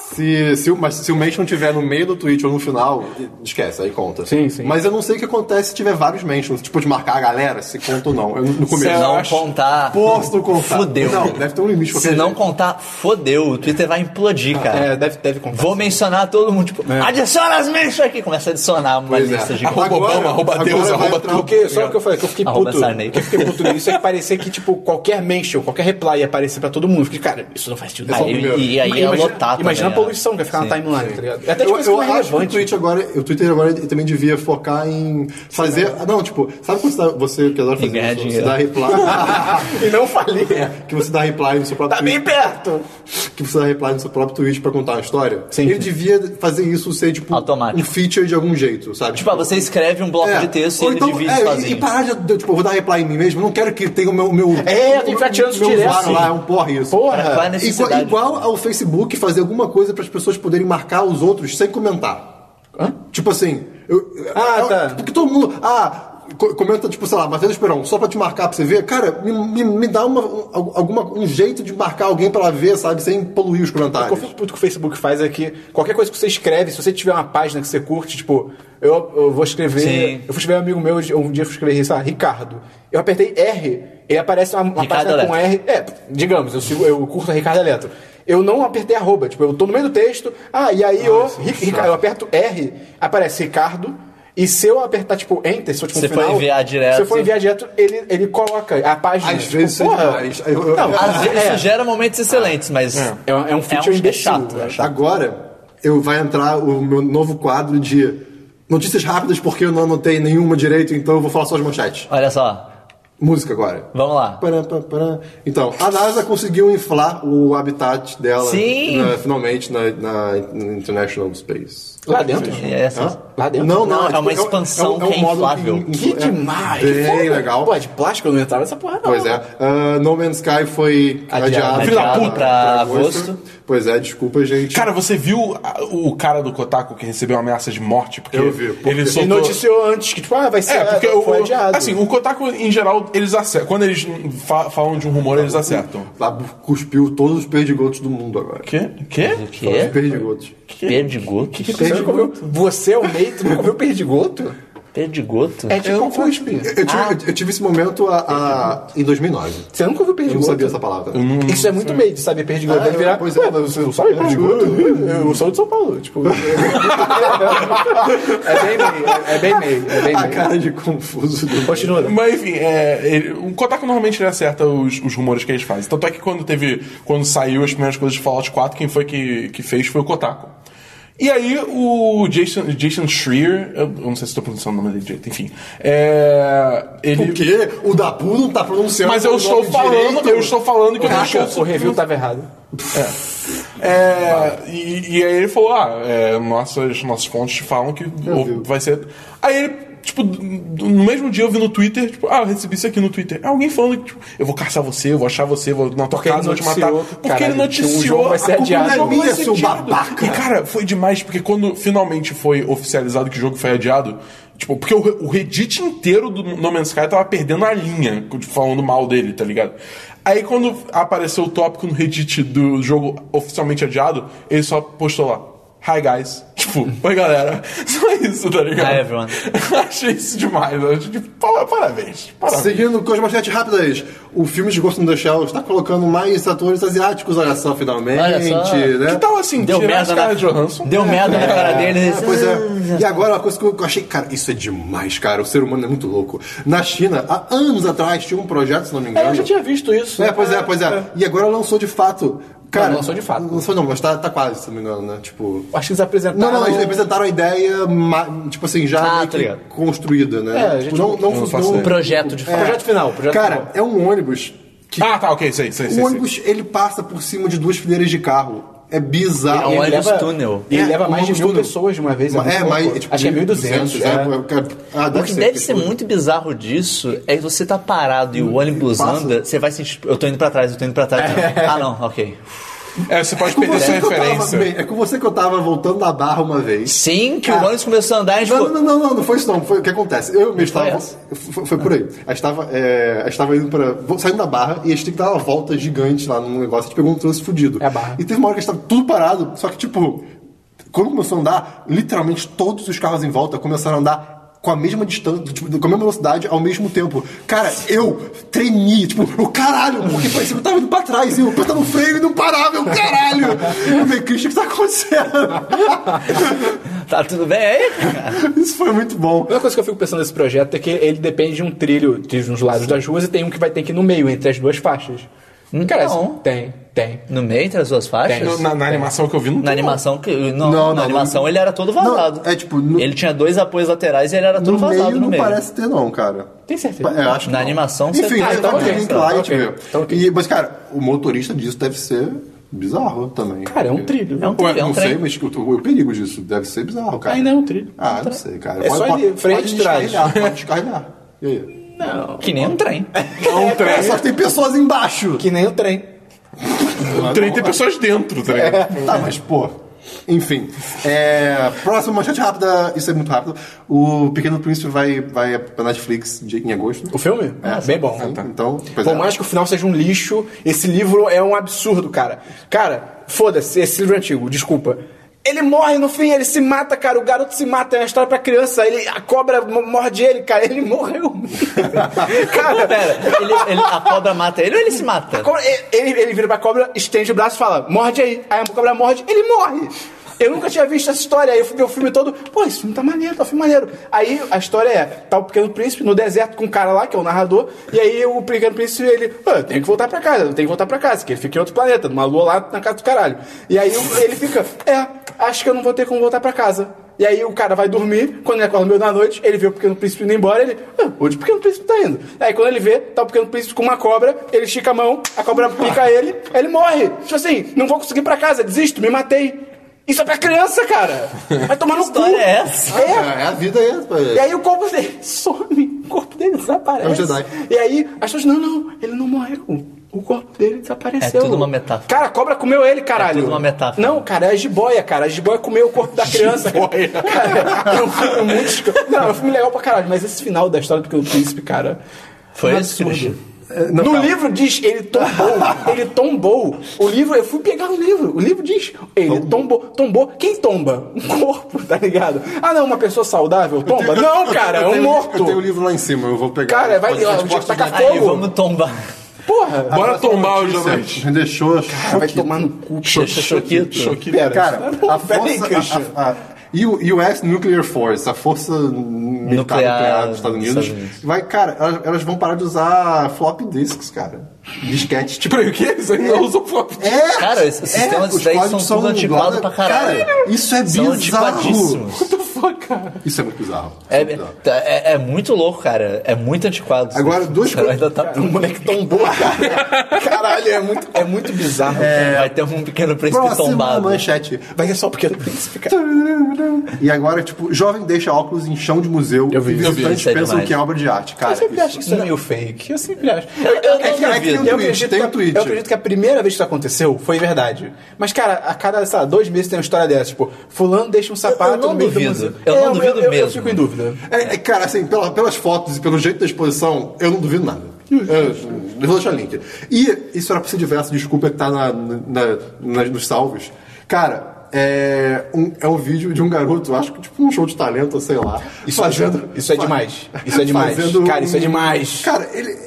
Se, se, o- mas se o mention tiver no meio do tweet ou no final, esquece, aí conta. Sim, sim. Mas eu não sei o que acontece se tiver vários mentions. Tipo, de marcar a galera, se conta ou não. Eu, no começo. Se Se não acho- contar. Posso contar. Fudeu. Não, deve ter um limite. de Se qualquer não jeito. contar, fodeu. O Twitter vai implodir, cara. É, deve, É. deve contar. Vou mencionar todo mundo, tipo, adiciona as mentions aqui. Começa a adicionar uma Pois é. lista de Arroba Agora- Obama, arroba agora Deus, vai arroba entrar o tudo. Porque, só o que eu falei, que eu fiquei Arroba puto. Sarney. Que eu fiquei puto nisso é que parecia que, tipo, qualquer mention, qualquer reply ia aparecer pra todo mundo. Fiquei, cara, isso não faz sentido. Aí- nenhum. e, e aí é imagina, lotar Imagina a também, poluição que ia ficar na timeline, tá ligado? É Até Eu, tipo, isso eu não é acho que o relevante. Twitter agora, o Twitter agora ele também devia focar em fazer. ah, Não, tipo, sabe quando você, dá- você que adora fazer ganhar isso, você dinheiro. dá reply. E não falei. que você dá reply no seu próprio Tá bem perto. que você dá reply no seu próprio tweet pra contar uma história. Sim, ele sim. devia fazer isso ser, tipo, Automático. um feature de algum jeito, sabe? Tipo, ah, você escreve um bloco É. de texto e Ou ele então, divide é, e- sozinho. E parar de, de- tipo, eu vou dar reply em mim mesmo, eu não quero que tenha o meu... meu É, eu tenho que ficar tirando isso meu direto, usuário lá, assim. é um porra isso. Porra. Qual é a Igual, necessidade? igual ao Facebook fazer alguma coisa para as pessoas poderem marcar os outros sem comentar. Tipo assim, Eu- Ah, eu- tá. Porque todo mundo. Ah, co- comenta, tipo, sei lá, Matheus Esperão, só pra te marcar pra você ver. Cara, me, me, me dá uma, um, alguma, um jeito de marcar alguém pra ela ver, sabe? Sem poluir os O que eu comentários. fico puto que o Facebook faz é que qualquer coisa que você escreve, se você tiver uma página que você curte, tipo, eu, eu vou escrever. Sim. Eu fui escrever um amigo meu, um dia eu fui escrever, sei lá, Ricardo. Eu apertei R, ele aparece uma, uma Ricardo página com R. É, digamos, eu, sigo, eu curto a Ricardo Eletro. Eu não apertei arroba, tipo, eu tô no meio do texto, ah, e aí eu, é um eu aperto R, aparece Ricardo. E se eu apertar, tipo, Enter, se eu tipo, Se no for final, enviar direto. Se eu for enviar direto, ele, ele coloca a página. Às tipo, vezes isso é porra. demais. Eu- eu- Não, eu- é, às Às vezes vezes- Isso gera momentos excelentes, mas. É um- é um feature é imbecil, chato. né? é chato. Agora eu vai entrar o meu novo quadro de notícias rápidas porque eu não anotei nenhuma direito, então eu vou falar só as manchetes. Olha só, Música agora. vamos lá. Pará, pá, pará. Então, a NASA conseguiu inflar o habitat dela Sim. na- finalmente na, na International Space. Lá dentro. É essa. Hã? Lá dentro? Não, não. Não, é tipo, uma um- expansão um- um que é módulo inflável. Que demais! É que foda. bem legal. Pô, de plástico eu não entrava nessa porra, não. Pois é. Ah, no Man's Sky foi Adiado, adiado, filho da puta, pra agosto. Pois é, desculpa, gente. Cara, você viu a- o cara do Kotaku que recebeu uma ameaça de morte? Porque Eu vi, porque- Ele Ele soltou... noticiou antes que, tipo, ah, vai ser. É, porque o, foi adiado. assim, o Kotaku, em geral, eles acertam. Quando eles fa- falam de um rumor, eles acertam. Então, Lá cuspiu todos os perdigotos do mundo agora. Quê? Quê? O Todos quê? os perdigotos. Perdigoto? você, não comeu, você é o Neito, não comeu perdigoto? Perdigoto? É tipo um cuspe. Eu tive, eu tive esse momento a- a- em 2009. Você nunca ouviu Eu perdigoto? não sabia essa palavra. Isso é muito meio de saber perdigoto. Ah, Deve virar, pois é. Ué, mas você não sabe perdigoto? (laughs) Eu sou de São Paulo. Tipo. (laughs) é bem meio. É bem meio. É bem A meio. cara de (laughs) confuso do Continua. Mas enfim, é, ele- o Kotaku normalmente ele acerta os, os rumores que eles fazem. Tanto é que quando teve. Quando saiu as primeiras coisas de Fallout 4, quem foi que, que fez foi o Kotaku. E aí o Jason, Jason Schreier, eu eu não sei se estou pronunciando o nome dele direito, enfim. É, ele, O quê? O Dabu não tá pronunciando. mas eu o estou nome falando, direito. eu estou falando que eu não Caraca, estou o review tava errado. É, e, e aí ele falou: ah, é, nossas, nossas fontes falam que ou- vi. vai ser. Aí ele, tipo, d- d- no mesmo dia eu vi no Twitter, tipo, ah, eu recebi isso aqui no Twitter. Alguém falando que, tipo, eu vou caçar você, eu vou achar você, vou na tua Porque casa, vou ele te matar. noticiou, Porque caralho, ele que o noticiou. jogo vai ser a culpa adiado. do jogo Minha, vai ser seu adiado. babaca. E cara, foi demais, porque quando finalmente foi oficializado que o jogo foi adiado. Tipo, porque o, Re- o Reddit inteiro do No Man's Sky tava perdendo a linha, tipo, falando mal dele, tá ligado? Aí quando apareceu o tópico no Reddit do jogo oficialmente adiado, ele só postou lá, Hi guys. (laughs) Tipo, oi galera. (laughs) Só isso, tá ligado? Hi, everyone. (laughs) Achei isso demais. eu acho que, pô, parabéns, parabéns. Seguindo com as manchetes rápidas, o filme de Ghost in the Shell está colocando mais atores asiáticos, olha só, finalmente. Olha só. Né? Que tal assim, Deu tirar merda, as caras na... de Johansson? É. Deu merda na cara dele. É. Pois é. E agora, uma coisa que eu achei, cara, isso é demais, cara. O ser humano é muito louco. Na China, há anos atrás, tinha um projeto, se não me engano. Eu já tinha visto isso. É, pois é, pois é. E agora lançou de fato. Cara, Não, lançou de fato. Lançou não, mas tá, tá quase, se não me engano, né? Tipo. Acho que eles apresentaram. Não, não, eles apresentaram a ideia, ma- tipo assim, já Ah, meio tá que ligado. construída, né? É, a gente Tipo, não, não, não faço não- ideia. Projeto É. de fato. Projeto final. Projeto Cara, final. é um ônibus que. Ah, tá, ok, sei, sei, sei. o sei. ônibus, ele passa por cima de duas fileiras de carro. É bizarro. É um Ele- ônibus túnel. E ele É, leva mais de ônibus mil túnel. pessoas de uma vez. muito É, louco. mas. é, Tipo, Acho que é 1.200. é, É. cara, ah, O que deve ser muito bizarro disso é que você tá parado e o ônibus Hum, passa. anda, você vai sentir, tipo, eu tô indo pra trás, eu tô indo (laughs) pra trás. Ah, não, ok. É, (laughs) você pode Com perder você essa que eu tava, referência. bem, é com você que eu tava voltando da barra uma vez. Sim, que o Cara, ônibus começou a andar e a gente É. Não, falou, não, não, não, não foi isso não. Foi o que acontece. Eu mesmo Foi estava. essa? Foi, foi por aí. A gente estava, é, a gente estava indo pra. vo- saindo da barra e a gente tem que dar uma volta gigante lá num negócio. A gente pegou um trânsito fudido. É a barra. E teve uma hora que a gente estava tudo parado, só que tipo. Quando começou a andar, literalmente todos os carros em volta começaram a andar com a mesma distância, tipo, com a mesma velocidade ao mesmo tempo. Cara, eu tremi, tipo, o caralho, porque parecia que eu tava indo pra trás, e eu apertava no freio e não parava, eu caralho! Eu falei, Christian, o que tá acontecendo? tá tudo bem aí? (laughs) Isso foi muito bom. A única coisa que eu fico pensando nesse projeto é que ele depende de um trilho, trilhos nos lados das ruas, e tem um que vai ter que ir no meio, entre as duas faixas. Cara, Não. isso- tem, tem. No meio entre as duas faixas? Na, É na animação que eu vi, não Na tem, não. animação que não, Não, na não, animação não. ele era todo vazado. Não, é tipo, no- ele tinha dois apoios laterais e ele era todo No vazado meio no não meio. parece ter, não, cara. Tem certeza? É, acho que Na não. animação, você- Enfim, Ah, você então tá ok, tá link então lá e ok, te vê. então ok. E- Mas, cara, o motorista disso deve ser bizarro também. Cara, é um trilho. É um- Ué, é não trem. sei, mas o, o perigo disso deve ser bizarro, cara. Ainda é um trilho. Ah, não sei, cara. É só ele- frente e trás. descarregar, Pode descarregar. E aí? Não. Que nem um trem. É um É, trem. só que tem pessoas embaixo. Que nem o trem. O trem tem pessoas dentro, tá ligado? Tá, mas, pô... Enfim. É, próxima manchete rápida. Isso é muito rápido. O Pequeno Príncipe vai, vai pra Netflix de- em agosto. O filme? É, bem bom. Então, pois Por é. mais que o final seja um lixo, esse livro é um absurdo, cara. Cara, foda-se, esse livro é antigo, desculpa. Ele morre no fim, ele se mata, cara. O garoto se mata, é uma história pra criança. Ele, a cobra mo- morde ele, cara. Ele (laughs) (laughs) morreu. cara, Pera, ele, ele- a cobra mata ele ou ele se mata? a cobra- ele- ele, ele vira pra cobra, estende o braço e fala: morde aí. Aí a cobra morde, ele morre. Eu nunca tinha visto essa história. Aí eu fui ver o filme todo. Pô, esse filme tá maneiro, tá um filme maneiro. Aí a história é: tá o Pequeno Príncipe no deserto com um cara lá, que é o narrador. E aí o Pequeno Príncipe, ele, pô, eu tenho que voltar pra casa, eu tenho que voltar pra casa, que ele fica em outro planeta, numa lua lá na casa do caralho. E aí o- ele fica: é, acho que eu não vou ter como voltar pra casa. E aí o cara vai dormir, quando ele acorda no meio da noite, ele vê o Pequeno Príncipe indo embora, ele, ah, onde o Pequeno Príncipe tá indo? Aí quando ele vê, tá o Pequeno Príncipe com uma cobra, ele estica a mão, a cobra pica ele, ele morre. Tipo assim, não vou conseguir ir pra casa, desisto, me matei. Isso é pra criança, cara! Vai tomar no cu! história é essa? É, É, é a vida aí. pô. e aí o corpo dele (laughs) some, o corpo dele desaparece. É um Jedi. E aí as pessoas, não, não, ele não morreu. O corpo dele desapareceu. É tudo uma metáfora. Cara, a cobra comeu ele, caralho. É tudo uma metáfora. Não, cara, é a jiboia, cara. A jiboia comeu o (laughs) corpo da criança. Jiboia. (laughs) Cara, é um filme muito... escro- Não, é um filme legal pra caralho, mas esse final da história do Pequeno Príncipe, cara... Foi é um esse, absurdo. Christian? É, não, no calma. livro diz, ele tombou, (laughs) ele tombou. O livro, eu fui pegar o livro, o livro diz, ele tombou, tombou. Quem tomba? Um corpo, tá ligado? Ah não, uma pessoa saudável tomba? Não, cara, é Eu um tenho- morto. Eu tenho o livro lá em cima, eu vou pegar. Cara, vai, Pode- ó, pode- o tá tacar Aí fogo. vamos tombar. Porra, Bora tombar hoje à Notícia, noite. Me deixou vai tomar no cu. Xoxo- Choquito. Choquito. Pera, Cara, pera a aí, força. Christian. a- a- a- e o US Nuclear Force, a força militar Nuclear nuclear, dos Estados dos Unidos, Estados Unidos. vai, cara, elas, elas vão parar de usar flop disks, cara. Disquete, tipo. Peraí, o quê? Você não usou flop disk? É! Cara, esses sistemas os daí códigos são tudo antiquado lá- pra caralho. Cara, isso é São bizarro. antiquadíssimos. What the fuck, cara? Isso é muito bizarro. Isso É, muito bizarro. é- é muito louco, cara. É muito antiquado. tá? Agora, duas Cara, coisas- ainda tá O moleque tombou, cara. Caralho, é muito, é muito bizarro. Vai ter um pequeno príncipe Próxima tombado. manchete. Vai ser só o Pequeno Príncipe, cara. E agora, tipo, jovem deixa óculos em chão de museu Eu vi e isso. Eu vi, visitantes isso é pensam demais. que é obra de arte. Cara, Eu sempre isso- acho que isso é meio fake. Eu sempre acho. Eu, eu não duvido. eu Tem um tweet, acredito tem que, um tweet. eu acredito que a primeira vez que isso aconteceu foi verdade. Mas, cara, a cada, sei lá, dois meses tem uma história dessa. Tipo, fulano deixa um sapato eu não no meio do duvido. museu. Eu não duvido eu, Eu mesmo. fico em dúvida. É, é, cara, assim, pela- pelas fotos e pelo jeito da exposição, eu não duvido nada. Eu, eu vou deixar o link. E isso era pra ser diverso, desculpa que tá na, na- na- nos salvos. Cara, é um, é um vídeo de um garoto, acho que tipo um show de talento, sei lá. Isso é demais. Isso é demais. Isso é demais. fazendo um Cara, isso é demais. Cara, ele.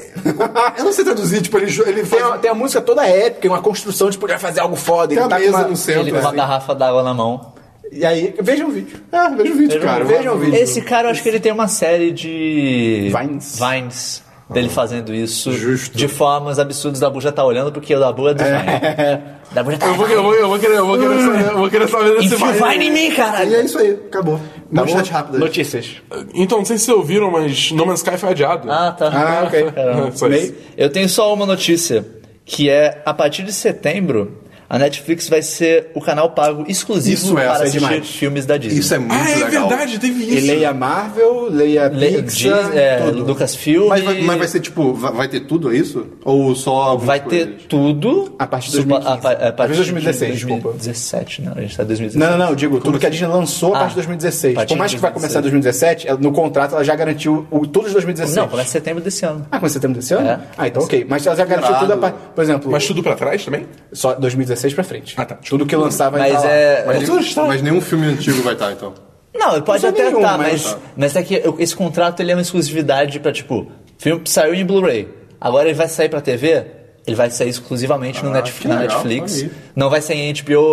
Eu não sei traduzir, tipo, ele, jo- ele Tem, faz. a- tem a música toda épica, uma construção, tipo, ele vai fazer algo foda. Tem Ele a tá com mesa uma... no centro. Ele com uma assim. garrafa d'água na mão. E aí, veja o vídeo. É, veja o vídeo, cara. veja o vídeo. Esse cara, eu acho que ele tem uma série de. Vines? Vines. Dele fazendo isso. Justo. De formas absurdas. O Dabu já tá olhando porque o Dabu é do Vine. O Dabu já tá. Eu vou, eu vou, eu vou querer, eu vou querer saber, eu vou querer saber desse Enfia o Vine em mim, E caralho! é isso aí, acabou. um Tá Manchete bom? rápida. Notícias. Então, não sei se vocês ouviram, mas No Man's Sky foi adiado. É, Ah, tá. Ah, ok. (laughs) Caramba. Só isso. Eu tenho só uma notícia, que é a partir de setembro, a Netflix vai ser o canal pago exclusivo Isso é, para isso é assistir demais. filmes da Disney. Isso é muito Ah, é legal. verdade, teve E isso. leia Marvel, leia Le Pixar, Dis- é, tudo. Lucasfilm. Mas vai, mas vai ser tipo, vai, vai ter tudo, é isso? Ou só. algumas vai ter coisas? tudo. A partir de Supo- 2015. A, pa- a partir Talvez 2016, de desculpa. 2017, não, a gente tá em 2016. Não, não, não, digo, tudo que a Disney lançou a partir de 2016. a partir Por mais de que vai começar em 2017, ela- no contrato ela já garantiu o, todos os 2016. Não, começa em setembro desse ano. Ah, começa setembro desse ano? É. Ah, então ok. Mas ela já garantiu Irado. toda a parte. Por exemplo, Mas tudo pra trás também? só 2016 pra frente. Ah, tá. Tudo que lançar vai Mas entrar lá. é. Mas, tudo nenhum, está- mas nenhum filme antigo vai estar, então. Não, pode Não até nenhum, estar, mas- tá. mas, mas é que eu- esse contrato ele é uma exclusividade pra, tipo, filme saiu em Blu-ray, agora ele vai sair pra TV, ele vai sair exclusivamente no Netf- Ah, que na legal, Netflix. olha aí. Não vai sair em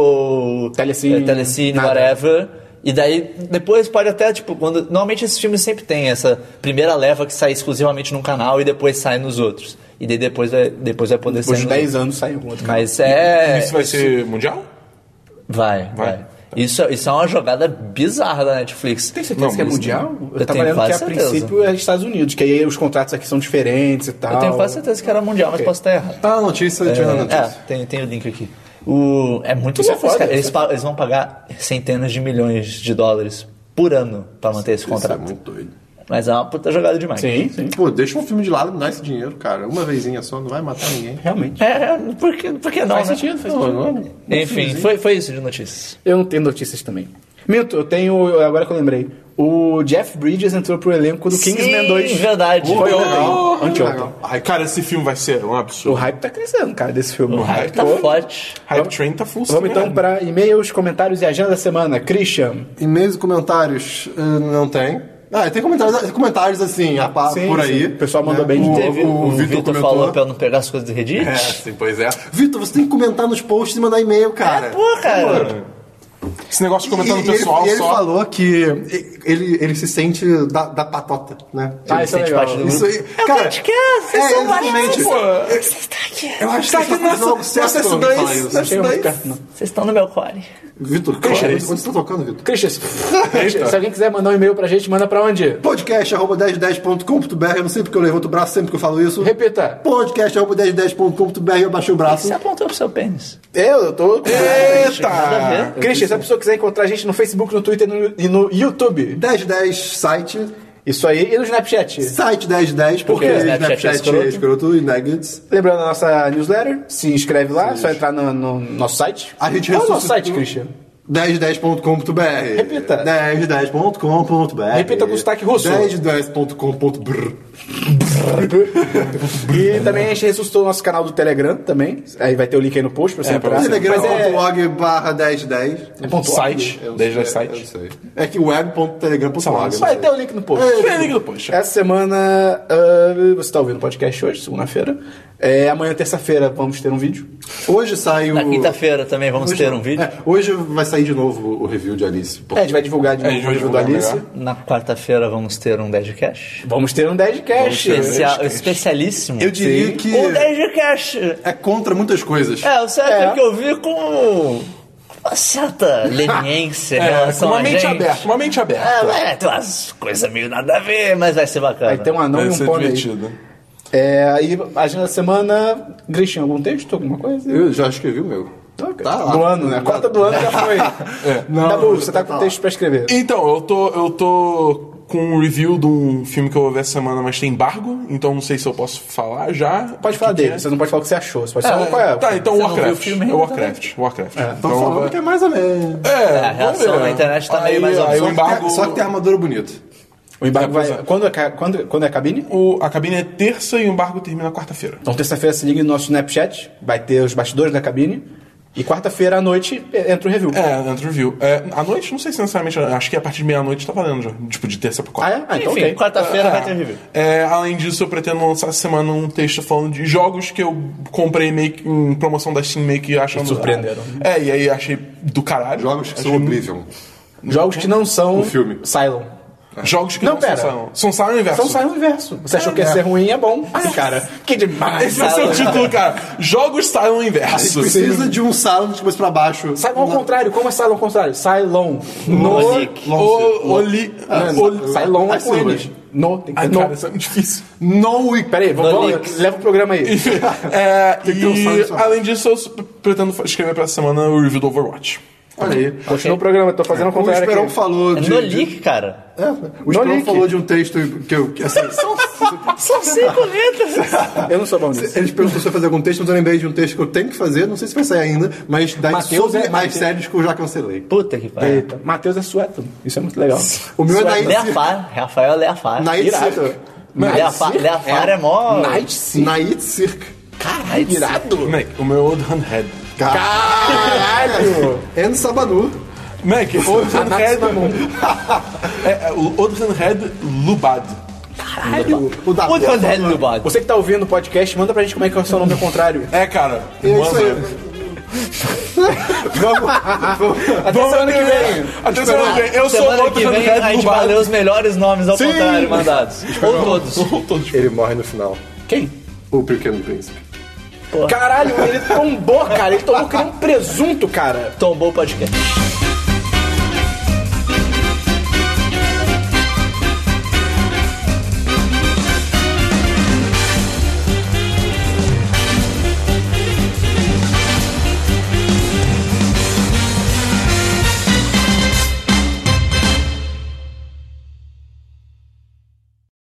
HBO, Telecine, eh, Telecine, nada. whatever. E daí, depois pode até, tipo, quando. Normalmente esses filmes sempre tem essa primeira leva que sai exclusivamente num canal e depois sai nos outros. E daí depois vai, depois vai poder Depois sair. de nos 10 outros. anos sai um outro. assim, Mas é. isso vai ser mundial? Vai, Vai. vai. Isso, isso é uma jogada bizarra da Netflix. Tem certeza Não, que é mas- mundial? Eu tava tenho lendo quase que a certeza. princípio é Estados Unidos, que aí os contratos aqui são diferentes e tal. Eu tenho quase certeza que era mundial, mas Ah, Ok. posso estar errado. Tá na notícia, É, é, na notícia. é, tem, tem o link aqui. O, é muito Isso é louco, isso, foda, cara. isso Eles, pa- eles vão pagar centenas de milhões de dólares por ano pra manter esse Isso é contrato. muito doido. Mas é uma puta jogada demais. Sim, sim. Pô, deixa um filme de lado, me dá esse dinheiro, cara. Uma vezinha só, não vai matar ninguém. Realmente. É, é, por que, por que não? Faz né? sentido, faz Pô, sentido. não- Enfim, foi, foi isso de notícias. Eu não tenho notícias também. Minto, eu tenho. Agora que eu lembrei. O Jeff Bridges entrou pro elenco do Kingsman 2. Verdade. Foi Porra, ontem. Anteontem. legal. Ai, cara, esse filme vai ser um O absurdo. hype tá crescendo, cara, desse filme. O hype tá Pô. forte. Hype Train tá full Vamos então pra e-mails, comentários e agenda da semana. Christian. E-mails e comentários eh, não tem. Ah, tem comentários, comentários assim, a pá, Sim, por sim. aí. Né? O pessoal mandou bem de O, teve. o, o Vitor comentou. falou pra eu não pegar as coisas do Reddit. É, sim, pois é. Vitor, você tem que comentar nos posts e mandar e-mail, cara. É, Pô, cara. Esse negócio de E- comentar no e ele- pessoal e ele, só. falou que ele, ele se sente da, da patota, né? Ah, Ele isso é sente legal. parte do grupo. aí, É o cara, podcast, vocês é, são exatamente. Pô, Eu acho que Tá ele aqui tá fazendo nessa- algo certo nessa quando ele fala dois- isso. nessa- Tem um uma Dois. carta, não. Vocês estão no meu core. Vitor, cara, onde você tá tocando, Vitor? Christian, se alguém quiser mandar um e-mail pra gente, manda pra onde? Podcast arroba 1010.com.br, eu não sei porque eu levanto o braço sempre que eu falo isso. Repita. Podcast arroba 1010.com.br, eu baixei o braço. Você apontou pro seu pênis. Eu, eu tô. Nada a Eita! ver. Christian, se a pessoa quiser encontrar a gente no Facebook, no Twitter no- e no YouTube. 1010 site, Isso aí. E no Snapchat. site 1010, porque quê? Snapchat, Snapchat é é escroto e nuggets. Lembrando a nossa newsletter, se inscreve lá, é só entrar no, no nosso site. A gente Qual é o nosso ressuscitou. site, Christian? 1010.com.br Repita. 1010.com.br Repita com sotaque russo. 1010.com.br E também a gente ressuscitou o nosso canal do Telegram também. Aí vai ter o link aí no post pra você É, pra entrar. você Mas é, Telegram.org barra 1010 é ponto Site, Eu desde sei, as eu sites. sei. É que web.telegram.org Vai ter o link no post. Vem aqui depois. Essa semana ah, você tá ouvindo o podcast hoje, segunda-feira. É, amanhã, terça-feira, vamos ter um vídeo. Hoje sai o... Na quinta-feira também vamos ter um vídeo. É, hoje vai sair de novo o review de Alice. É, a gente vai divulgar de É, a gente novo o vai review da divulgar Alice. melhor. Na quarta-feira vamos ter um Deadcast. Vamos ter um Deadcast. Especial, especialíssimo. Eu diria que Um Deadcast. é contra muitas coisas. É, o certo É. é que eu vi com uma certa leniência em É, com relação uma a mente gente. aberta, uma mente É, aberta. vai ter umas coisas meio nada a ver, mas vai ser bacana. Vai ter um anão Vai e um ser pônei. divertido. É, e a agenda da semana, Grishin, algum texto, alguma coisa? Eu já escrevi o meu. Tá lá. do ano, né? A quarta do ano já foi. Não, tá bom, você tá tá com lá. texto pra escrever. Então, eu tô, eu tô com um review de um filme que eu vou ver essa semana, mas tem embargo, então não sei se eu posso falar já. Pode falar dele, você não pode falar o que você achou, você pode falar qual é. Tá, então Você não viu o Warcraft. filme ainda né? é Warcraft. Warcraft. então Então, Tô falando que é mais ou menos. É, a reação vamos ver. na internet tá meio Aí- mais ou aí menos. o embargo. Só que tem armadura bonita. O embargo É, pois vai. é. Quando é, ca- quando, quando é a cabine? o- a cabine é terça e o embargo termina quarta-feira. Então, terça-feira se liga no nosso Snapchat, vai ter os bastidores da cabine. E quarta-feira à noite é, entra o review. É, dentro do review. É, à noite, não sei se necessariamente, acho que a partir de meia-noite tá valendo já. Tipo, de terça pra Ah, quarta. é? Ah, então Enfim, ok. quarta-feira vai ter review. É, além disso, eu pretendo lançar essa semana um texto falando de jogos que eu comprei meio que em promoção da Steam meio que achando. Me surpreenderam. É, e aí achei do caralho. Jogos que Achei são Oblivion. Jogos que não são. O filme. Silent. Jogos que Não, não, pera. são São Silent Inverso. São Silent Inverso. Você achou que ia ser ruim, é bom. Esse cara, é que demais. (laughs) Esse vai ser o título, cara. Jogos Silent Inverso. Precisa de um salão de cabeça pra baixo. Silent ao contrário, como é Silent ao contrário? Silent. Monique. O, oli, oli, Silent é As com sílabas. eles. No, tem que Ai, ter no. cara, isso é muito difícil. No e Peraí, vamos, vamos- Nonique. leva o programa aí. É, que ter um e Silent Inverso. além disso, eu s- pretendo escrever pra essa semana o review do Overwatch. Olha aí. Continua o programa, tô fazendo ao O contrário Esperão aqui. falou É de. no de- leak, cara. É, o Esperão leak. falou de um texto que eu. que, (laughs) assim, São cinco letras. Eu não sou bom nisso. eles perguntou se eu ia fazer algum texto, mas eu lembrei de um texto que eu tenho que fazer, não sei se vai sair ainda, mas das Mateus sobre é- as Mateus- séries que eu já cancelei. Puta que pariu. Eita, Matheus é sueto. Isso é muito legal. O meu é Sueto. Nair Leafar, Rafael Leafar. Nair Irado. Cirque. Leafar, Night Leafar é mó... Night Sim. Nair Cirque. Caralho, Irado. Mac, o meu Old Handhead. (laughs) Caralho. And Sabanu. Mac, Old Handhead. é, é, o Old Handhead Lubad. caralho. O da O Deus é do bagulho. Você que tá ouvindo o podcast, manda pra gente como é que é o seu nome ao contrário. É, cara. É isso aí. Até semana que vem. Até semana que vem. Eu sou o Semana Old que vem a Handhead gente vai ler Lubad. os melhores nomes ao contrário mandados. Ou todos. Todos. Ele morre no final. Quem? O Pequeno Príncipe. Caralho, ele tombou, cara. Ele tombou que nem um presunto, cara. Tombou o podcast.